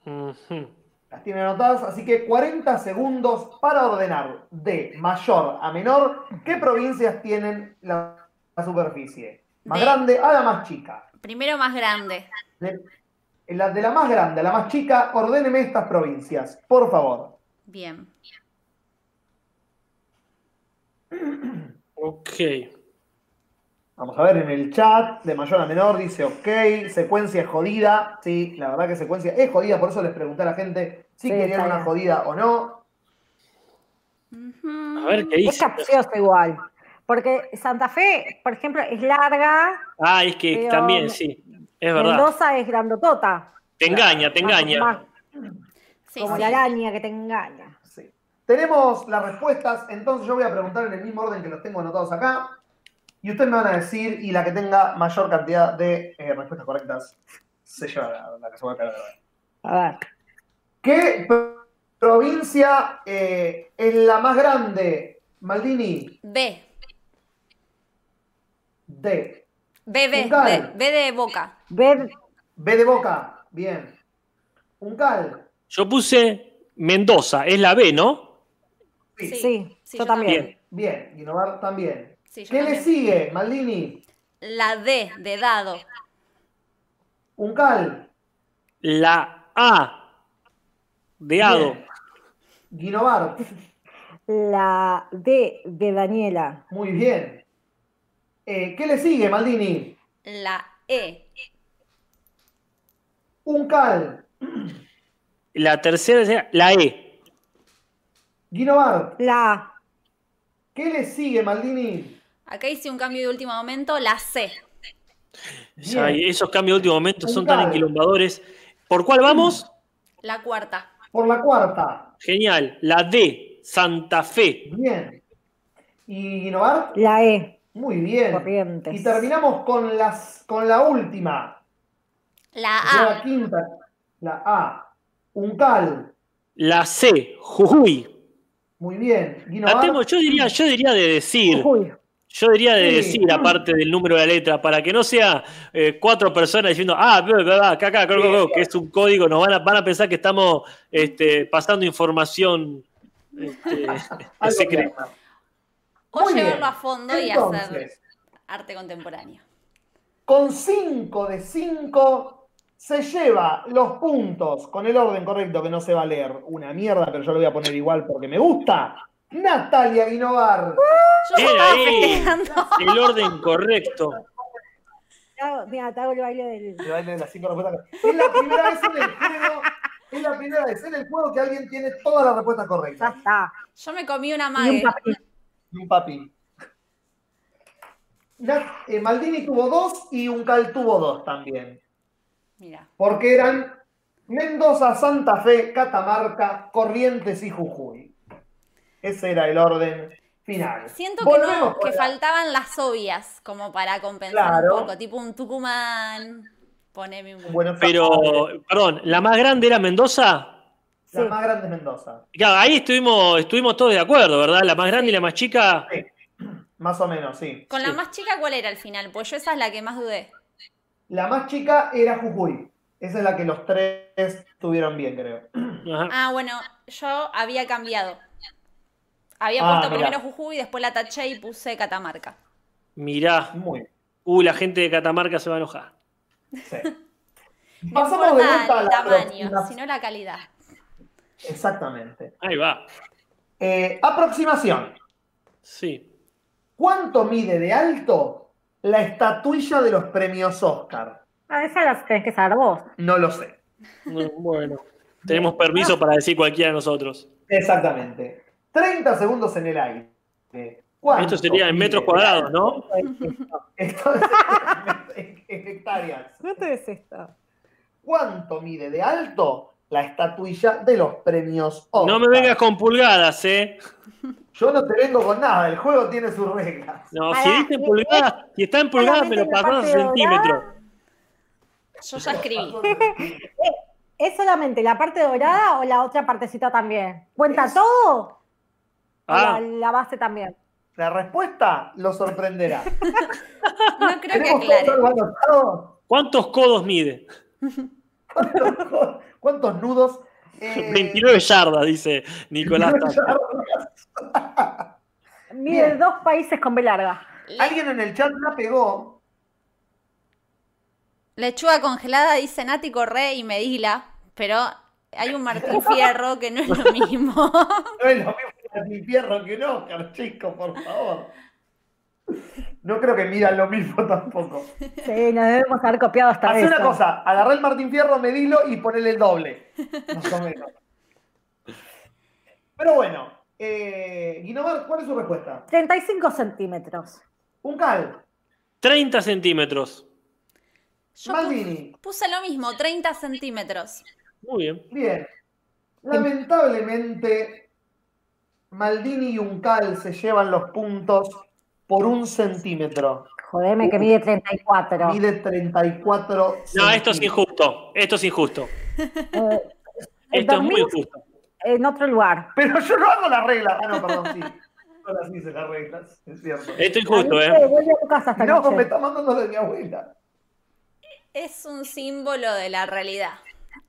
Speaker 4: Ujú.
Speaker 3: Las tienen anotadas, así que 40 segundos para ordenar de mayor a menor qué provincias tienen la, la superficie. Más
Speaker 6: De-
Speaker 3: grande a la más chica.
Speaker 6: Primero más grande.
Speaker 3: De, la, de la más grande a la más chica, ordéneme estas provincias, por favor.
Speaker 6: Bien.
Speaker 4: Ok.
Speaker 3: Vamos a ver en el chat, de mayor a menor, dice ok, secuencia es jodida. Sí, la verdad que secuencia es jodida, por eso les pregunté a la gente si
Speaker 5: Sí,
Speaker 3: querían
Speaker 5: está
Speaker 3: una
Speaker 5: bien.
Speaker 3: jodida o no.
Speaker 6: Ujú.
Speaker 4: A ver qué
Speaker 5: Es
Speaker 4: dice.
Speaker 5: capcioso igual. Porque Santa Fe, por ejemplo, es larga.
Speaker 4: Ah, es que
Speaker 5: Pero-
Speaker 4: también, sí. Es verdad.
Speaker 5: Mendoza es grandotota.
Speaker 4: Te engaña, te
Speaker 5: Más- más
Speaker 4: engaña.
Speaker 6: Sí,
Speaker 5: como
Speaker 6: sí.
Speaker 5: la araña que te engaña.
Speaker 3: Sí. Tenemos las respuestas, entonces yo voy a preguntar en el mismo orden que los tengo anotados acá. Y ustedes me van a decir, y la que tenga mayor cantidad de eh, respuestas correctas se lleva la, la que se va a quedar.
Speaker 5: A ver.
Speaker 3: ¿Qué pro- provincia eh, es la más grande, Maldini?
Speaker 6: B.
Speaker 3: D.
Speaker 6: B, B,
Speaker 3: Ucal.
Speaker 6: B, B de boca.
Speaker 5: Ver
Speaker 3: B de Boca, bien. Uncal,
Speaker 4: Yo puse Mendoza, es la B, ¿no?
Speaker 3: Sí.
Speaker 5: Sí,
Speaker 6: Sí,
Speaker 5: yo,
Speaker 6: yo
Speaker 5: también.
Speaker 4: Bien.
Speaker 3: bien. Y Novar también.
Speaker 6: Sí, yo
Speaker 3: ¿Qué le
Speaker 6: también.
Speaker 3: sigue, Maldini?
Speaker 6: La D de dado.
Speaker 3: Uncal,
Speaker 4: La A de Ado.
Speaker 3: Bien. Guinovar,
Speaker 5: La D de Daniela.
Speaker 3: muy bien. Eh, ¿Qué le sigue, Maldini?
Speaker 6: La E.
Speaker 3: Uncal,
Speaker 4: La tercera es la E.
Speaker 3: Guinovar,
Speaker 5: La A.
Speaker 3: ¿qué le sigue, Maldini?
Speaker 6: Acá hice un cambio de último momento. La C.
Speaker 3: Bien.
Speaker 4: Ay, esos cambios de último momento son tan
Speaker 3: Ucal.
Speaker 4: enquilombadores. ¿Por cuál vamos?
Speaker 6: La cuarta.
Speaker 3: Por la cuarta,
Speaker 4: Genial. La D, Santa Fe.
Speaker 3: bien. Y Guinovar,
Speaker 5: La E.
Speaker 3: muy bien.
Speaker 5: Corrientes.
Speaker 3: Y terminamos con, las, con la última.
Speaker 6: La
Speaker 3: que es La
Speaker 6: A.
Speaker 3: quinta, la A. Uncal,
Speaker 4: La C, Jujuy.
Speaker 3: muy bien.
Speaker 4: La
Speaker 3: Guinovar,
Speaker 4: tengo, yo diría, yo diría de decir.
Speaker 5: Jujuy.
Speaker 4: Yo diría de
Speaker 3: Sí.
Speaker 4: decir, aparte del número de la letra, para que no sea eh, cuatro personas diciendo, ah, bla, bla, bla, acá, acá, acá, acá, acá", que es un código, nos van a, van a pensar que estamos este, pasando información este,
Speaker 3: algo
Speaker 4: secreta.
Speaker 3: que-
Speaker 6: O
Speaker 3: Muy bien.
Speaker 6: llevarlo a fondo y hacer
Speaker 3: Entonces,
Speaker 6: arte contemporáneo.
Speaker 3: con 5 de 5 se lleva los puntos con el orden correcto que no se va a leer una mierda, pero yo lo voy a poner igual porque me gusta. Natalia Guinovar.
Speaker 6: Yo
Speaker 4: Bien
Speaker 6: estaba
Speaker 4: ahí.
Speaker 6: festejando.
Speaker 4: El orden correcto.
Speaker 5: Te hago- Mira, te hago el baile del.
Speaker 3: Le bailé las cinco respuestas. Es la primera vez en el juego. Es la primera vez en el juego que alguien tiene todas las respuestas
Speaker 5: Ya
Speaker 3: correctas.
Speaker 5: está.
Speaker 6: Yo me comí una
Speaker 5: Y un
Speaker 6: mague.
Speaker 5: papel.
Speaker 3: Y un papi. Na- eh, Maldini tuvo dos y Uncal tuvo dos también.
Speaker 6: Mira.
Speaker 3: Porque eran Mendoza, Santa Fe, Catamarca, Corrientes y Jujuy. Ese era el orden final.
Speaker 6: Siento que,
Speaker 3: Volvemos
Speaker 6: no,
Speaker 3: con
Speaker 6: que
Speaker 3: la-
Speaker 6: faltaban las obvias como para compensar
Speaker 3: Claro.
Speaker 6: un poco. Tipo un Tucumán. Poneme un.
Speaker 3: Buenos Aires.
Speaker 4: Pero, perdón, la más grande era Mendoza.
Speaker 3: La
Speaker 5: Sí.
Speaker 3: más grande es Mendoza.
Speaker 4: Claro, ahí estuvimos, estuvimos todos de acuerdo, ¿verdad? La más grande y la más chica.
Speaker 3: Más o menos, sí.
Speaker 6: Con la
Speaker 4: Sí.
Speaker 6: más chica, ¿cuál era el final? Pues yo esa es la que más dudé.
Speaker 3: La más chica era Jujuy. Esa es la que los tres tuvieron bien, creo.
Speaker 4: Ajá.
Speaker 6: Ah, bueno, yo había cambiado. Había
Speaker 3: Ah,
Speaker 6: puesto
Speaker 3: mirá.
Speaker 6: primero Jujuy y después la taché y puse Catamarca.
Speaker 4: Mirá.
Speaker 3: Muy bien.
Speaker 4: Uh, la gente de Catamarca se va a enojar.
Speaker 3: sí.
Speaker 6: [laughs] No
Speaker 3: Pasamos de vuelta
Speaker 6: importa
Speaker 3: a
Speaker 6: el
Speaker 3: la
Speaker 6: tamaño,
Speaker 3: próxima-
Speaker 6: sino la calidad.
Speaker 3: Exactamente.
Speaker 4: Ahí va.
Speaker 3: Eh, aproximación.
Speaker 4: Sí.
Speaker 3: ¿Cuánto mide de alto la estatuilla de los premios Oscar?
Speaker 5: Ah, esa la tenés que saber vos.
Speaker 3: No lo sé.
Speaker 4: Bueno, tenemos permiso para decir cualquiera de nosotros.
Speaker 3: Exactamente. 30 segundos en el aire. ¿Cuánto
Speaker 4: Esto sería en
Speaker 3: mide
Speaker 4: metros
Speaker 3: de
Speaker 4: cuadrados, ¿no?
Speaker 3: [laughs] Esto es en- en hectáreas.
Speaker 5: No te des esto.
Speaker 3: ¿Cuánto mide de alto la estatuilla de los premios Oscar?
Speaker 4: No me vengas con pulgadas, ¿eh?
Speaker 3: Yo no te vengo con nada, el juego tiene sus reglas.
Speaker 4: No,
Speaker 5: Pará,
Speaker 4: si dicen
Speaker 5: ¿eh?
Speaker 4: pulgadas, si está en pulgadas me lo
Speaker 5: Solamente en la
Speaker 4: pasás a
Speaker 5: parte dorada.
Speaker 4: centímetros.
Speaker 6: Yo ya escribí.
Speaker 5: ¿Es solamente la parte dorada o la otra partecita también? ¿Cuenta todo? ¿O
Speaker 4: Ah,
Speaker 5: la, la base también.
Speaker 3: [laughs] La respuesta lo sorprenderá.
Speaker 6: No creo que
Speaker 3: ¿Tenemos
Speaker 6: aclare.
Speaker 3: todo algo anotado?
Speaker 4: ¿cuántos codos mide?
Speaker 3: ¿Cuántos, cuántos
Speaker 4: [laughs]
Speaker 3: nudos? Eh, [laughs]
Speaker 4: 29 yardas, dice Nicolás.
Speaker 5: [laughs]
Speaker 4: Tapia.
Speaker 5: Mide
Speaker 3: Bien.
Speaker 5: dos países con B larga.
Speaker 3: [laughs] Alguien en el chat la pegó.
Speaker 6: Lechuga congelada dice Nati Correa y Medila, pero hay un Martín Fierro que no es
Speaker 3: [laughs]
Speaker 6: lo mismo.
Speaker 3: No es lo mismo que mi pierro que un Oscar, chico, por favor. No creo que midan lo mismo tampoco.
Speaker 5: Sí, nos debemos haber copiado hasta
Speaker 3: Hacé una cosa, agarré el Martín Fierro, medilo y ponele el doble. Más o menos. Pero bueno, eh, Guinomar, ¿cuál es su respuesta?
Speaker 5: 35 centímetros.
Speaker 3: Un cal,
Speaker 4: 30 centímetros.
Speaker 6: Yo pu-
Speaker 3: Maldini.
Speaker 6: puse lo mismo, 30 centímetros.
Speaker 4: Muy bien.
Speaker 3: Bien. Lamentablemente, Maldini y Uncal se llevan los puntos por un centímetro.
Speaker 5: Jodeme que mide 34.
Speaker 3: Mide 34
Speaker 4: No, esto es
Speaker 3: centímetros.
Speaker 4: injusto. Esto es injusto.
Speaker 5: Eh,
Speaker 4: Esto es muy
Speaker 5: dormimos
Speaker 4: injusto.
Speaker 5: en otro lugar.
Speaker 3: Pero yo no hago las reglas. Ah, no, perdón, sí. Ahora sí hice las reglas, es cierto.
Speaker 4: Esto es injusto,
Speaker 5: La
Speaker 4: ¿eh?
Speaker 5: noche vuelve a tu casa hasta
Speaker 3: No,
Speaker 5: noche.
Speaker 3: me está mandando lo de mi abuela.
Speaker 6: Es un símbolo de la realidad.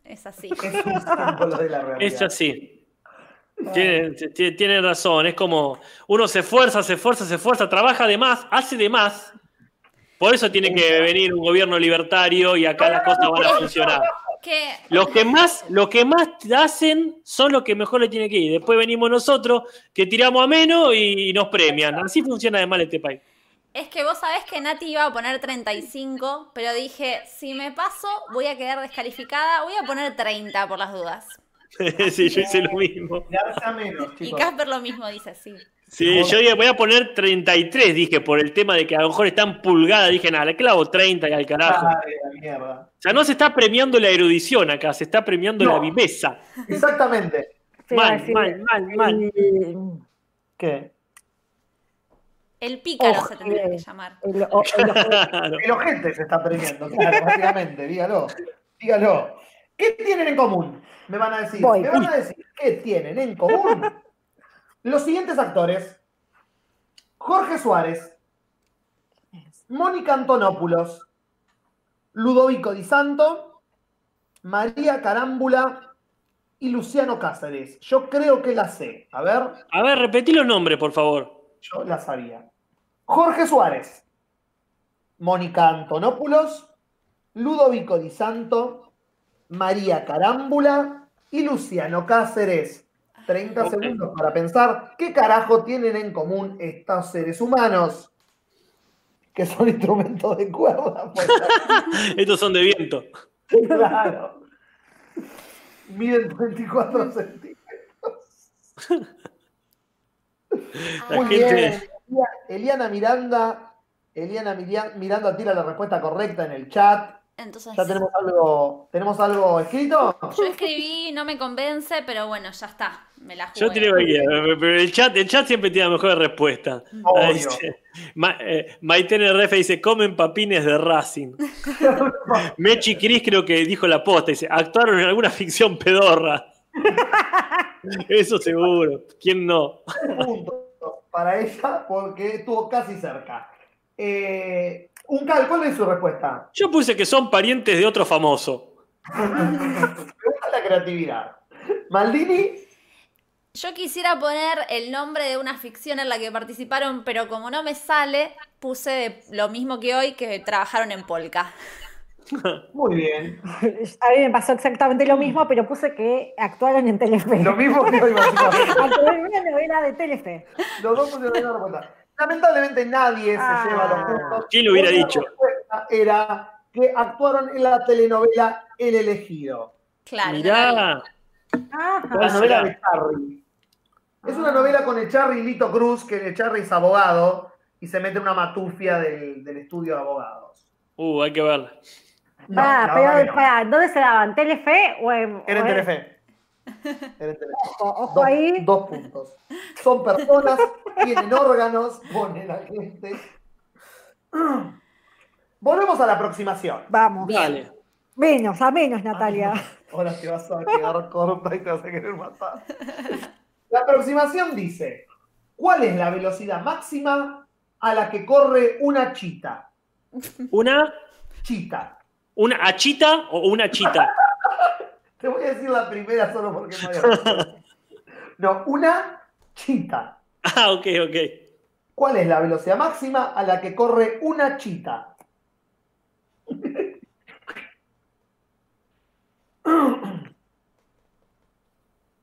Speaker 6: Es así.
Speaker 3: Es un símbolo de la realidad.
Speaker 4: Es así. Tiene, ti- tiene razón, es como uno se esfuerza, se esfuerza, se esfuerza, trabaja de más, hace de más. Por eso tiene que venir un gobierno libertario y acá las cosas van a funcionar.
Speaker 6: Que
Speaker 4: Los que más, los que más hacen son los que mejor le tienen que ir. Después venimos nosotros que tiramos a menos y nos premian. Así funciona de mal este país. [laughs]
Speaker 6: es que vos sabés que Nati iba a poner 35, pero dije, si me paso, voy a quedar descalificada, voy a poner 30 por las dudas.
Speaker 4: sí, yo hice lo mismo.
Speaker 3: Le hace a menos,
Speaker 6: Y
Speaker 3: chicos.
Speaker 6: Casper lo mismo dice, sí.
Speaker 4: Sí, yo dije, voy a poner 33, dije, por el tema de que a lo mejor están pulgadas. Dije, nada, le clavo 30 y al carajo.
Speaker 3: Dale, la mierda.
Speaker 4: O sea, no se está premiando la erudición acá, se está premiando
Speaker 3: No.
Speaker 4: la viveza.
Speaker 3: Exactamente.
Speaker 5: Te iba a
Speaker 4: mal,
Speaker 5: decir,
Speaker 4: mal, mal, mal.
Speaker 5: el-
Speaker 3: ¿Qué?
Speaker 6: El pícaro
Speaker 5: Ojo,
Speaker 6: se tendría que
Speaker 5: bien.
Speaker 6: llamar.
Speaker 5: el- o- el-
Speaker 4: Claro.
Speaker 3: El ojete se está premiando, claro, básicamente, dígalo. Dígalo. ¿Qué tienen en común? Me van a decir.
Speaker 5: Voy.
Speaker 3: Me van a decir, ¿qué tienen en común? Los siguientes actores: Jorge Suárez, Mónica Antonopoulos, Ludovico Di Santo, María Carámbula y Luciano Cáceres. Yo creo que la sé. A ver,
Speaker 4: A ver, repetí los nombres, por favor.
Speaker 3: yo la sabía. Jorge Suárez, Mónica Antonopoulos, Ludovico Di Santo, María Carámbula y Luciano Cáceres. 30
Speaker 4: Ok.
Speaker 3: segundos para pensar qué carajo tienen en común estos seres humanos que son instrumentos de cuerda. pues, [laughs]
Speaker 4: Estos son de viento.
Speaker 3: claro. Miden 24 centímetros.
Speaker 4: La
Speaker 3: Muy
Speaker 4: gente-
Speaker 3: bien. Elia- Eliana Miranda, Eliana Miria- Miranda tira la respuesta correcta en el chat.
Speaker 6: Entonces,
Speaker 3: Ya tenemos algo, ¿tenemos algo escrito?
Speaker 6: yo escribí, no me convence, pero bueno, ya está. Me la jugué.
Speaker 4: Yo te digo que- eh, pero el chat, el chat siempre tiene la mejor respuesta.
Speaker 3: Obvio.
Speaker 4: Ahí dice, Ma- eh, Maite en el ref dice, comen papines de
Speaker 5: [laughs]
Speaker 4: Racing. Mechi Cris creo que dijo la posta, dice, actuaron en alguna ficción
Speaker 5: [laughs]
Speaker 4: pedorra. Eso seguro. ¿Quién no?
Speaker 3: Puntos para ella porque estuvo casi cerca. Eh, un cal, ¿cuál es su respuesta?
Speaker 4: Yo puse que son parientes de otro famoso.
Speaker 3: Me gusta la creatividad. Maldini,
Speaker 6: Yo quisiera poner el nombre de una ficción en la que participaron, pero como no me sale, puse de- lo mismo que hoy, que trabajaron en Polka.
Speaker 3: muy bien.
Speaker 5: [laughs] A mí me pasó exactamente lo mismo, pero puse que actuaron en Telefe.
Speaker 3: [laughs]
Speaker 5: [laughs]
Speaker 3: Lo mismo que hoy, básicamente.
Speaker 5: Actuaron en una novela de Telefe.
Speaker 3: Los dos pusieron la misma respuesta. Lamentablemente nadie
Speaker 5: Ah.
Speaker 3: se lleva los puntos.
Speaker 4: ¿Quién lo hubiera
Speaker 3: Otra
Speaker 4: dicho?
Speaker 3: respuesta Era que actuaron en la telenovela El elegido.
Speaker 6: Claro.
Speaker 4: Mirá,
Speaker 5: Ajá.
Speaker 4: ¿Cuál
Speaker 3: La novela
Speaker 4: será?
Speaker 3: de Charry. Es una novela con el Charry Lito Cruz, que el Charry es abogado y se mete en una matufia del, del estudio de abogados.
Speaker 4: uh, hay que verla.
Speaker 3: No,
Speaker 5: Pará,
Speaker 3: la
Speaker 5: pero,
Speaker 3: verdad que no.
Speaker 5: pará, ¿dónde se daban? ¿Telefe o en.?
Speaker 3: Era
Speaker 5: o
Speaker 3: en
Speaker 5: en-
Speaker 3: Telefe. Era en Telefe.
Speaker 5: Ojo, pues. ojo
Speaker 3: Dos,
Speaker 5: ahí.
Speaker 3: dos puntos. Son personas, tienen órganos, ponen a gente. [clears throat] Volvemos a la aproximación.
Speaker 5: Vamos.
Speaker 4: Dale.
Speaker 5: Menos, a menos, Natalia.
Speaker 3: Ahora te vas a quedar corta y te vas a querer matar. La aproximación dice: ¿Cuál es la velocidad máxima a la que corre una chita?
Speaker 4: Una,
Speaker 3: Chita.
Speaker 4: una achita o una chita. [laughs]
Speaker 3: Te voy a decir la primera solo porque no había. No, una chita.
Speaker 4: Ah, ok, ok.
Speaker 3: ¿Cuál es la velocidad máxima a la que corre una chita?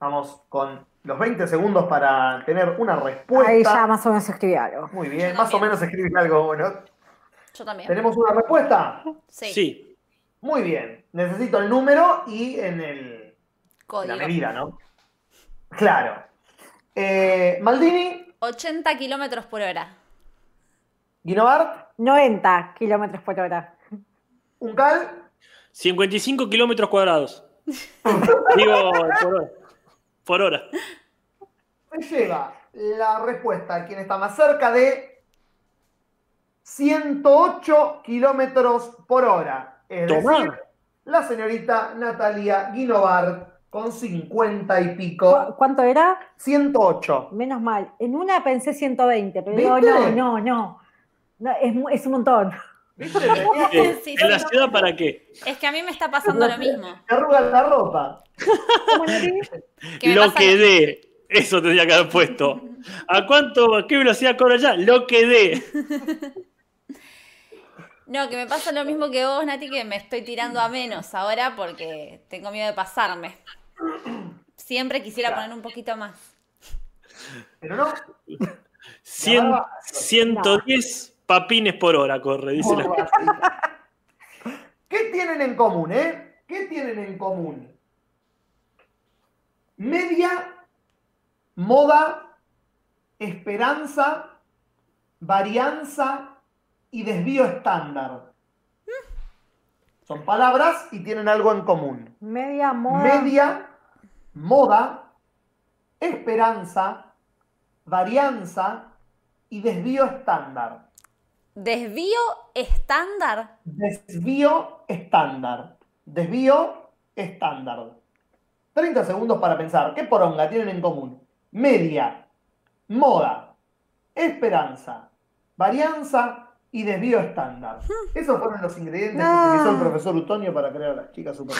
Speaker 3: Vamos con los 20 segundos para tener una respuesta.
Speaker 5: Ahí ya más o menos escribí algo.
Speaker 3: Muy bien, más o menos escribir algo bueno.
Speaker 6: Yo también.
Speaker 3: ¿Tenemos una respuesta?
Speaker 6: Sí.
Speaker 4: Sí.
Speaker 3: Muy bien. Necesito el número y en el, en la
Speaker 6: Código.
Speaker 3: medida, ¿no? Claro. Eh, Maldini,
Speaker 6: 80 kilómetros por hora.
Speaker 3: Guinovart,
Speaker 5: 90 kilómetros por hora.
Speaker 3: Uncal,
Speaker 4: 55 kilómetros cuadrados. [laughs] Digo, por hora. Por hora.
Speaker 3: se lleva la respuesta a quien está más cerca de 108 kilómetros por hora. Es
Speaker 4: Tomá.
Speaker 3: decir, la señorita Natalia Guinovart con 50 y
Speaker 5: ¿Cu-
Speaker 3: pico.
Speaker 5: ¿Cuánto era?
Speaker 3: 108.
Speaker 5: Menos mal. En una pensé 120, pero
Speaker 3: ¿Viste?
Speaker 5: digo, no, no, no. No, es, mu- es un montón.
Speaker 3: ¿Viste?
Speaker 4: Eh,
Speaker 6: [laughs] Sí, sí,
Speaker 4: ¿En la
Speaker 6: sí.
Speaker 4: ciudad para qué?
Speaker 6: Es que a mí me está pasando lo mismo.
Speaker 3: Te arruga la ropa.
Speaker 5: ¿Cómo le di?
Speaker 6: Que me
Speaker 4: Lo
Speaker 6: pasa
Speaker 4: que dé. Eso tendría que haber puesto. ¿A cuánto, a qué velocidad cobra ya? Lo que dé.
Speaker 6: No, que me pasa lo mismo que vos, Nati, que me estoy tirando a menos ahora porque tengo miedo de pasarme. Siempre quisiera
Speaker 3: Claro.
Speaker 6: poner un poquito más.
Speaker 3: Pero no,
Speaker 4: Cien-
Speaker 3: No.
Speaker 4: 110 papines por hora corre, dice la.
Speaker 3: ¿Qué tienen en común, eh? ¿Qué tienen en común? Media, moda, esperanza, varianza y desvío estándar. Son palabras y tienen algo en común.
Speaker 5: Media moda.
Speaker 3: Media, moda, esperanza, varianza y desvío estándar.
Speaker 6: Desvío estándar. [laughs]
Speaker 3: Desvío estándar. Desvío estándar. 30 segundos para pensar. ¿Qué poronga tienen en común? Media, moda, esperanza, varianza y desvío estándar.
Speaker 6: Hmm.
Speaker 3: Esos fueron los ingredientes que
Speaker 5: No.
Speaker 3: utilizó el profesor Utonio para crear a las chicas super.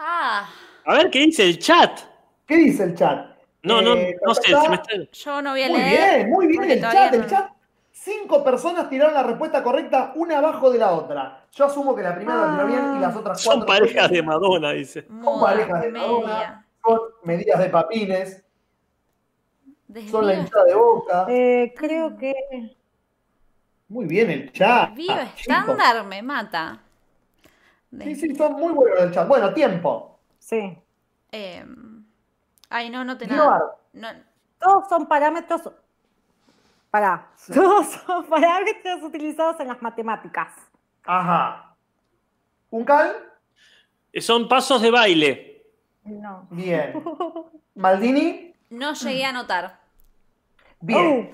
Speaker 6: ah,
Speaker 4: A ver qué dice el chat.
Speaker 3: ¿Qué dice el chat?
Speaker 4: No, no,
Speaker 3: Eh,
Speaker 4: no sé.
Speaker 3: ta, ta,
Speaker 4: se me está-
Speaker 6: yo no voy a
Speaker 3: Muy
Speaker 6: leer.
Speaker 3: bien, muy bien
Speaker 6: ¿eh? porque
Speaker 3: el
Speaker 6: todavía
Speaker 3: chat, el
Speaker 6: no-
Speaker 3: chat. Cinco personas tiraron la respuesta correcta una abajo de la otra. Yo asumo que la primera la tiró bien y las otras cuatro.
Speaker 4: Son parejas de Madonna, dice.
Speaker 3: Son
Speaker 6: Moda,
Speaker 3: parejas de
Speaker 6: media.
Speaker 3: Madonna, son medidas de papines, son la
Speaker 6: Desvío,
Speaker 3: hinchada de boca.
Speaker 5: Eh,
Speaker 4: Mm.
Speaker 5: creo que.
Speaker 3: Muy bien el chat.
Speaker 6: desvío
Speaker 3: chicos.
Speaker 6: estándar me mata.
Speaker 3: Sí,
Speaker 6: Des-
Speaker 3: Ah, sí, son muy buenos el chat. Bueno, tiempo.
Speaker 5: Sí.
Speaker 6: eh, ay, no, no te
Speaker 3: Guinovart.
Speaker 6: nada. No,
Speaker 5: Todos son parámetros. Pará. Todos son [laughs] parámetros utilizados en las matemáticas.
Speaker 3: Ajá. ¿Un cal?
Speaker 4: Son pasos de baile.
Speaker 5: [laughs] No.
Speaker 3: Bien. ¿Maldini?
Speaker 6: no llegué a anotar.
Speaker 5: Oh.
Speaker 3: Bien.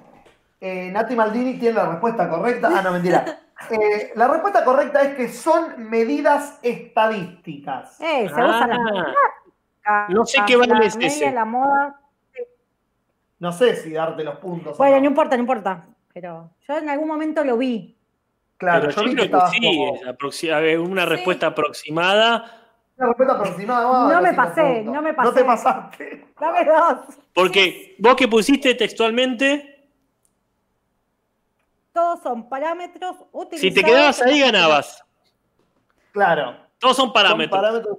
Speaker 3: Eh, Nati Maldini tiene la respuesta correcta. Ah, no,
Speaker 5: [laughs]
Speaker 3: mentira. Eh, la respuesta correcta es que son medidas estadísticas.
Speaker 5: Eh, se usan las
Speaker 4: Ah.
Speaker 5: matemáticas.
Speaker 4: No sé qué
Speaker 5: la
Speaker 4: vale es
Speaker 5: media,
Speaker 4: ese.
Speaker 5: La moda.
Speaker 3: No sé si darte los puntos. o
Speaker 5: Bueno,
Speaker 3: no.
Speaker 5: no importa, no importa. Pero yo en algún momento lo vi.
Speaker 3: Claro,
Speaker 4: Pero
Speaker 3: yo
Speaker 4: yo
Speaker 3: vi que
Speaker 4: creo que
Speaker 3: estabas
Speaker 4: sí, eh.
Speaker 3: como-
Speaker 4: es aproxi- a ver, una
Speaker 6: Sí.
Speaker 4: respuesta aproximada.
Speaker 3: Una respuesta aproximada. vamos a
Speaker 5: No
Speaker 3: los
Speaker 5: me
Speaker 3: cinco
Speaker 5: pasé,
Speaker 3: puntos.
Speaker 5: no me
Speaker 3: No te
Speaker 5: pasé.
Speaker 3: pasaste.
Speaker 5: Dame dos.
Speaker 4: Porque vos que pusiste textualmente,
Speaker 5: Todos son parámetros utilizados.
Speaker 4: si te quedabas
Speaker 5: en
Speaker 4: ahí
Speaker 5: las matemáticas.
Speaker 4: ganabas.
Speaker 3: Claro.
Speaker 4: Todos son
Speaker 3: Son
Speaker 4: parámetros.
Speaker 3: parámetros.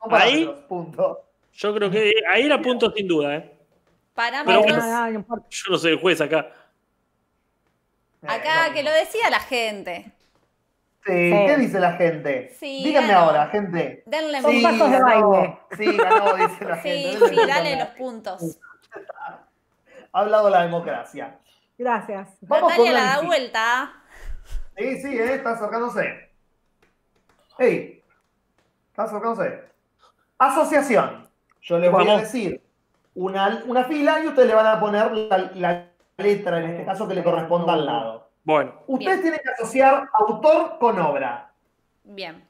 Speaker 3: Son
Speaker 4: Ahí-
Speaker 3: parámetros, punto.
Speaker 4: Yo creo que ahí era punto sin duda. ¿eh? Pero
Speaker 6: Parámetros.
Speaker 4: bueno.
Speaker 5: no, no, no importa.
Speaker 4: Yo no soy el juez acá.
Speaker 6: Acá que lo decida la gente.
Speaker 3: Sí, ¿Qué dice la gente?
Speaker 6: Sí,
Speaker 3: Díganme
Speaker 6: ganó.
Speaker 3: ahora, gente.
Speaker 6: Denle
Speaker 5: Son
Speaker 3: Sí,
Speaker 5: pasos de
Speaker 3: ganó.
Speaker 5: baile.
Speaker 3: Sí, ganó, dice la
Speaker 6: [laughs] Sí,
Speaker 3: gente.
Speaker 6: sí, dale los puntos.
Speaker 3: Ha hablado la democracia.
Speaker 5: Gracias.
Speaker 3: Vamos
Speaker 6: Natalia
Speaker 3: con
Speaker 6: la da
Speaker 3: Nancy.
Speaker 6: vuelta.
Speaker 3: Sí, sí, eh, está acercándose. Hey, está acercándose. Asociación. Yo les voy a
Speaker 4: Vamos.
Speaker 3: decir una, una fila y ustedes le van a poner la, la letra, en este caso, que le corresponda al lado.
Speaker 4: Bueno,
Speaker 3: Ustedes
Speaker 6: Bien.
Speaker 3: tienen que asociar autor con obra.
Speaker 6: Bien.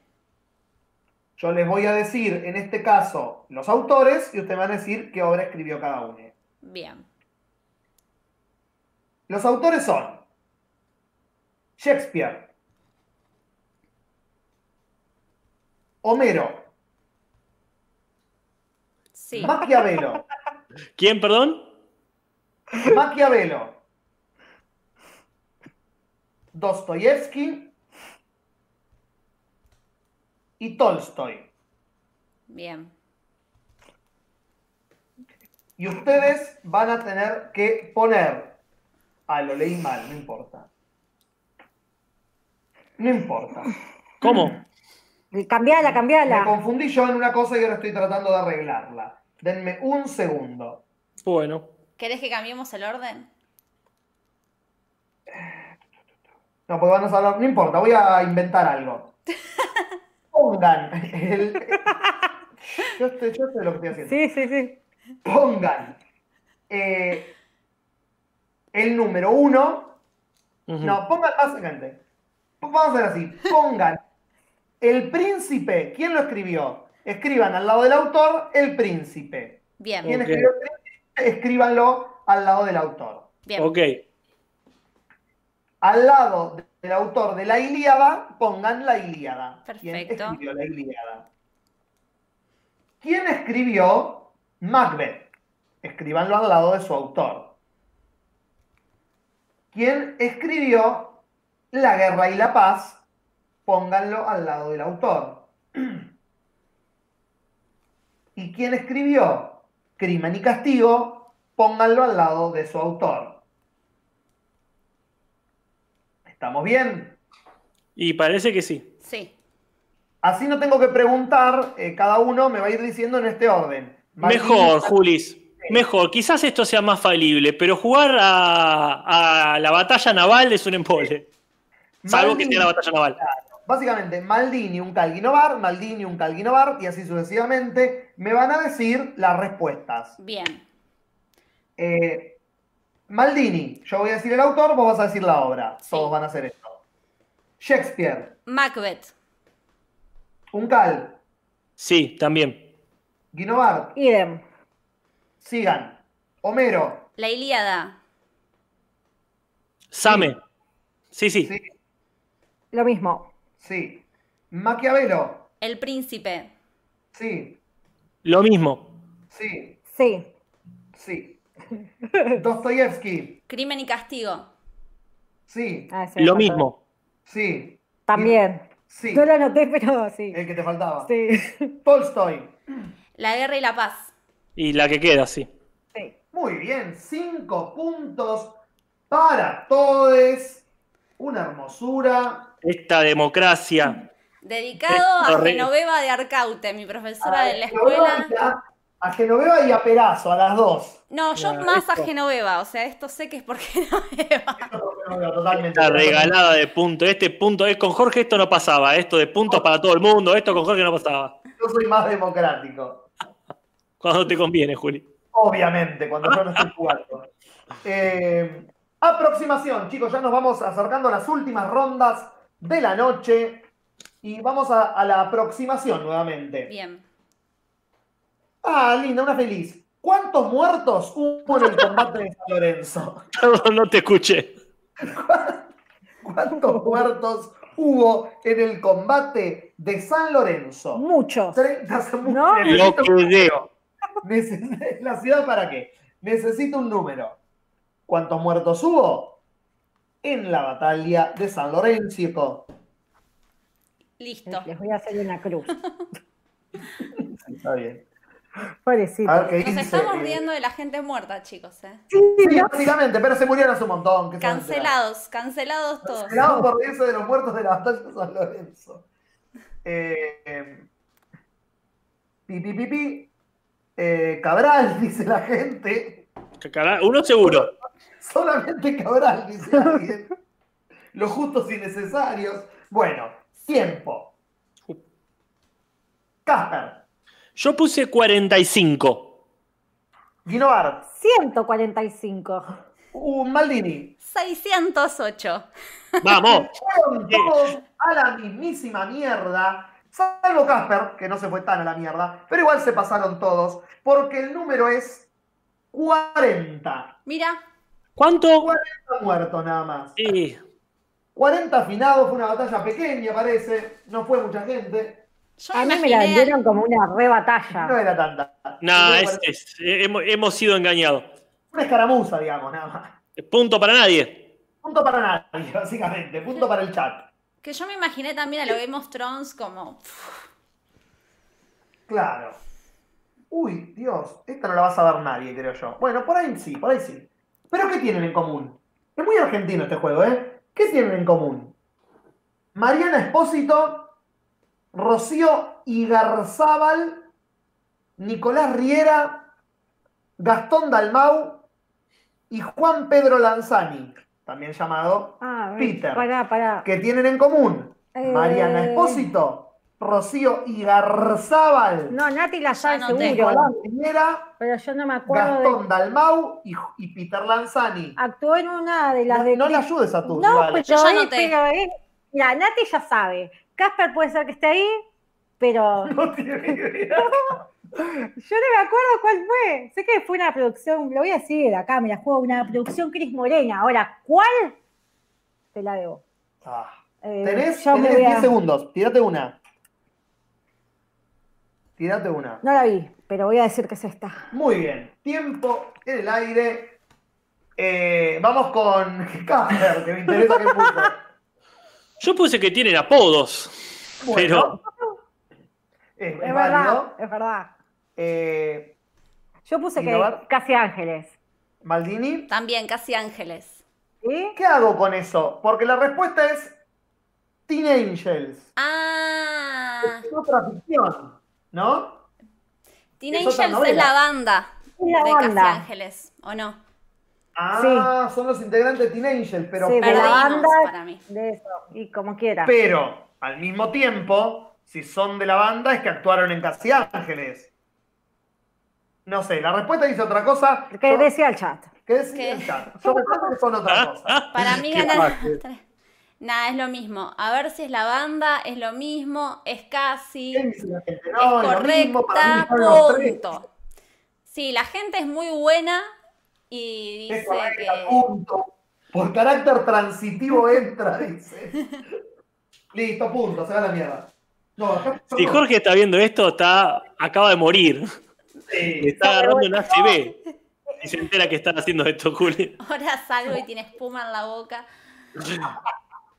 Speaker 3: Yo les voy a decir, en este caso, los autores y ustedes van a decir qué obra escribió cada uno.
Speaker 6: Bien.
Speaker 3: Los autores son Shakespeare, Homero,
Speaker 6: Sí.
Speaker 3: Maquiavelo,
Speaker 4: ¿quién, perdón?
Speaker 3: Maquiavelo, Dostoyevsky y Tolstoy.
Speaker 6: Bien.
Speaker 3: Y ustedes van a tener que poner. Ah, lo leí mal, no importa. No importa. [clears throat]
Speaker 4: ¿Cómo?
Speaker 5: Cambiala,
Speaker 3: Me
Speaker 5: cambiala.
Speaker 3: confundí yo en una cosa y ahora estoy tratando de arreglarla. Denme un segundo.
Speaker 4: Bueno.
Speaker 6: ¿Querés que cambiemos el orden?
Speaker 3: No, porque van a hablar. No importa, voy a inventar algo. Pongan. el- Yo, estoy- yo sé lo que estoy haciendo.
Speaker 5: Sí, sí, sí.
Speaker 3: Pongan eh, el número uno
Speaker 4: Ujú.
Speaker 3: No, pongan básicamente. Vamos a hacer así. Pongan el príncipe. ¿Quién lo escribió? Escriban al lado del autor el príncipe.
Speaker 6: Bien.
Speaker 3: ¿Quién
Speaker 4: Ok.
Speaker 3: escribió el príncipe? Escríbanlo al lado del autor.
Speaker 6: Bien.
Speaker 4: Ok.
Speaker 3: Al lado del autor de la Ilíada, pongan la Ilíada. ¿Quién
Speaker 6: Perfecto.
Speaker 3: escribió la Ilíada? ¿Quién escribió Macbeth? Escríbanlo al lado de su autor. ¿Quién escribió La Guerra y la Paz? Pónganlo al lado del autor. [clears throat] ¿Y quién escribió Crimen y Castigo? Pónganlo al lado de su autor. ¿Estamos bien?
Speaker 4: Y parece que sí.
Speaker 6: Sí.
Speaker 3: Así no tengo que preguntar, eh, cada uno me va a ir diciendo en este orden. Martín,
Speaker 4: Mejor, Julis. Mejor. Quizás esto sea más falible, pero jugar a, a la batalla naval es un embole. Salvo que
Speaker 3: Maldini.
Speaker 4: sea la batalla naval.
Speaker 3: Básicamente, Maldini un Calguinovar, Maldini un Calguinovar y así sucesivamente me van a decir las respuestas.
Speaker 6: Bien.
Speaker 3: Eh, Maldini, yo voy a decir el autor, vos vas a decir la obra.
Speaker 6: Sí.
Speaker 3: Todos van a hacer esto. Shakespeare,
Speaker 6: Macbeth.
Speaker 3: un Cal,
Speaker 4: Sí, también.
Speaker 3: Guinovar,
Speaker 5: Idem.
Speaker 3: Sigan, Homero,
Speaker 6: La Ilíada.
Speaker 4: Same. Sí, sí.
Speaker 3: sí,
Speaker 5: Lo mismo.
Speaker 3: sí. Maquiavelo,
Speaker 6: El Príncipe.
Speaker 3: sí,
Speaker 4: Lo mismo.
Speaker 3: sí,
Speaker 5: Sí.
Speaker 3: sí. Dostoyevsky,
Speaker 6: Crimen y Castigo.
Speaker 3: sí.
Speaker 5: Ah, sí,
Speaker 4: Lo
Speaker 5: faltó.
Speaker 4: mismo.
Speaker 3: Sí.
Speaker 5: También.
Speaker 3: Sí.
Speaker 5: Yo lo anoté, pero sí.
Speaker 3: El que te faltaba.
Speaker 5: Sí.
Speaker 3: Tolstoy.
Speaker 6: La Guerra y la Paz.
Speaker 4: Y la que queda, sí.
Speaker 5: Sí.
Speaker 3: Muy bien. Cinco puntos para todos. Una hermosura.
Speaker 4: Esta democracia. Eh,
Speaker 6: Dedicado a
Speaker 4: Correcto.
Speaker 6: Genoveva de Arcaute, mi profesora de la
Speaker 3: A Genoveva
Speaker 6: escuela.
Speaker 3: y a- A Genoveva y a Perazo, a las dos.
Speaker 6: No, yo
Speaker 4: Ah,
Speaker 6: más a Genoveva, o sea, esto sé que es por [laughs] Genoveva.
Speaker 3: Totalmente.
Speaker 4: Esta regalada de puntos. Este punto es con Jorge esto no pasaba. Esto de puntos para todo el mundo. Esto con Jorge no pasaba.
Speaker 3: Yo soy más democrático.
Speaker 4: Cuando te conviene, Juli. [laughs]
Speaker 3: Obviamente, cuando yo no estoy jugando. Eh, aproximación, chicos, ya nos vamos acercando a las últimas rondas de la noche. Y vamos a, a la aproximación nuevamente.
Speaker 6: Bien.
Speaker 3: Ah, linda, una feliz. ¿Cuántos muertos hubo en el combate de San Lorenzo?
Speaker 4: Perdón, no te escuché.
Speaker 6: [laughs]
Speaker 3: ¿Cuántos muertos hubo en el combate de San Lorenzo?
Speaker 5: Muchos.
Speaker 3: 30 segundos.
Speaker 5: No.
Speaker 4: Lo
Speaker 3: Necesito-
Speaker 4: que deo.
Speaker 3: Neces- [laughs] ¿La ciudad para qué? Necesito un número. ¿Cuántos muertos hubo? En la batalla de San Lorenzo.
Speaker 6: Listo.
Speaker 5: Les voy a hacer una cruz.
Speaker 3: Está bien.
Speaker 5: Pobrecito.
Speaker 3: A ver qué
Speaker 6: Nos
Speaker 3: dice.
Speaker 5: eh,
Speaker 6: estamos riendo de la gente muerta, chicos. eh.
Speaker 3: Sí, básicamente, pero se murieron hace un montón. ¿qué se van a enterar?
Speaker 6: Cancelados, cancelados todos.
Speaker 3: Cancelados por reírse de los muertos de la batalla de San Lorenzo. Eh, eh, pi, pi, pi, pi. Eh, Cabral, dice la gente.
Speaker 4: Cacará- Uno seguro.
Speaker 3: Solamente Cabral, dice alguien. Los justos y necesarios. Bueno, tiempo. Casper,
Speaker 4: Yo puse 45.
Speaker 3: Guino Bart,
Speaker 5: 145.
Speaker 3: un Maldini.
Speaker 6: 608.
Speaker 4: Vamos.
Speaker 3: Fueron todos a la mismísima mierda. Salvo Casper, que no se fue tan a la mierda. Pero igual se pasaron todos. Porque el número es 40.
Speaker 6: Mira,
Speaker 4: ¿Cuánto?
Speaker 3: Está muerto nada más.
Speaker 4: Sí.
Speaker 3: 40 afinados, fue una batalla pequeña, parece. No fue mucha gente.
Speaker 6: yo
Speaker 5: A
Speaker 6: me
Speaker 5: mí me la
Speaker 6: imaginé,
Speaker 5: vendieron como una re
Speaker 3: No
Speaker 5: batalla.
Speaker 3: era tanta.
Speaker 4: Nah,
Speaker 3: Fue
Speaker 4: es- es- eh, hemos, hemos sido engañados.
Speaker 3: Una escaramuza, digamos, nada más.
Speaker 4: Punto para nadie.
Speaker 3: Punto para nadie, [laughs] básicamente. Punto para el chat.
Speaker 6: que yo me imaginé también a los Game of Thrones como
Speaker 3: Claro. Uy, Dios, esta no la vas a ver nadie, creo yo. Bueno, por ahí sí, por ahí sí. Pero ¿qué tienen en común? Es muy argentino este juego, ¿eh? ¿Qué tienen en común? Mariana Espósito, Rocío Igarzábal, Nicolás Riera, Gastón Dalmau y Juan Pedro Lanzani, también llamado,
Speaker 5: Ah,
Speaker 3: Peter.
Speaker 5: Pará, pará.
Speaker 3: ¿qué tienen en común?
Speaker 5: Eh.
Speaker 3: Mariana Espósito, Rocío Igarzábal.
Speaker 5: No, Nati la sabe
Speaker 6: Ya no
Speaker 5: seguro.
Speaker 6: tengo.
Speaker 3: Nicolás Piñera,
Speaker 5: Pero yo no me acuerdo
Speaker 3: Gastón
Speaker 5: de.
Speaker 3: Dalmau y, y Peter Lanzani.
Speaker 5: Actuó en una de las
Speaker 3: No,
Speaker 5: de.
Speaker 3: no le ayudes a tu
Speaker 5: No,
Speaker 3: rival.
Speaker 5: pero,
Speaker 6: Yo ya
Speaker 5: eh,
Speaker 6: noté.
Speaker 5: pero, eh, mira, Nati ya sabe. Casper puede ser que esté ahí, pero
Speaker 3: [laughs]
Speaker 5: yo
Speaker 3: No tiene idea.
Speaker 5: no me acuerdo cuál fue. Sé que fue una producción, lo voy a decir acá, me la juego, una producción Cris Morena. Ahora, ¿cuál? Te la debo.
Speaker 3: Ah.
Speaker 5: Eh,
Speaker 3: Tenés,
Speaker 5: yo me
Speaker 3: tenés
Speaker 5: voy a-
Speaker 3: 10 segundos. Tírate una. Tírate una.
Speaker 5: No la vi, pero voy a decir que es esta.
Speaker 3: Muy bien. Tiempo en el aire. Eh, vamos con [laughs] Casper, que me interesa qué puso.
Speaker 4: Yo puse que tienen apodos.
Speaker 3: Bueno. Es, es
Speaker 5: Es verdad,
Speaker 3: válido.
Speaker 5: es verdad.
Speaker 3: Eh,
Speaker 5: Yo puse que
Speaker 3: Innovar.
Speaker 5: casi ángeles.
Speaker 3: Maldini.
Speaker 6: también casi ángeles.
Speaker 5: ¿Sí?
Speaker 3: ¿Qué hago con eso? Porque la respuesta es Teen Angels.
Speaker 6: Ah,
Speaker 3: Es otra ficción, ¿no?
Speaker 6: Teen
Speaker 3: Es otra
Speaker 6: Angels es
Speaker 3: novela.
Speaker 6: la banda
Speaker 5: Es
Speaker 6: de
Speaker 5: la
Speaker 6: Casi
Speaker 5: banda.
Speaker 6: Ángeles, ¿o no?
Speaker 3: Ah, son los integrantes de Teen Angels, pero,
Speaker 5: Sí, de
Speaker 6: Perdimos
Speaker 5: la banda.
Speaker 6: para mí.
Speaker 5: De eso, y como quiera.
Speaker 3: pero al mismo tiempo, si son de la banda es que actuaron en Casi Ángeles. No sé, la respuesta dice otra cosa.
Speaker 5: Que
Speaker 3: yo-
Speaker 5: decía el chat.
Speaker 3: ¿Qué decir
Speaker 6: ¿Qué?
Speaker 3: el chat? Yo recuerdo que son
Speaker 6: [laughs]
Speaker 3: otra cosa.
Speaker 6: Para mí
Speaker 3: Qué
Speaker 6: ganar.
Speaker 3: fácil.
Speaker 6: Nada, es lo mismo. A ver si es la banda, es lo mismo, es casi.
Speaker 3: ¿Qué dice la gente?
Speaker 6: Es
Speaker 3: No, lo mismo para mí
Speaker 6: correcta,
Speaker 3: son los tres.
Speaker 6: punto. Sí, la gente es muy buena y
Speaker 3: Es
Speaker 6: dice
Speaker 3: correcta,
Speaker 6: que.
Speaker 3: punto. Por carácter transitivo entra, dice.
Speaker 6: [laughs]
Speaker 3: Listo, punto, se va la mierda. No, acá-
Speaker 4: Si Jorge está viendo esto, está, acaba de morir.
Speaker 3: Sí.
Speaker 4: Está agarrando un ACB. Y se entera que están haciendo esto, Juli.
Speaker 6: Ahora [laughs] salgo y tiene espuma en la boca.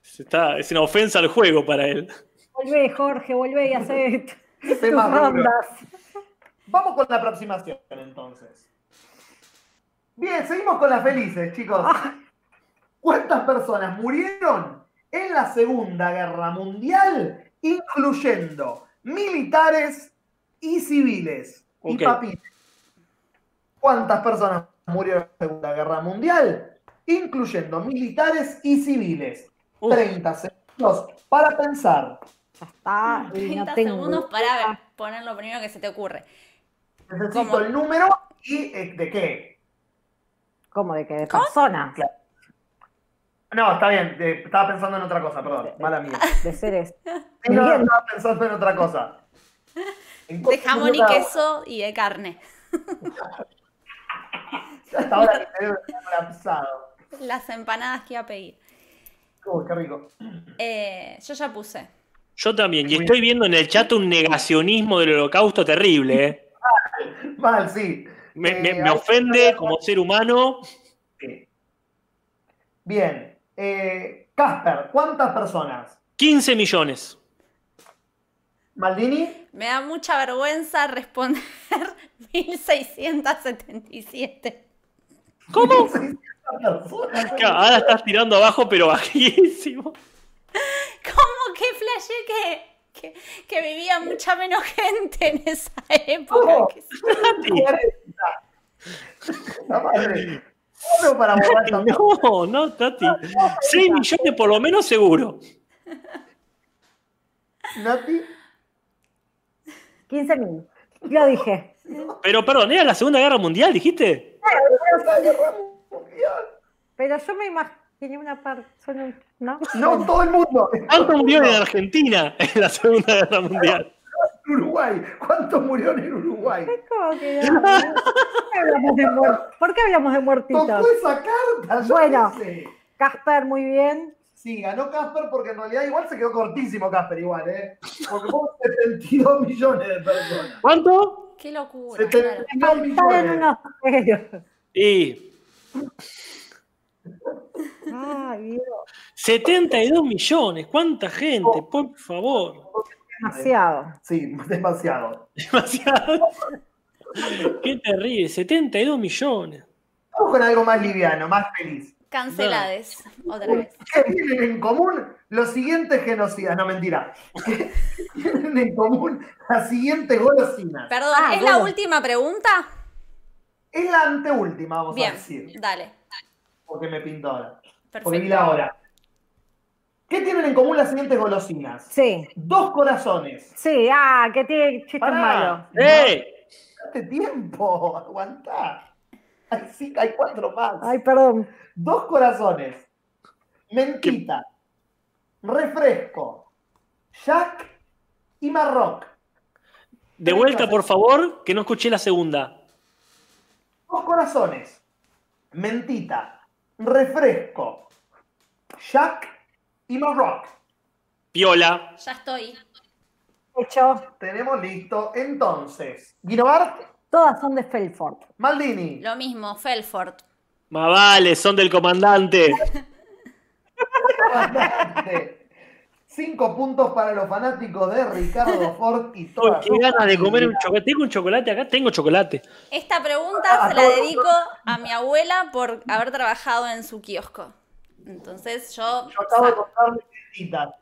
Speaker 4: Se está- es una ofensa al juego para él.
Speaker 5: Volvé, Jorge, volvé
Speaker 3: [laughs]
Speaker 5: y hace tus
Speaker 3: Tema duro.
Speaker 5: rondas.
Speaker 3: Vamos con la aproximación entonces. Bien, seguimos con las felices, chicos. ¿Cuántas personas murieron en la Segunda Guerra Mundial, incluyendo militares y civiles?
Speaker 4: Ok.
Speaker 3: Y papitas. ¿Cuántas personas murieron en la Segunda Guerra Mundial, incluyendo militares y civiles?
Speaker 4: Uh.
Speaker 3: 30 segundos para pensar.
Speaker 5: Ya está, y
Speaker 6: 30
Speaker 5: no tengo.
Speaker 6: segundos para ver, poner lo primero que se te ocurre.
Speaker 3: Necesito
Speaker 6: ¿Cómo?
Speaker 3: el número y eh, de qué.
Speaker 5: ¿Cómo de que de personas?
Speaker 3: No, está bien, eh, estaba pensando en otra cosa, perdón, mala mía.
Speaker 5: De seres.
Speaker 3: Sí, no, estaba pensando en otra cosa. En
Speaker 6: De
Speaker 3: cosas
Speaker 6: jamón y
Speaker 3: otras-
Speaker 6: queso y de carne.
Speaker 3: Ya hasta ahora mi cerebro está colapsado.
Speaker 6: Las empanadas que iba a pedir.
Speaker 3: Uy, qué rico.
Speaker 6: Eh, yo ya puse.
Speaker 4: Yo también. Y estoy viendo en el chat un negacionismo del holocausto terrible. ¿eh?
Speaker 3: Mal, sí.
Speaker 4: Me, me-
Speaker 3: Eh,
Speaker 4: me
Speaker 3: hay-
Speaker 4: ofende como ser humano.
Speaker 3: Sí. Bien. Eh, Casper, ¿cuántas personas?
Speaker 4: 15 millones.
Speaker 3: Maldini.
Speaker 6: Me da mucha vergüenza responder [laughs] 1677.
Speaker 4: ¿Cómo?
Speaker 3: 600 personas.
Speaker 4: Claro, Ahora estás tirando abajo, pero bajísimo.
Speaker 6: [laughs] ¿Cómo que flashé que, que, que vivía mucha menos gente en esa época?
Speaker 3: ¿Cómo?
Speaker 6: ¿Qué sé
Speaker 3: La madre. Solo para borrar tanto.
Speaker 4: No, no, Tati. 6 millones por lo menos seguro.
Speaker 3: Nati.
Speaker 5: 15 mil. Lo dije.
Speaker 4: Pero perdón, ¿era la Segunda Guerra Mundial, dijiste?
Speaker 3: Segunda Guerra Mundial.
Speaker 5: Pero yo me imaginé una parte. solo un- ¿No?
Speaker 3: No todo el mundo.
Speaker 4: [laughs] ¿Cuánto murió en Argentina en la Segunda Guerra Mundial?
Speaker 3: En Uruguay. ¿Cuántos murieron en Uruguay?
Speaker 5: Es como que. no, ¿Por qué hablamos de muer- ¿Por qué hablamos de
Speaker 3: Tocó
Speaker 5: muertitos?
Speaker 3: esa carta. yo
Speaker 5: Bueno.
Speaker 3: qué sé.
Speaker 5: Casper, muy bien.
Speaker 3: Sí, ganó Casper porque en realidad igual se quedó cortísimo Casper igual, ¿eh? Porque fueron 72 millones de personas.
Speaker 4: ¿Cuánto?
Speaker 6: yo? Qué locura. claro.
Speaker 3: 72
Speaker 5: Faltaron
Speaker 3: millones.
Speaker 5: unos ceros.
Speaker 4: Y
Speaker 5: Ay, Dios,
Speaker 4: 72 millones. ¿Cuánta gente? Por favor. [laughs]
Speaker 5: demasiado.
Speaker 3: Sí, demasiado.
Speaker 4: Demasiado. Qué terrible. 72 millones.
Speaker 3: Vamos con algo más liviano, más feliz.
Speaker 6: Cancelades. Otra vez.
Speaker 3: ¿Qué tienen en común los siguientes genocidas? No, mentira. ¿Qué tienen en común las siguientes golosinas?
Speaker 6: Perdón,
Speaker 5: Ah,
Speaker 6: ¿es la
Speaker 5: bueno.
Speaker 6: última pregunta?
Speaker 3: Es la anteúltima, vamos a
Speaker 6: Bien,
Speaker 3: decir,
Speaker 6: dale.
Speaker 3: porque me pinto ahora. Porque vi
Speaker 6: Perfecto.
Speaker 3: la hora. ¿Qué tienen en común las siguientes golosinas?
Speaker 5: Sí,
Speaker 3: Dos corazones.
Speaker 5: sí, ah, que tiene chistes
Speaker 3: Pará.
Speaker 5: malos.
Speaker 4: ¡Eh!
Speaker 3: Date tiempo, [laughs] aguantá. Hay, cinco, hay cuatro más.
Speaker 5: Ay, perdón.
Speaker 3: Dos corazones. Mentita. Refresco. Jack y Marroc.
Speaker 4: De vuelta, por favor, que no escuché la segunda.
Speaker 3: Dos corazones. Mentita. Refresco. Jack y Marroc.
Speaker 4: Piola.
Speaker 6: Ya estoy.
Speaker 5: Hecho,
Speaker 3: Tenemos listo. Entonces, Guinobart,
Speaker 5: todas son de Felford.
Speaker 3: Maldini.
Speaker 6: Lo mismo, Felford.
Speaker 4: Más vale, son del comandante.
Speaker 3: Comandante. Cinco puntos para los fanáticos de Ricardo
Speaker 4: [laughs]
Speaker 3: Ford y
Speaker 4: Uy,
Speaker 3: toda
Speaker 4: Qué ganas de comer un chocolate. Tengo un chocolate acá, tengo chocolate.
Speaker 6: Esta
Speaker 3: Ah,
Speaker 6: pregunta se la
Speaker 3: no, no,
Speaker 6: dedico a mi abuela por haber trabajado en su kiosco. Entonces yo
Speaker 3: Yo acabo de comprar mis galletitas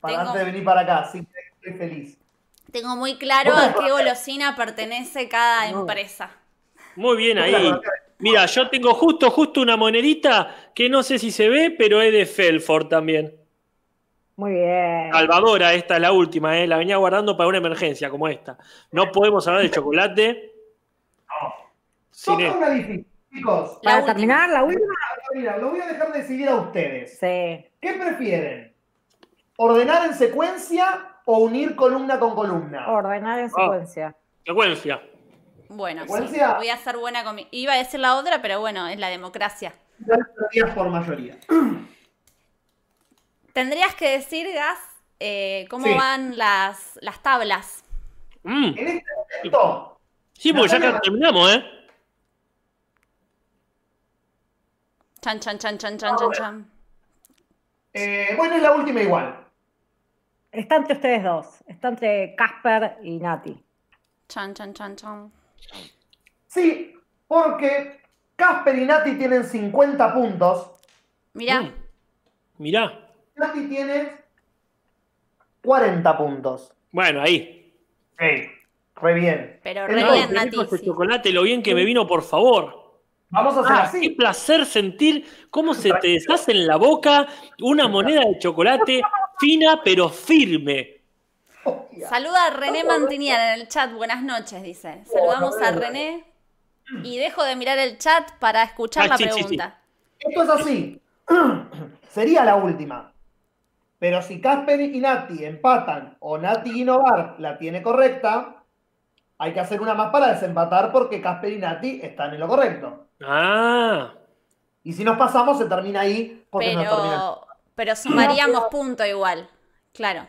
Speaker 3: para
Speaker 6: Tengo-
Speaker 3: antes de venir para acá, así que estoy feliz.
Speaker 6: tengo muy claro a qué golosina pertenece cada empresa.
Speaker 4: Muy bien
Speaker 3: Hola,
Speaker 4: ahí.
Speaker 3: hola.
Speaker 4: Mira, yo tengo justo, justo una monedita que no sé si se ve, pero es de Felford también.
Speaker 5: Muy bien.
Speaker 4: Salvadora, esta es la última, ¿eh? la venía guardando para una emergencia como esta. No podemos hablar de chocolate. Sin e-
Speaker 3: Toca una
Speaker 4: él.
Speaker 3: difícil, chicos.
Speaker 6: La
Speaker 5: Para
Speaker 6: última.
Speaker 5: terminar, la última.
Speaker 3: Mira, lo voy a dejar decidir a ustedes.
Speaker 5: Sí.
Speaker 3: ¿Qué prefieren? ¿Ordenar en secuencia o unir columna con columna?
Speaker 5: Ordenar en secuencia.
Speaker 4: Secuencia.
Speaker 6: Bueno, sí,
Speaker 3: Secuencia.
Speaker 6: voy a ser buena con mi... Iba a decir la otra, pero bueno, es la democracia.
Speaker 3: Dos días por mayoría.
Speaker 6: Tendrías que decir, Gas, eh, cómo
Speaker 3: Sí.
Speaker 6: van las, las tablas.
Speaker 4: Mm.
Speaker 3: En este momento,
Speaker 4: Sí, porque ya
Speaker 3: Natalia.
Speaker 4: casi terminamos, ¿eh?
Speaker 6: Chan, chan, chan, chan, chan, chan, chan.
Speaker 3: eh, bueno, es la última igual.
Speaker 5: Está entre ustedes dos. Está entre Casper y Nati.
Speaker 6: Chan, chan, chan, chan.
Speaker 3: Sí, porque Casper y Nati tienen 50 puntos.
Speaker 6: Mirá,
Speaker 4: Mm. Mirá.
Speaker 3: Nati tiene 40 puntos.
Speaker 4: Bueno, ahí.
Speaker 3: Sí, re bien.
Speaker 6: pero re
Speaker 3: Entonces,
Speaker 6: bien,
Speaker 4: Te
Speaker 6: Nati.
Speaker 4: dejo ese
Speaker 6: sí.
Speaker 4: chocolate, lo bien que me vino, por favor.
Speaker 3: Vamos a hacer
Speaker 4: Ah, qué
Speaker 3: así.
Speaker 4: placer sentir cómo se te deshace en la boca una moneda de chocolate fina pero firme.
Speaker 6: Saluda a René Mantinian en el chat. Buenas noches, dice. Saludamos a René. Y dejo de mirar el chat para escuchar
Speaker 4: Ah,
Speaker 6: la
Speaker 4: sí, sí, sí.
Speaker 6: pregunta.
Speaker 3: Esto es así. [clears throat] Sería la última. Pero si Casper y Nati empatan o Nati Innovar la tiene correcta, hay que hacer una más para desempatar porque Casper y Nati están en lo correcto.
Speaker 4: Ah,
Speaker 3: Y si nos pasamos, se termina ahí porque no termina.
Speaker 6: Pero, pero sumaríamos punto igual. Claro.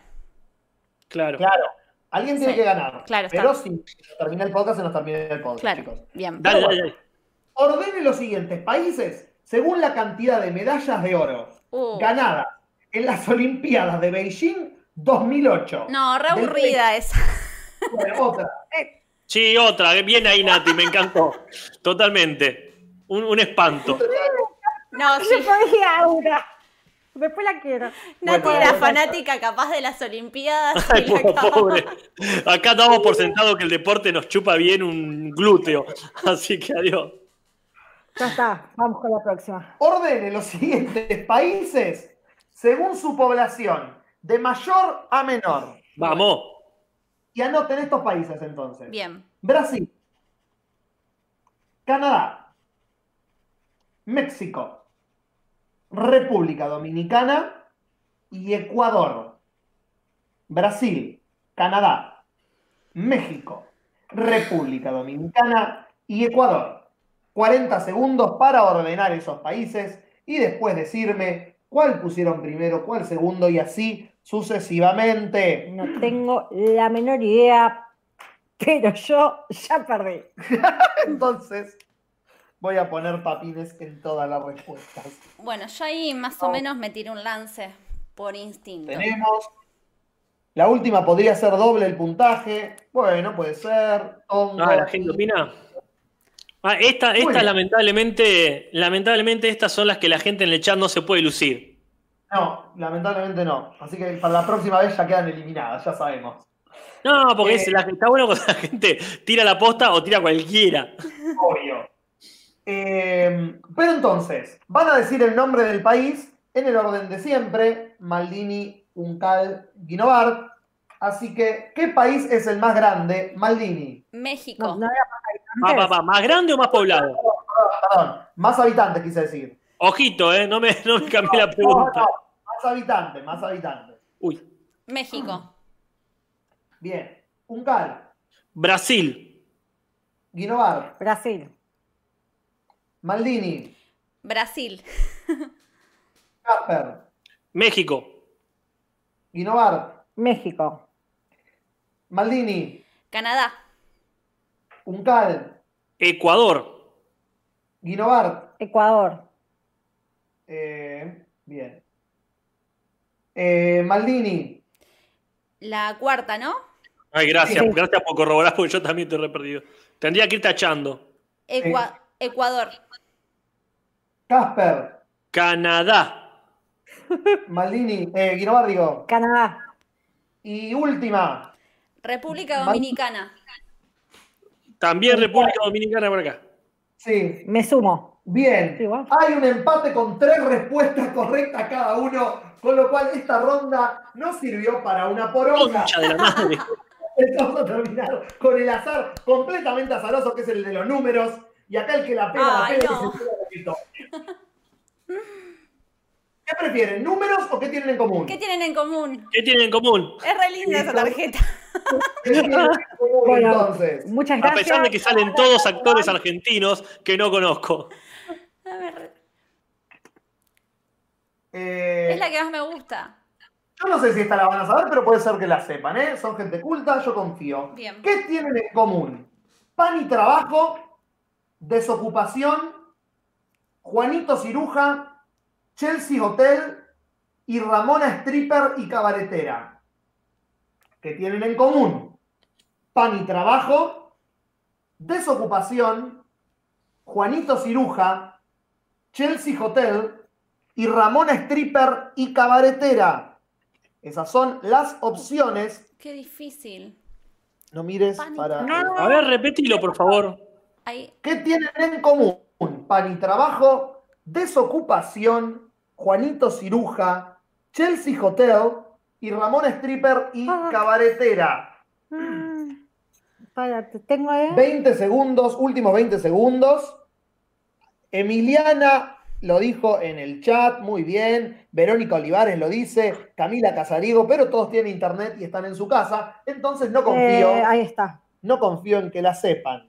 Speaker 4: claro.
Speaker 3: Claro, alguien tiene
Speaker 6: Sí,
Speaker 3: que ganar.
Speaker 6: claro, está.
Speaker 3: pero si nos termina el podcast, se nos termina el podcast,
Speaker 6: Claro,
Speaker 3: chicos.
Speaker 6: bien.
Speaker 4: Dale, dale, dale.
Speaker 3: Ordene los siguientes países según la cantidad de medallas de oro
Speaker 6: Uh,
Speaker 3: ganadas en las Olimpiadas de Beijing 2008.
Speaker 6: No, re aburrida esa. [laughs]
Speaker 3: Bueno, otra.
Speaker 4: Sí, otra. Bien ahí, Nati, me encantó. Totalmente. Un, un espanto.
Speaker 5: [laughs]
Speaker 6: No,
Speaker 5: Yo
Speaker 6: sí.
Speaker 5: podía una. Después la quiero.
Speaker 6: Nati
Speaker 3: Bueno,
Speaker 6: era
Speaker 3: bueno.
Speaker 6: fanática capaz de las Olimpiadas.
Speaker 4: Ay,
Speaker 6: y la
Speaker 4: po-
Speaker 6: acababa-
Speaker 4: pobre. Acá damos por sentado que el deporte nos chupa bien un glúteo. Así que adiós.
Speaker 5: Ya está, vamos con la próxima.
Speaker 3: Ordene los siguientes países según su población, de mayor a menor.
Speaker 4: Vamos.
Speaker 3: Y anoten estos países entonces.
Speaker 6: Bien.
Speaker 3: Brasil, Canadá, México, República Dominicana y Ecuador. Brasil, Canadá, México, República Dominicana y Ecuador. 40 segundos para ordenar esos países y después decirme cuál pusieron primero, cuál segundo y así sucesivamente.
Speaker 5: [clears throat] No tengo la menor idea, pero yo ya perdí.
Speaker 3: Entonces, voy a poner papines en todas las respuestas.
Speaker 6: Bueno, yo ahí más o menos me tiré un lance por instinto.
Speaker 3: Tenemos. La última podría ser doble el puntaje. Bueno, puede ser. Tongo,
Speaker 4: Ah, la gente opina. Ah, esta, estas,
Speaker 3: Bueno.
Speaker 4: lamentablemente, lamentablemente, estas son las que la gente en el chat no se puede lucir.
Speaker 3: No, lamentablemente no. Así que para la próxima vez ya quedan eliminadas, ya sabemos.
Speaker 4: No, porque
Speaker 3: Eh.
Speaker 4: es la- está bueno cuando la gente tira la posta o tira cualquiera.
Speaker 3: Obvio. Eh, pero entonces, van a decir el nombre del país en el orden de siempre: Maldini, Uncal, Guinovar. Así que, ¿qué país es el más grande? Maldini.
Speaker 6: México.
Speaker 5: No, no había más
Speaker 4: Va, va,
Speaker 5: habitantes.
Speaker 4: va. ¿Más grande o más poblado?
Speaker 3: Perdón, más habitantes quise decir.
Speaker 4: Ojito, eh, no me, no me cambié la
Speaker 3: No, no,
Speaker 4: pregunta.
Speaker 3: más habitantes, más habitantes.
Speaker 4: Uy.
Speaker 6: México.
Speaker 3: Bien. Uncal,
Speaker 4: Brasil,
Speaker 3: Guinovar,
Speaker 5: Brasil.
Speaker 3: Maldini,
Speaker 6: Brasil.
Speaker 3: Casper,
Speaker 4: México,
Speaker 3: Guinovar,
Speaker 5: México.
Speaker 3: Maldini,
Speaker 6: Canadá.
Speaker 3: Uncal,
Speaker 4: Ecuador,
Speaker 3: Guinovar.
Speaker 5: Ecuador.
Speaker 3: eh, bien. Eh, Maldini,
Speaker 6: La cuarta, ¿no?
Speaker 4: Ay, gracias,
Speaker 5: Sí.
Speaker 4: gracias por corroborar porque yo también estoy re perdido. Tendría que ir tachando.
Speaker 6: Ecua- Ecuador.
Speaker 3: Casper,
Speaker 4: Canadá,
Speaker 3: Maldini, eh, Guinovar, digo.
Speaker 5: Canadá.
Speaker 3: Y última,
Speaker 6: República
Speaker 3: Mal-
Speaker 6: Dominicana.
Speaker 4: también República Dominicana por acá.
Speaker 3: sí,
Speaker 5: Me sumo.
Speaker 3: Bien,
Speaker 5: Igual.
Speaker 3: hay un empate con tres respuestas correctas cada uno, con lo cual esta ronda no sirvió para una poronga.
Speaker 4: Concha de la madre.
Speaker 3: Vamos a terminar con el azar completamente azaroso, que es el de los números. Y acá el que la pega,
Speaker 6: Ay,
Speaker 3: la pega
Speaker 6: no.
Speaker 3: y se pega la que toca. ¿Qué prefieren, números o qué tienen en común?
Speaker 6: ¿Qué tienen en común?
Speaker 4: ¿Qué tienen en común?
Speaker 6: Es re linda esa tarjeta.
Speaker 3: ¿Qué tienen en
Speaker 6: [laughs]
Speaker 3: común
Speaker 5: Bueno.
Speaker 3: entonces?
Speaker 5: Muchas
Speaker 4: A
Speaker 5: gracias.
Speaker 4: pesar de que salen todos actores argentinos que no conozco.
Speaker 6: A ver,
Speaker 3: Eh,
Speaker 6: es la que más me gusta.
Speaker 3: Yo no sé si esta la van a saber, pero puede ser que la sepan, ¿eh? Son gente culta, yo confío.
Speaker 6: Bien.
Speaker 3: ¿Qué tienen en común? Pan y trabajo, desocupación, Juanito Ciruja, Chelsea Hotel y Ramona Stripper y Cabaretera. ¿Qué tienen en común? Pan y trabajo, desocupación, Juanito Ciruja, Chelsea Hotel y Ramona Stripper y Cabaretera. Esas son las opciones.
Speaker 6: Qué difícil.
Speaker 3: No mires
Speaker 6: Pan y
Speaker 3: para...
Speaker 6: trabajo.
Speaker 4: A ver, repetilo, por favor.
Speaker 6: Ahí,
Speaker 3: ¿Qué tienen en común? Pan y trabajo, desocupación, Juanito Ciruja, Chelsea Hotel y Ramón Stripper y
Speaker 5: Ah.
Speaker 3: Cabaretera.
Speaker 5: Mm. Para, te tengo eh.
Speaker 3: 20 segundos, últimos 20 segundos. Emiliana lo dijo en el chat, muy bien. Verónica Olivares lo dice, Camila Casariego, pero todos tienen internet y están en su casa, entonces no confío.
Speaker 5: Eh, ahí está.
Speaker 3: No confío en que la sepan.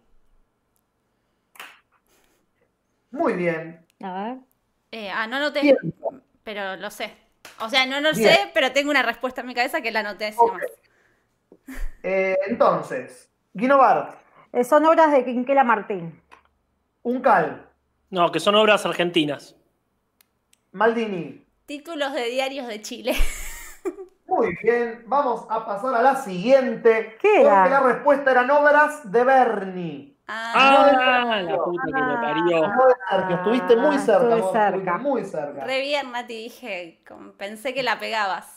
Speaker 3: Muy bien.
Speaker 5: A ver.
Speaker 6: eh, ah, no anoté,
Speaker 3: Tiempo.
Speaker 6: pero lo sé. O sea, no lo
Speaker 3: Bien.
Speaker 6: sé, pero tengo una respuesta en mi cabeza que la anoté. sin
Speaker 3: Ok.
Speaker 6: más.
Speaker 3: Eh, entonces, Guinovar,
Speaker 5: Eh, son obras de Quinquela Martín.
Speaker 3: Uncal,
Speaker 4: No, que son obras argentinas.
Speaker 3: Maldini.
Speaker 6: Títulos de diarios de Chile. [laughs]
Speaker 3: Muy Muy bien, vamos a pasar a la siguiente.
Speaker 5: ¿Qué era?
Speaker 3: Porque la respuesta eran obras de Bernie.
Speaker 4: Ah, la puta que me parió.
Speaker 3: No de Sergio, estuviste muy
Speaker 5: Ah,
Speaker 3: cerca.
Speaker 5: estuve
Speaker 3: vos,
Speaker 5: cerca.
Speaker 3: estuviste Muy cerca.
Speaker 6: Re bien, Nati, dije, como- pensé que la pegabas.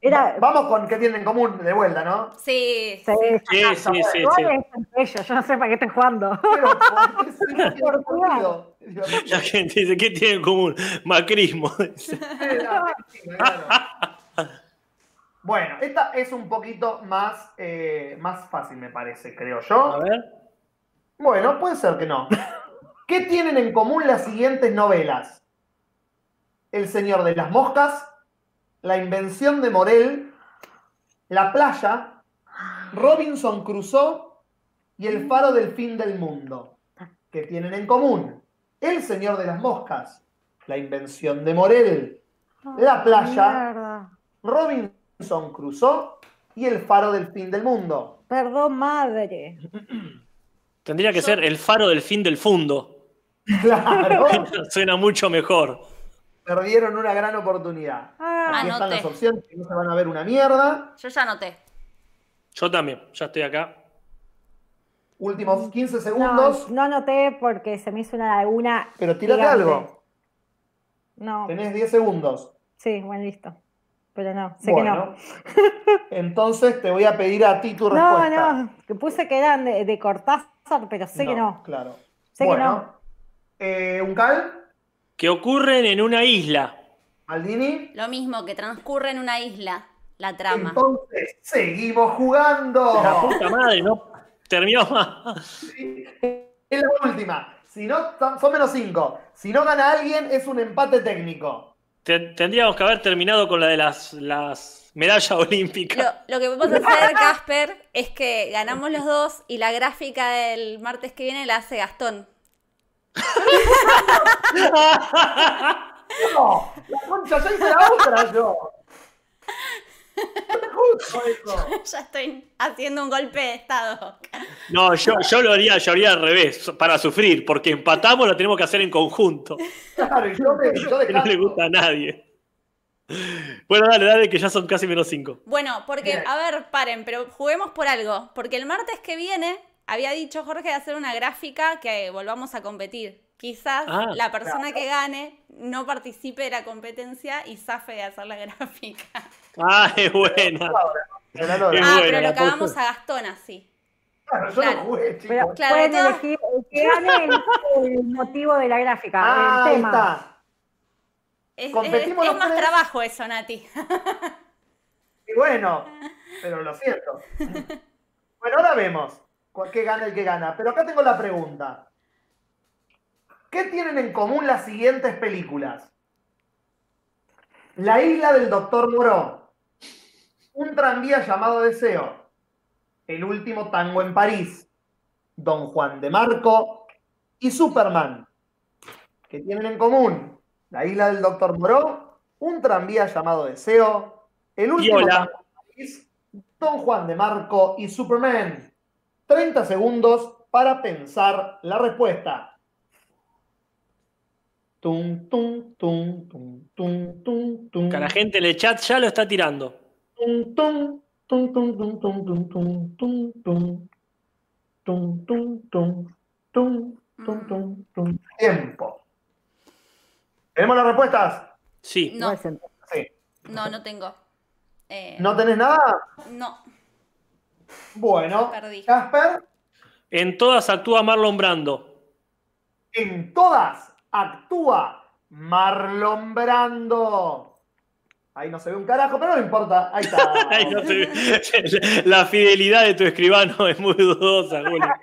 Speaker 5: Era.
Speaker 3: Vamos con qué tienen en común de vuelta,
Speaker 5: [laughs]
Speaker 3: ¿no?
Speaker 6: Sí,
Speaker 5: Sí,
Speaker 4: Sí, sí, sí, sí.
Speaker 5: igual es bello, yo no sé para qué estoy jugando.
Speaker 3: Pero, ¿por qué se me quedó dormido?
Speaker 5: [laughs]
Speaker 4: La gente dice, ¿qué tiene en común? Macrismo. dice.
Speaker 3: Era, claro. [laughs] Bueno, esta es un poquito más, eh, más fácil, me parece, creo yo.
Speaker 4: A ver.
Speaker 3: Bueno, puede ser que no. ¿Qué tienen en común las siguientes novelas? El Señor de las Moscas, La Invención de Morel, La Playa, Robinson Crusoe y El Faro del Fin del Mundo. ¿Qué tienen en común? El Señor de las Moscas, La Invención de Morel, La Playa,
Speaker 5: Mierda.
Speaker 3: Robinson Crusoe y El Faro del Fin del Mundo. [laughs]
Speaker 5: Perdón, madre.
Speaker 4: Tendría que ser el faro del fin del fundo.
Speaker 5: [laughs]
Speaker 3: Claro.
Speaker 4: Suena mucho mejor.
Speaker 3: perdieron una gran oportunidad.
Speaker 5: Ah,
Speaker 3: Aquí están
Speaker 6: Anoté.
Speaker 3: las opciones, que no se van a ver una mierda.
Speaker 6: yo ya anoté.
Speaker 4: Yo también, ya estoy acá.
Speaker 3: Últimos 15
Speaker 5: no,
Speaker 3: segundos,
Speaker 5: no anoté porque se me hizo una laguna.
Speaker 3: pero tirate
Speaker 5: gigante.
Speaker 3: algo.
Speaker 5: No,
Speaker 3: Tenés 10 segundos.
Speaker 5: sí, bueno, listo. Pero no, sé que no.
Speaker 3: bueno, entonces te voy a pedir a ti tu
Speaker 5: No,
Speaker 3: respuesta.
Speaker 5: no, que puse que eran de, de Cortázar, pero sé que no.
Speaker 3: Claro.
Speaker 5: Sé que
Speaker 3: bueno, eh, Uncal,
Speaker 4: Que ocurren en una isla.
Speaker 3: Maldini.
Speaker 6: Lo mismo que transcurre en una isla, la trama.
Speaker 3: Entonces, seguimos jugando.
Speaker 4: La puta madre, no terminó más.
Speaker 3: Es la última. Si no, son son menos 5. Si no gana alguien, es un empate técnico.
Speaker 4: Te- Tendríamos que haber terminado con la de las, las medallas [laughs] olímpicas.
Speaker 6: Lo, lo que podemos hacer, Casper, es que ganamos los dos y la gráfica del martes que viene la hace Gastón. [laughs]
Speaker 3: No, la concha, ya hice la otra yo. No es justo eso.
Speaker 6: ya estoy haciendo un golpe de estado.
Speaker 4: No, yo, yo lo haría, yo haría al revés, para sufrir, porque empatamos lo tenemos que hacer en conjunto.
Speaker 3: Claro, y yo, me, yo
Speaker 4: Que no le gusta a nadie. Bueno, dale, dale, que ya son casi menos 5.
Speaker 6: Bueno, porque,
Speaker 3: Bien.
Speaker 6: a ver, paren, pero juguemos por algo. Porque el martes que viene había dicho Jorge de hacer una gráfica que volvamos a competir. Quizás
Speaker 4: Ah,
Speaker 6: la persona que gane no participe de la competencia y zafe de hacer la [laughs] gráfica.
Speaker 4: Ah, es buena.
Speaker 3: Claro,
Speaker 4: Qué
Speaker 6: ah,
Speaker 4: buena,
Speaker 6: pero
Speaker 4: la
Speaker 6: lo
Speaker 4: puta.
Speaker 6: cagamos a Gastón así.
Speaker 3: claro, yo
Speaker 6: claro.
Speaker 3: no jugué,
Speaker 5: Pero
Speaker 3: chicos.
Speaker 6: Claro,
Speaker 5: pueden
Speaker 6: todas-
Speaker 5: elegir el que gane el, el motivo de la gráfica,
Speaker 3: Ah,
Speaker 5: el
Speaker 3: ahí
Speaker 5: tema.
Speaker 3: está.
Speaker 6: Es, es-
Speaker 3: Competimos
Speaker 6: es
Speaker 3: los
Speaker 6: más
Speaker 3: tres.
Speaker 6: trabajo eso, Nati.
Speaker 3: Y bueno, pero lo siento. Bueno, ahora vemos cu- qué gana el que gana. Pero acá tengo la pregunta. ¿Qué tienen en común las siguientes películas? La isla del Doctor Moreau. Un tranvía llamado Deseo. El último tango en París. Don Juan de Marco y Superman. ¿Qué tienen en común? La isla del Doctor Moreau, un tranvía llamado Deseo, el último
Speaker 4: Viola.
Speaker 3: tango en París, Don Juan de Marco y Superman. 30 segundos para pensar la respuesta. Tum, tum, tum, tum, tum, tum, tum.
Speaker 4: Que la gente en el chat ya lo está tirando.
Speaker 3: Tum, tum, tum, tum, tum, tum, tum, tum, tum, tum. Tum, tum, tum, tum, tum, tum, tum. Tiempo. ¿Tenemos las respuestas?
Speaker 4: Sí.
Speaker 6: No,
Speaker 3: Sí.
Speaker 6: no, no tengo. Eh,
Speaker 3: ¿No tenés nada?
Speaker 6: no.
Speaker 3: Bueno,
Speaker 6: Perdí.
Speaker 3: Casper,
Speaker 4: En todas actúa Marlon Brando.
Speaker 3: en todas actúa Marlon Brando. Ahí no se ve un carajo, pero no importa. Ahí está.
Speaker 4: [laughs] Ay, no te- La fidelidad de tu escribano [laughs] es muy dudosa, Juli.
Speaker 5: No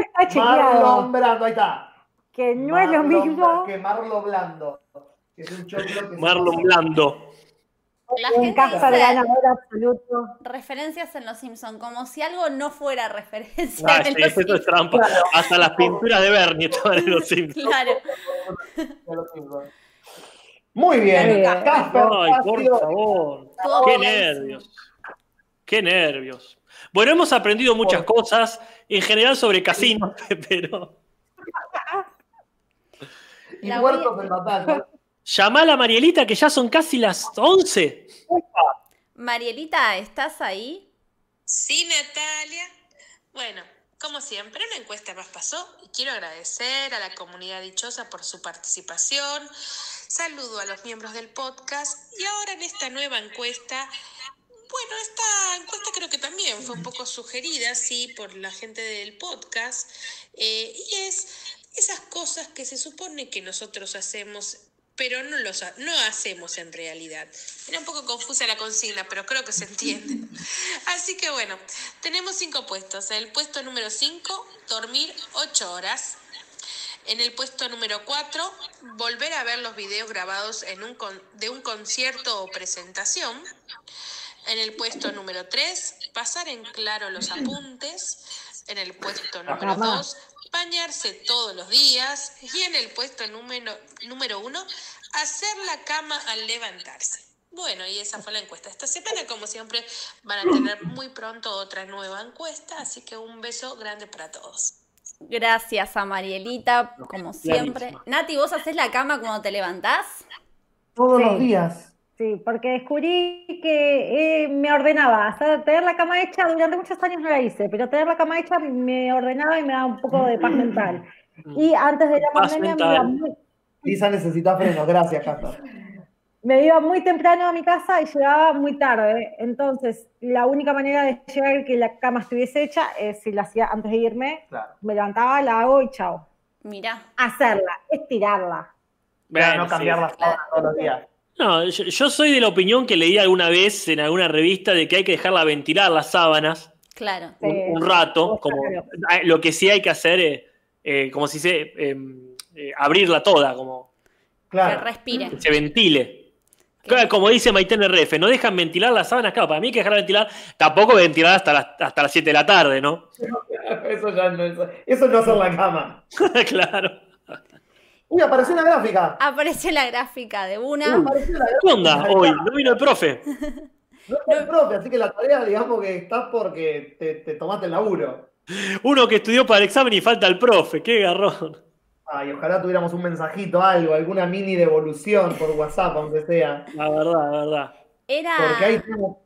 Speaker 5: está chequeado.
Speaker 3: Marlon Brando, ahí está.
Speaker 5: Que no es lo
Speaker 3: Marlon
Speaker 5: mismo.
Speaker 3: Bra- Que Marlon Blando. Que es un choclo que se-
Speaker 4: Marlon Blando.
Speaker 6: La
Speaker 5: Un
Speaker 6: gente
Speaker 5: Casper
Speaker 6: dice
Speaker 5: ganador absoluto.
Speaker 6: referencias en Los Simpsons, como si algo no fuera referencia
Speaker 4: Ah, sí,
Speaker 6: en Los
Speaker 4: [laughs] eso es
Speaker 6: Simpson.
Speaker 4: trampa. Hasta las pinturas de Bernie estaban en los Simpsons.
Speaker 6: Claro.
Speaker 3: de los Simpsons. Muy bien,
Speaker 5: Claro.
Speaker 3: Casper.
Speaker 4: Ay,
Speaker 3: ha
Speaker 4: por
Speaker 3: sido-
Speaker 4: favor.
Speaker 6: Estuvo
Speaker 4: Qué
Speaker 6: buenísimo.
Speaker 4: nervios. Qué nervios. Bueno, hemos aprendido muchas cosas, en general sobre casinos, [laughs] pero.
Speaker 3: Y
Speaker 6: La
Speaker 3: muertos
Speaker 6: voy a-
Speaker 3: en batalla.
Speaker 4: Llamá a la Marielita que ya son casi las 11.
Speaker 6: Marielita, ¿estás ahí?
Speaker 8: Sí, Natalia. Bueno, como siempre, una encuesta más pasó y quiero agradecer a la comunidad dichosa por su participación. Saludo a los miembros del podcast y ahora en esta nueva encuesta, bueno, esta encuesta creo que también fue un poco sugerida, sí, por la gente del podcast eh, y es esas cosas que se supone que nosotros hacemos pero no los ha- no hacemos en realidad. Era un poco confusa la consigna, pero creo que se entiende. Así que bueno, tenemos cinco puestos. En el puesto número 5, dormir 8 horas. En el puesto número 4, volver a ver los videos grabados en un con- de un concierto o presentación. En el puesto número 3, pasar en claro los apuntes. En el puesto número
Speaker 7: Mamá.
Speaker 8: 2, bañarse todos los días. Y en el puesto número 1, hacer la cama al levantarse. Bueno, y esa fue la encuesta esta semana. Como siempre, van a tener muy pronto otra nueva encuesta. Así que un beso grande para todos.
Speaker 6: Gracias a Marielita, como siempre. Nati, ¿vos haces la cama cuando te levantás?
Speaker 3: Todos
Speaker 5: Sí.
Speaker 3: los días.
Speaker 5: Sí, porque descubrí que eh, me ordenaba. O sea, tener la cama hecha, durante muchos años no la hice, pero tener la cama hecha me ordenaba y me daba un poco de paz mental. Y antes de la
Speaker 4: Mm. Paz
Speaker 5: pandemia me
Speaker 4: mental.
Speaker 5: iba, muy,
Speaker 3: Lisa necesita frenos. Gracias, Cata.
Speaker 5: me iba muy temprano a mi casa y llegaba muy tarde. Entonces, la única manera de llegar a que la cama estuviese hecha es si la hacía antes de irme,
Speaker 3: Claro.
Speaker 5: me levantaba, la hago y chao.
Speaker 6: Mirá.
Speaker 5: Hacerla, estirarla.
Speaker 3: Para
Speaker 4: Bueno,
Speaker 3: no
Speaker 4: sí.
Speaker 3: cambiar las cosas todos los días.
Speaker 4: No, yo, yo soy de la opinión que leí alguna vez en alguna revista de que hay que dejarla ventilar las sábanas
Speaker 6: Claro.
Speaker 5: Sí.
Speaker 4: un, un rato.
Speaker 5: Ojalá.
Speaker 4: Como, ah, lo que sí hay que hacer es, eh, como si se dice, eh, eh, abrirla toda, como
Speaker 6: Que
Speaker 3: Claro.
Speaker 6: respire.
Speaker 4: que se ventile. Claro, como dice Maiten RF, no dejan ventilar las sábanas. Claro, para mí hay que dejar ventilar, tampoco ventilar hasta las, hasta las 7 de la tarde, ¿no?
Speaker 3: [laughs]
Speaker 4: [laughs]
Speaker 3: Eso ya no es. Eso no es hacer la cama.
Speaker 4: claro.
Speaker 3: Uy, apareció una gráfica.
Speaker 6: Aparece la gráfica de una.
Speaker 3: Uy, apareció una gráfica.
Speaker 4: ¿Qué onda hoy? No vino el profe.
Speaker 3: No es propia, así que la tarea, digamos que está porque te, te tomaste el laburo.
Speaker 4: Uno que estudió para el examen y falta el profe. Qué garrón.
Speaker 3: Ay, ojalá tuviéramos un mensajito, algo, alguna mini devolución por WhatsApp, aunque sea.
Speaker 4: La verdad, la verdad.
Speaker 3: Porque ahí
Speaker 6: Era.
Speaker 3: tenemos.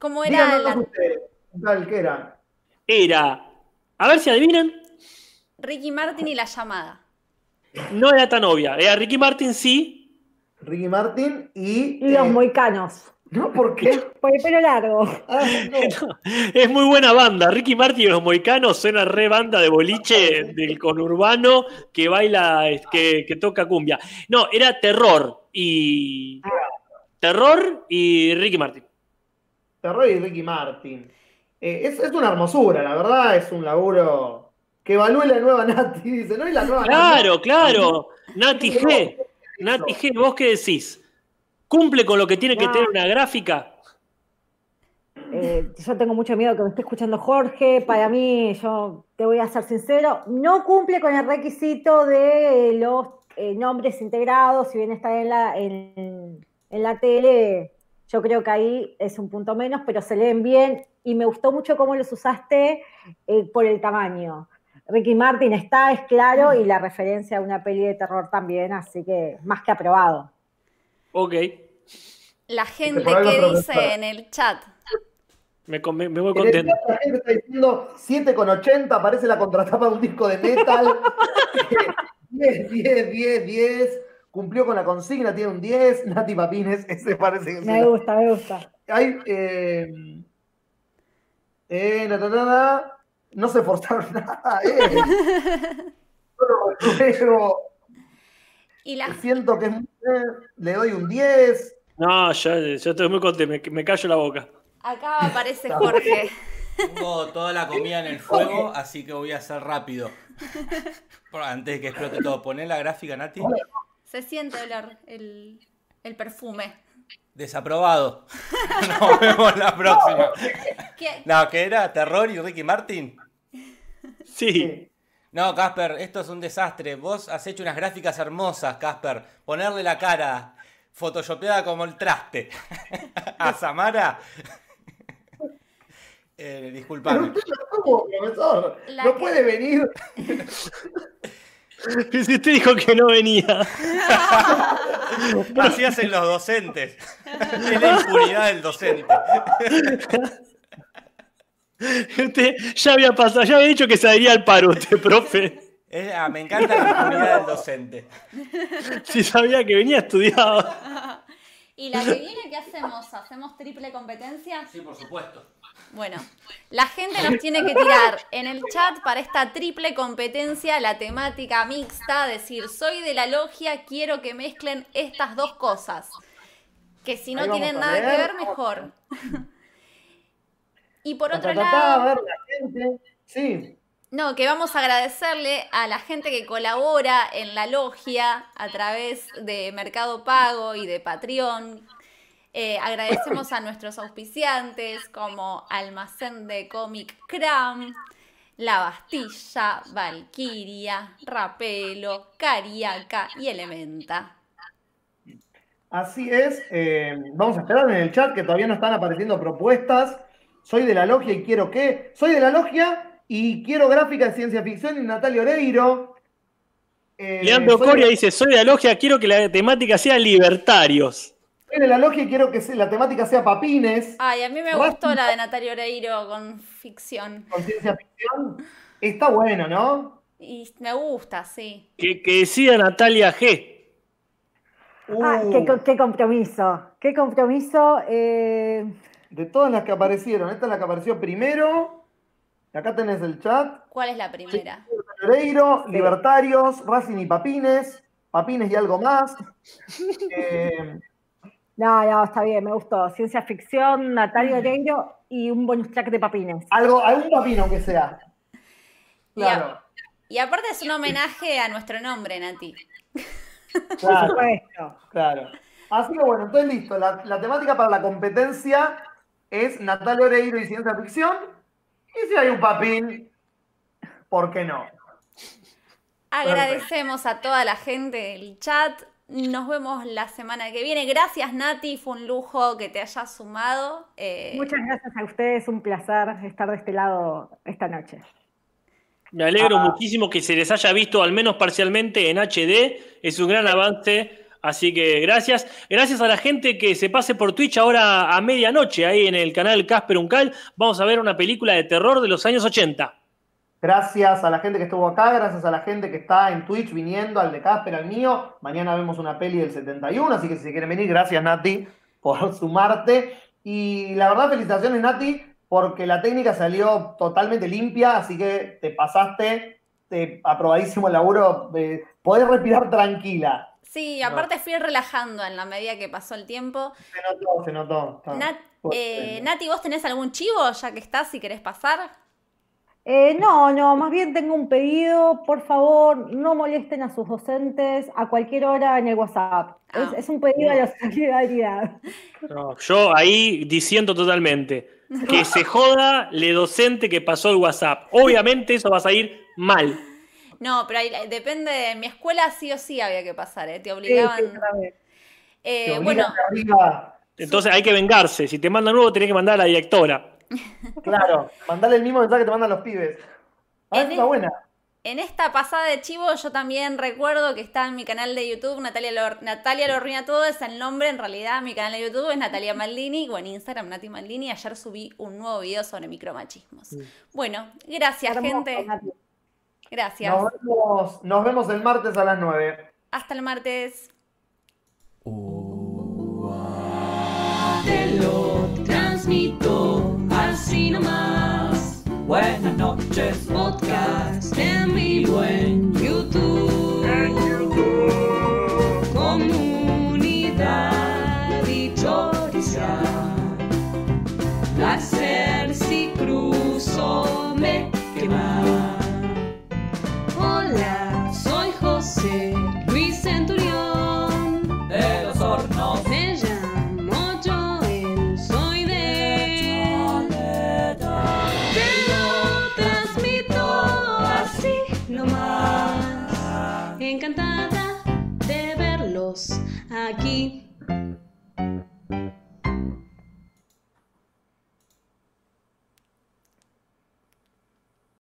Speaker 6: ¿Cómo era
Speaker 3: Díganos
Speaker 6: la
Speaker 3: ustedes, tal que era.
Speaker 4: Era. A ver si adivinan.
Speaker 6: Ricky Martin y la llamada?
Speaker 4: No era tan obvia. Era Ricky Martin, sí.
Speaker 3: Ricky Martin y.
Speaker 5: Y los
Speaker 3: eh,
Speaker 5: moicanos,
Speaker 3: No, ¿por
Speaker 5: [laughs]
Speaker 3: qué?
Speaker 5: por el pelo largo.
Speaker 3: Ah, no.
Speaker 4: [laughs] Es muy buena banda. Ricky Martin y los Moicanos suena re banda de boliche del conurbano que baila, es- que, que toca cumbia. No, era terror y. Terror y Ricky Martin.
Speaker 3: Terror y Ricky Martin. Eh, es, es una hermosura, la verdad, es un laburo que evalúe la nueva Nati. Dice, no es la nueva Nati.
Speaker 4: Claro, claro. Nati G. Nati G, ¿vos qué decís? ¿Cumple con lo que tiene que
Speaker 5: No.
Speaker 4: tener una gráfica?
Speaker 5: Eh, yo tengo mucho miedo que me esté escuchando Jorge. Para mí, yo te voy a ser sincero, no cumple con el requisito de los eh, nombres integrados. Si bien está en la, en, en la tele, yo creo que ahí es un punto menos, pero se leen bien. Y me gustó mucho cómo los usaste eh, por el tamaño. Ricky Martin está, es claro, y la referencia a una peli de terror también, así que más que aprobado.
Speaker 4: Ok.
Speaker 6: La gente
Speaker 3: por algo
Speaker 6: que
Speaker 3: profesora.
Speaker 6: dice en el chat.
Speaker 4: Me, con- me- me voy
Speaker 3: En el
Speaker 4: contento.
Speaker 3: chat la gente está diciendo 7,80, aparece la contratapa de un disco de metal. 10, 10, 10, 10. Cumplió con la consigna, tiene un 10. Nati Papines, ese parece que es
Speaker 5: Me
Speaker 3: una-
Speaker 5: gusta, me gusta.
Speaker 3: Hay. Eh, eh, na, na, na, na. No se forzaron [laughs] nada, eh. Solo recuerdo,
Speaker 6: Y la
Speaker 3: siento que es muy- eh, le doy un 10.
Speaker 4: No, yo, yo estoy muy contento. Me, me callo la boca.
Speaker 6: acá aparece Jorge.
Speaker 9: Pongo toda la comida en el fuego, así que voy a hacer rápido. Por- Antes de que explote todo, poné la gráfica, Nati.
Speaker 6: Se siente olor el, el perfume.
Speaker 9: Desaprobado. [laughs] Nos vemos la próxima.
Speaker 6: ¿Qué-
Speaker 9: No, que era terror y Ricky Martin.
Speaker 4: Sí.
Speaker 3: Eh,
Speaker 4: [laughs]
Speaker 9: No, Casper, esto es un desastre. Vos has hecho unas gráficas hermosas, Casper. Ponerle la cara photoshopeada como el traste. [laughs] A Samara. Eh,
Speaker 3: Pero
Speaker 9: disculpame.
Speaker 3: usted no es como profesor.
Speaker 6: La
Speaker 3: no
Speaker 6: que-
Speaker 3: puede venir.
Speaker 4: Que si usted dijo que no venía.
Speaker 9: Así hacen los docentes. Es la impunidad del docente.
Speaker 4: Usted Este ya había pasado, ya había dicho que se adhería al paro usted, [laughs] profe.
Speaker 9: Es- ah, me encanta la impunidad del docente.
Speaker 4: Si sabía que venía estudiado.
Speaker 6: ¿Y la que viene qué hacemos? ¿Hacemos triple competencia?
Speaker 9: Sí, por supuesto.
Speaker 6: Bueno, la gente nos tiene que tirar en el chat para esta triple competencia, la temática mixta, decir, soy de la logia, quiero que mezclen estas dos cosas. Que si no
Speaker 3: Ahí vamos
Speaker 6: tienen
Speaker 3: a
Speaker 6: nada que
Speaker 3: ver.
Speaker 6: ver, mejor. [laughs] y por
Speaker 3: Ta,
Speaker 6: otro
Speaker 3: ta, ta,
Speaker 6: lado...
Speaker 3: a ver, la gente. Sí.
Speaker 6: No, que vamos a agradecerle a la gente que colabora en la logia a través de Mercado Pago y de Patreon. Eh, agradecemos a nuestros auspiciantes como Almacén de Comic Cram, La Bastilla, Valkyria, Rapelo, Cariaca y Elementa.
Speaker 3: Así es. eh, vamos a esperar en el chat que todavía no están apareciendo propuestas. Soy de la logia y quiero qué. Soy de la logia y quiero gráfica de ciencia ficción y Natalia Oreiro. Eh,
Speaker 4: Leandro
Speaker 3: soy-
Speaker 4: Coria dice, soy de la logia, quiero que la temática sea libertarios.
Speaker 3: Soy de la logia y quiero que se- la temática sea papines.
Speaker 6: Ay, a mí me
Speaker 3: Racing.
Speaker 6: gustó la de Natalia Oreiro con ficción.
Speaker 3: con ciencia ficción. Está bueno, ¿no?
Speaker 6: Y me gusta, sí.
Speaker 4: Que, que decida Natalia G.
Speaker 5: Ah,
Speaker 3: Uh,
Speaker 5: qué, co- qué compromiso, qué compromiso. eh,
Speaker 3: De todas las que aparecieron, esta es la que apareció primero. Acá tenés el chat.
Speaker 6: ¿Cuál es la primera?
Speaker 3: Pereiro, Libertarios, Racing y Papines, Papines y algo más. [laughs] Eh,
Speaker 5: no, no, está bien, me gustó. Ciencia ficción, Natalia Oreiro y un bonus track de papines.
Speaker 3: algo, algún papino aunque sea.
Speaker 6: Y a-
Speaker 3: Claro,
Speaker 6: Y aparte es un homenaje a nuestro nombre, Nati.
Speaker 3: claro,
Speaker 5: Bueno,
Speaker 3: [laughs] claro. Así que bueno, entonces listo. La, la temática para la competencia es Natalia Oreiro y ciencia ficción. Y si hay un papín, ¿por qué no?
Speaker 6: Agradecemos a toda la gente del chat. Nos vemos la semana que viene. Gracias, Nati. Fue un lujo que te hayas sumado. Eh,
Speaker 5: muchas gracias a ustedes, un placer estar de este lado esta noche.
Speaker 4: Me alegro muchísimo que se les haya visto al menos parcialmente en HD. Es un gran avance. Así que gracias. Gracias a la gente que se pase por Twitch ahora a medianoche ahí en el canal Casper Uncal. Vamos a ver una película de terror de los años 80.
Speaker 3: Gracias a la gente que estuvo acá, gracias a la gente que está en Twitch viniendo, al de Casper, al mío. Mañana vemos una peli del 71, así que si se quieren venir, gracias Nati [laughs] por sumarte. Y la verdad, felicitaciones Nati, porque la técnica salió totalmente limpia, así que te pasaste, te aprobadísimo el laburo, eh, podés respirar tranquila.
Speaker 6: sí, aparte fui relajando en la medida que pasó el tiempo.
Speaker 3: Se notó, se notó.
Speaker 5: Ah,
Speaker 3: Está-
Speaker 6: Nat- eh,
Speaker 5: pues,
Speaker 3: bueno.
Speaker 6: Nati, ¿vos tenés algún chivo ya que estás si querés pasar?
Speaker 5: Eh, no, no, más bien tengo un pedido, por favor, no molesten a sus docentes a cualquier hora en el WhatsApp. Es, es un pedido a la solidaridad.
Speaker 4: No, yo ahí diciendo totalmente que se joda le docente que pasó el WhatsApp. Obviamente eso va a salir mal.
Speaker 6: No, pero ahí- eh, depende. de- En mi escuela sí o sí había que pasar, ¿eh? Te
Speaker 5: Sí, sí,
Speaker 6: obligaban.
Speaker 5: está bien.
Speaker 6: Eh,
Speaker 3: Te obligan
Speaker 6: bueno,
Speaker 3: de arriba.
Speaker 4: Entonces hay que vengarse. Si te mandan nuevo, tenés que mandar a la directora.
Speaker 3: Claro, mandale el mismo mensaje que te mandan los pibes. Ah,
Speaker 6: En
Speaker 3: está
Speaker 6: el-
Speaker 3: buena.
Speaker 6: En esta pasada de chivo, yo también recuerdo que está en mi canal de YouTube, Natalia lo, Natalia lo arruina todo, es el nombre, en realidad mi canal de YouTube es Natalia Maldini, o en Instagram Nati Maldini, ayer subí un nuevo video sobre micromachismos. Bueno, gracias
Speaker 5: Hermoso,
Speaker 6: gente,
Speaker 5: Nati.
Speaker 6: gracias.
Speaker 3: Nos vemos, nos vemos el martes a las 9.
Speaker 6: Hasta el martes.
Speaker 1: Te lo transmito así nomás. Buenas noches, podcast en vivo en YouTube. Comunidad dichosa. Placer si cruzo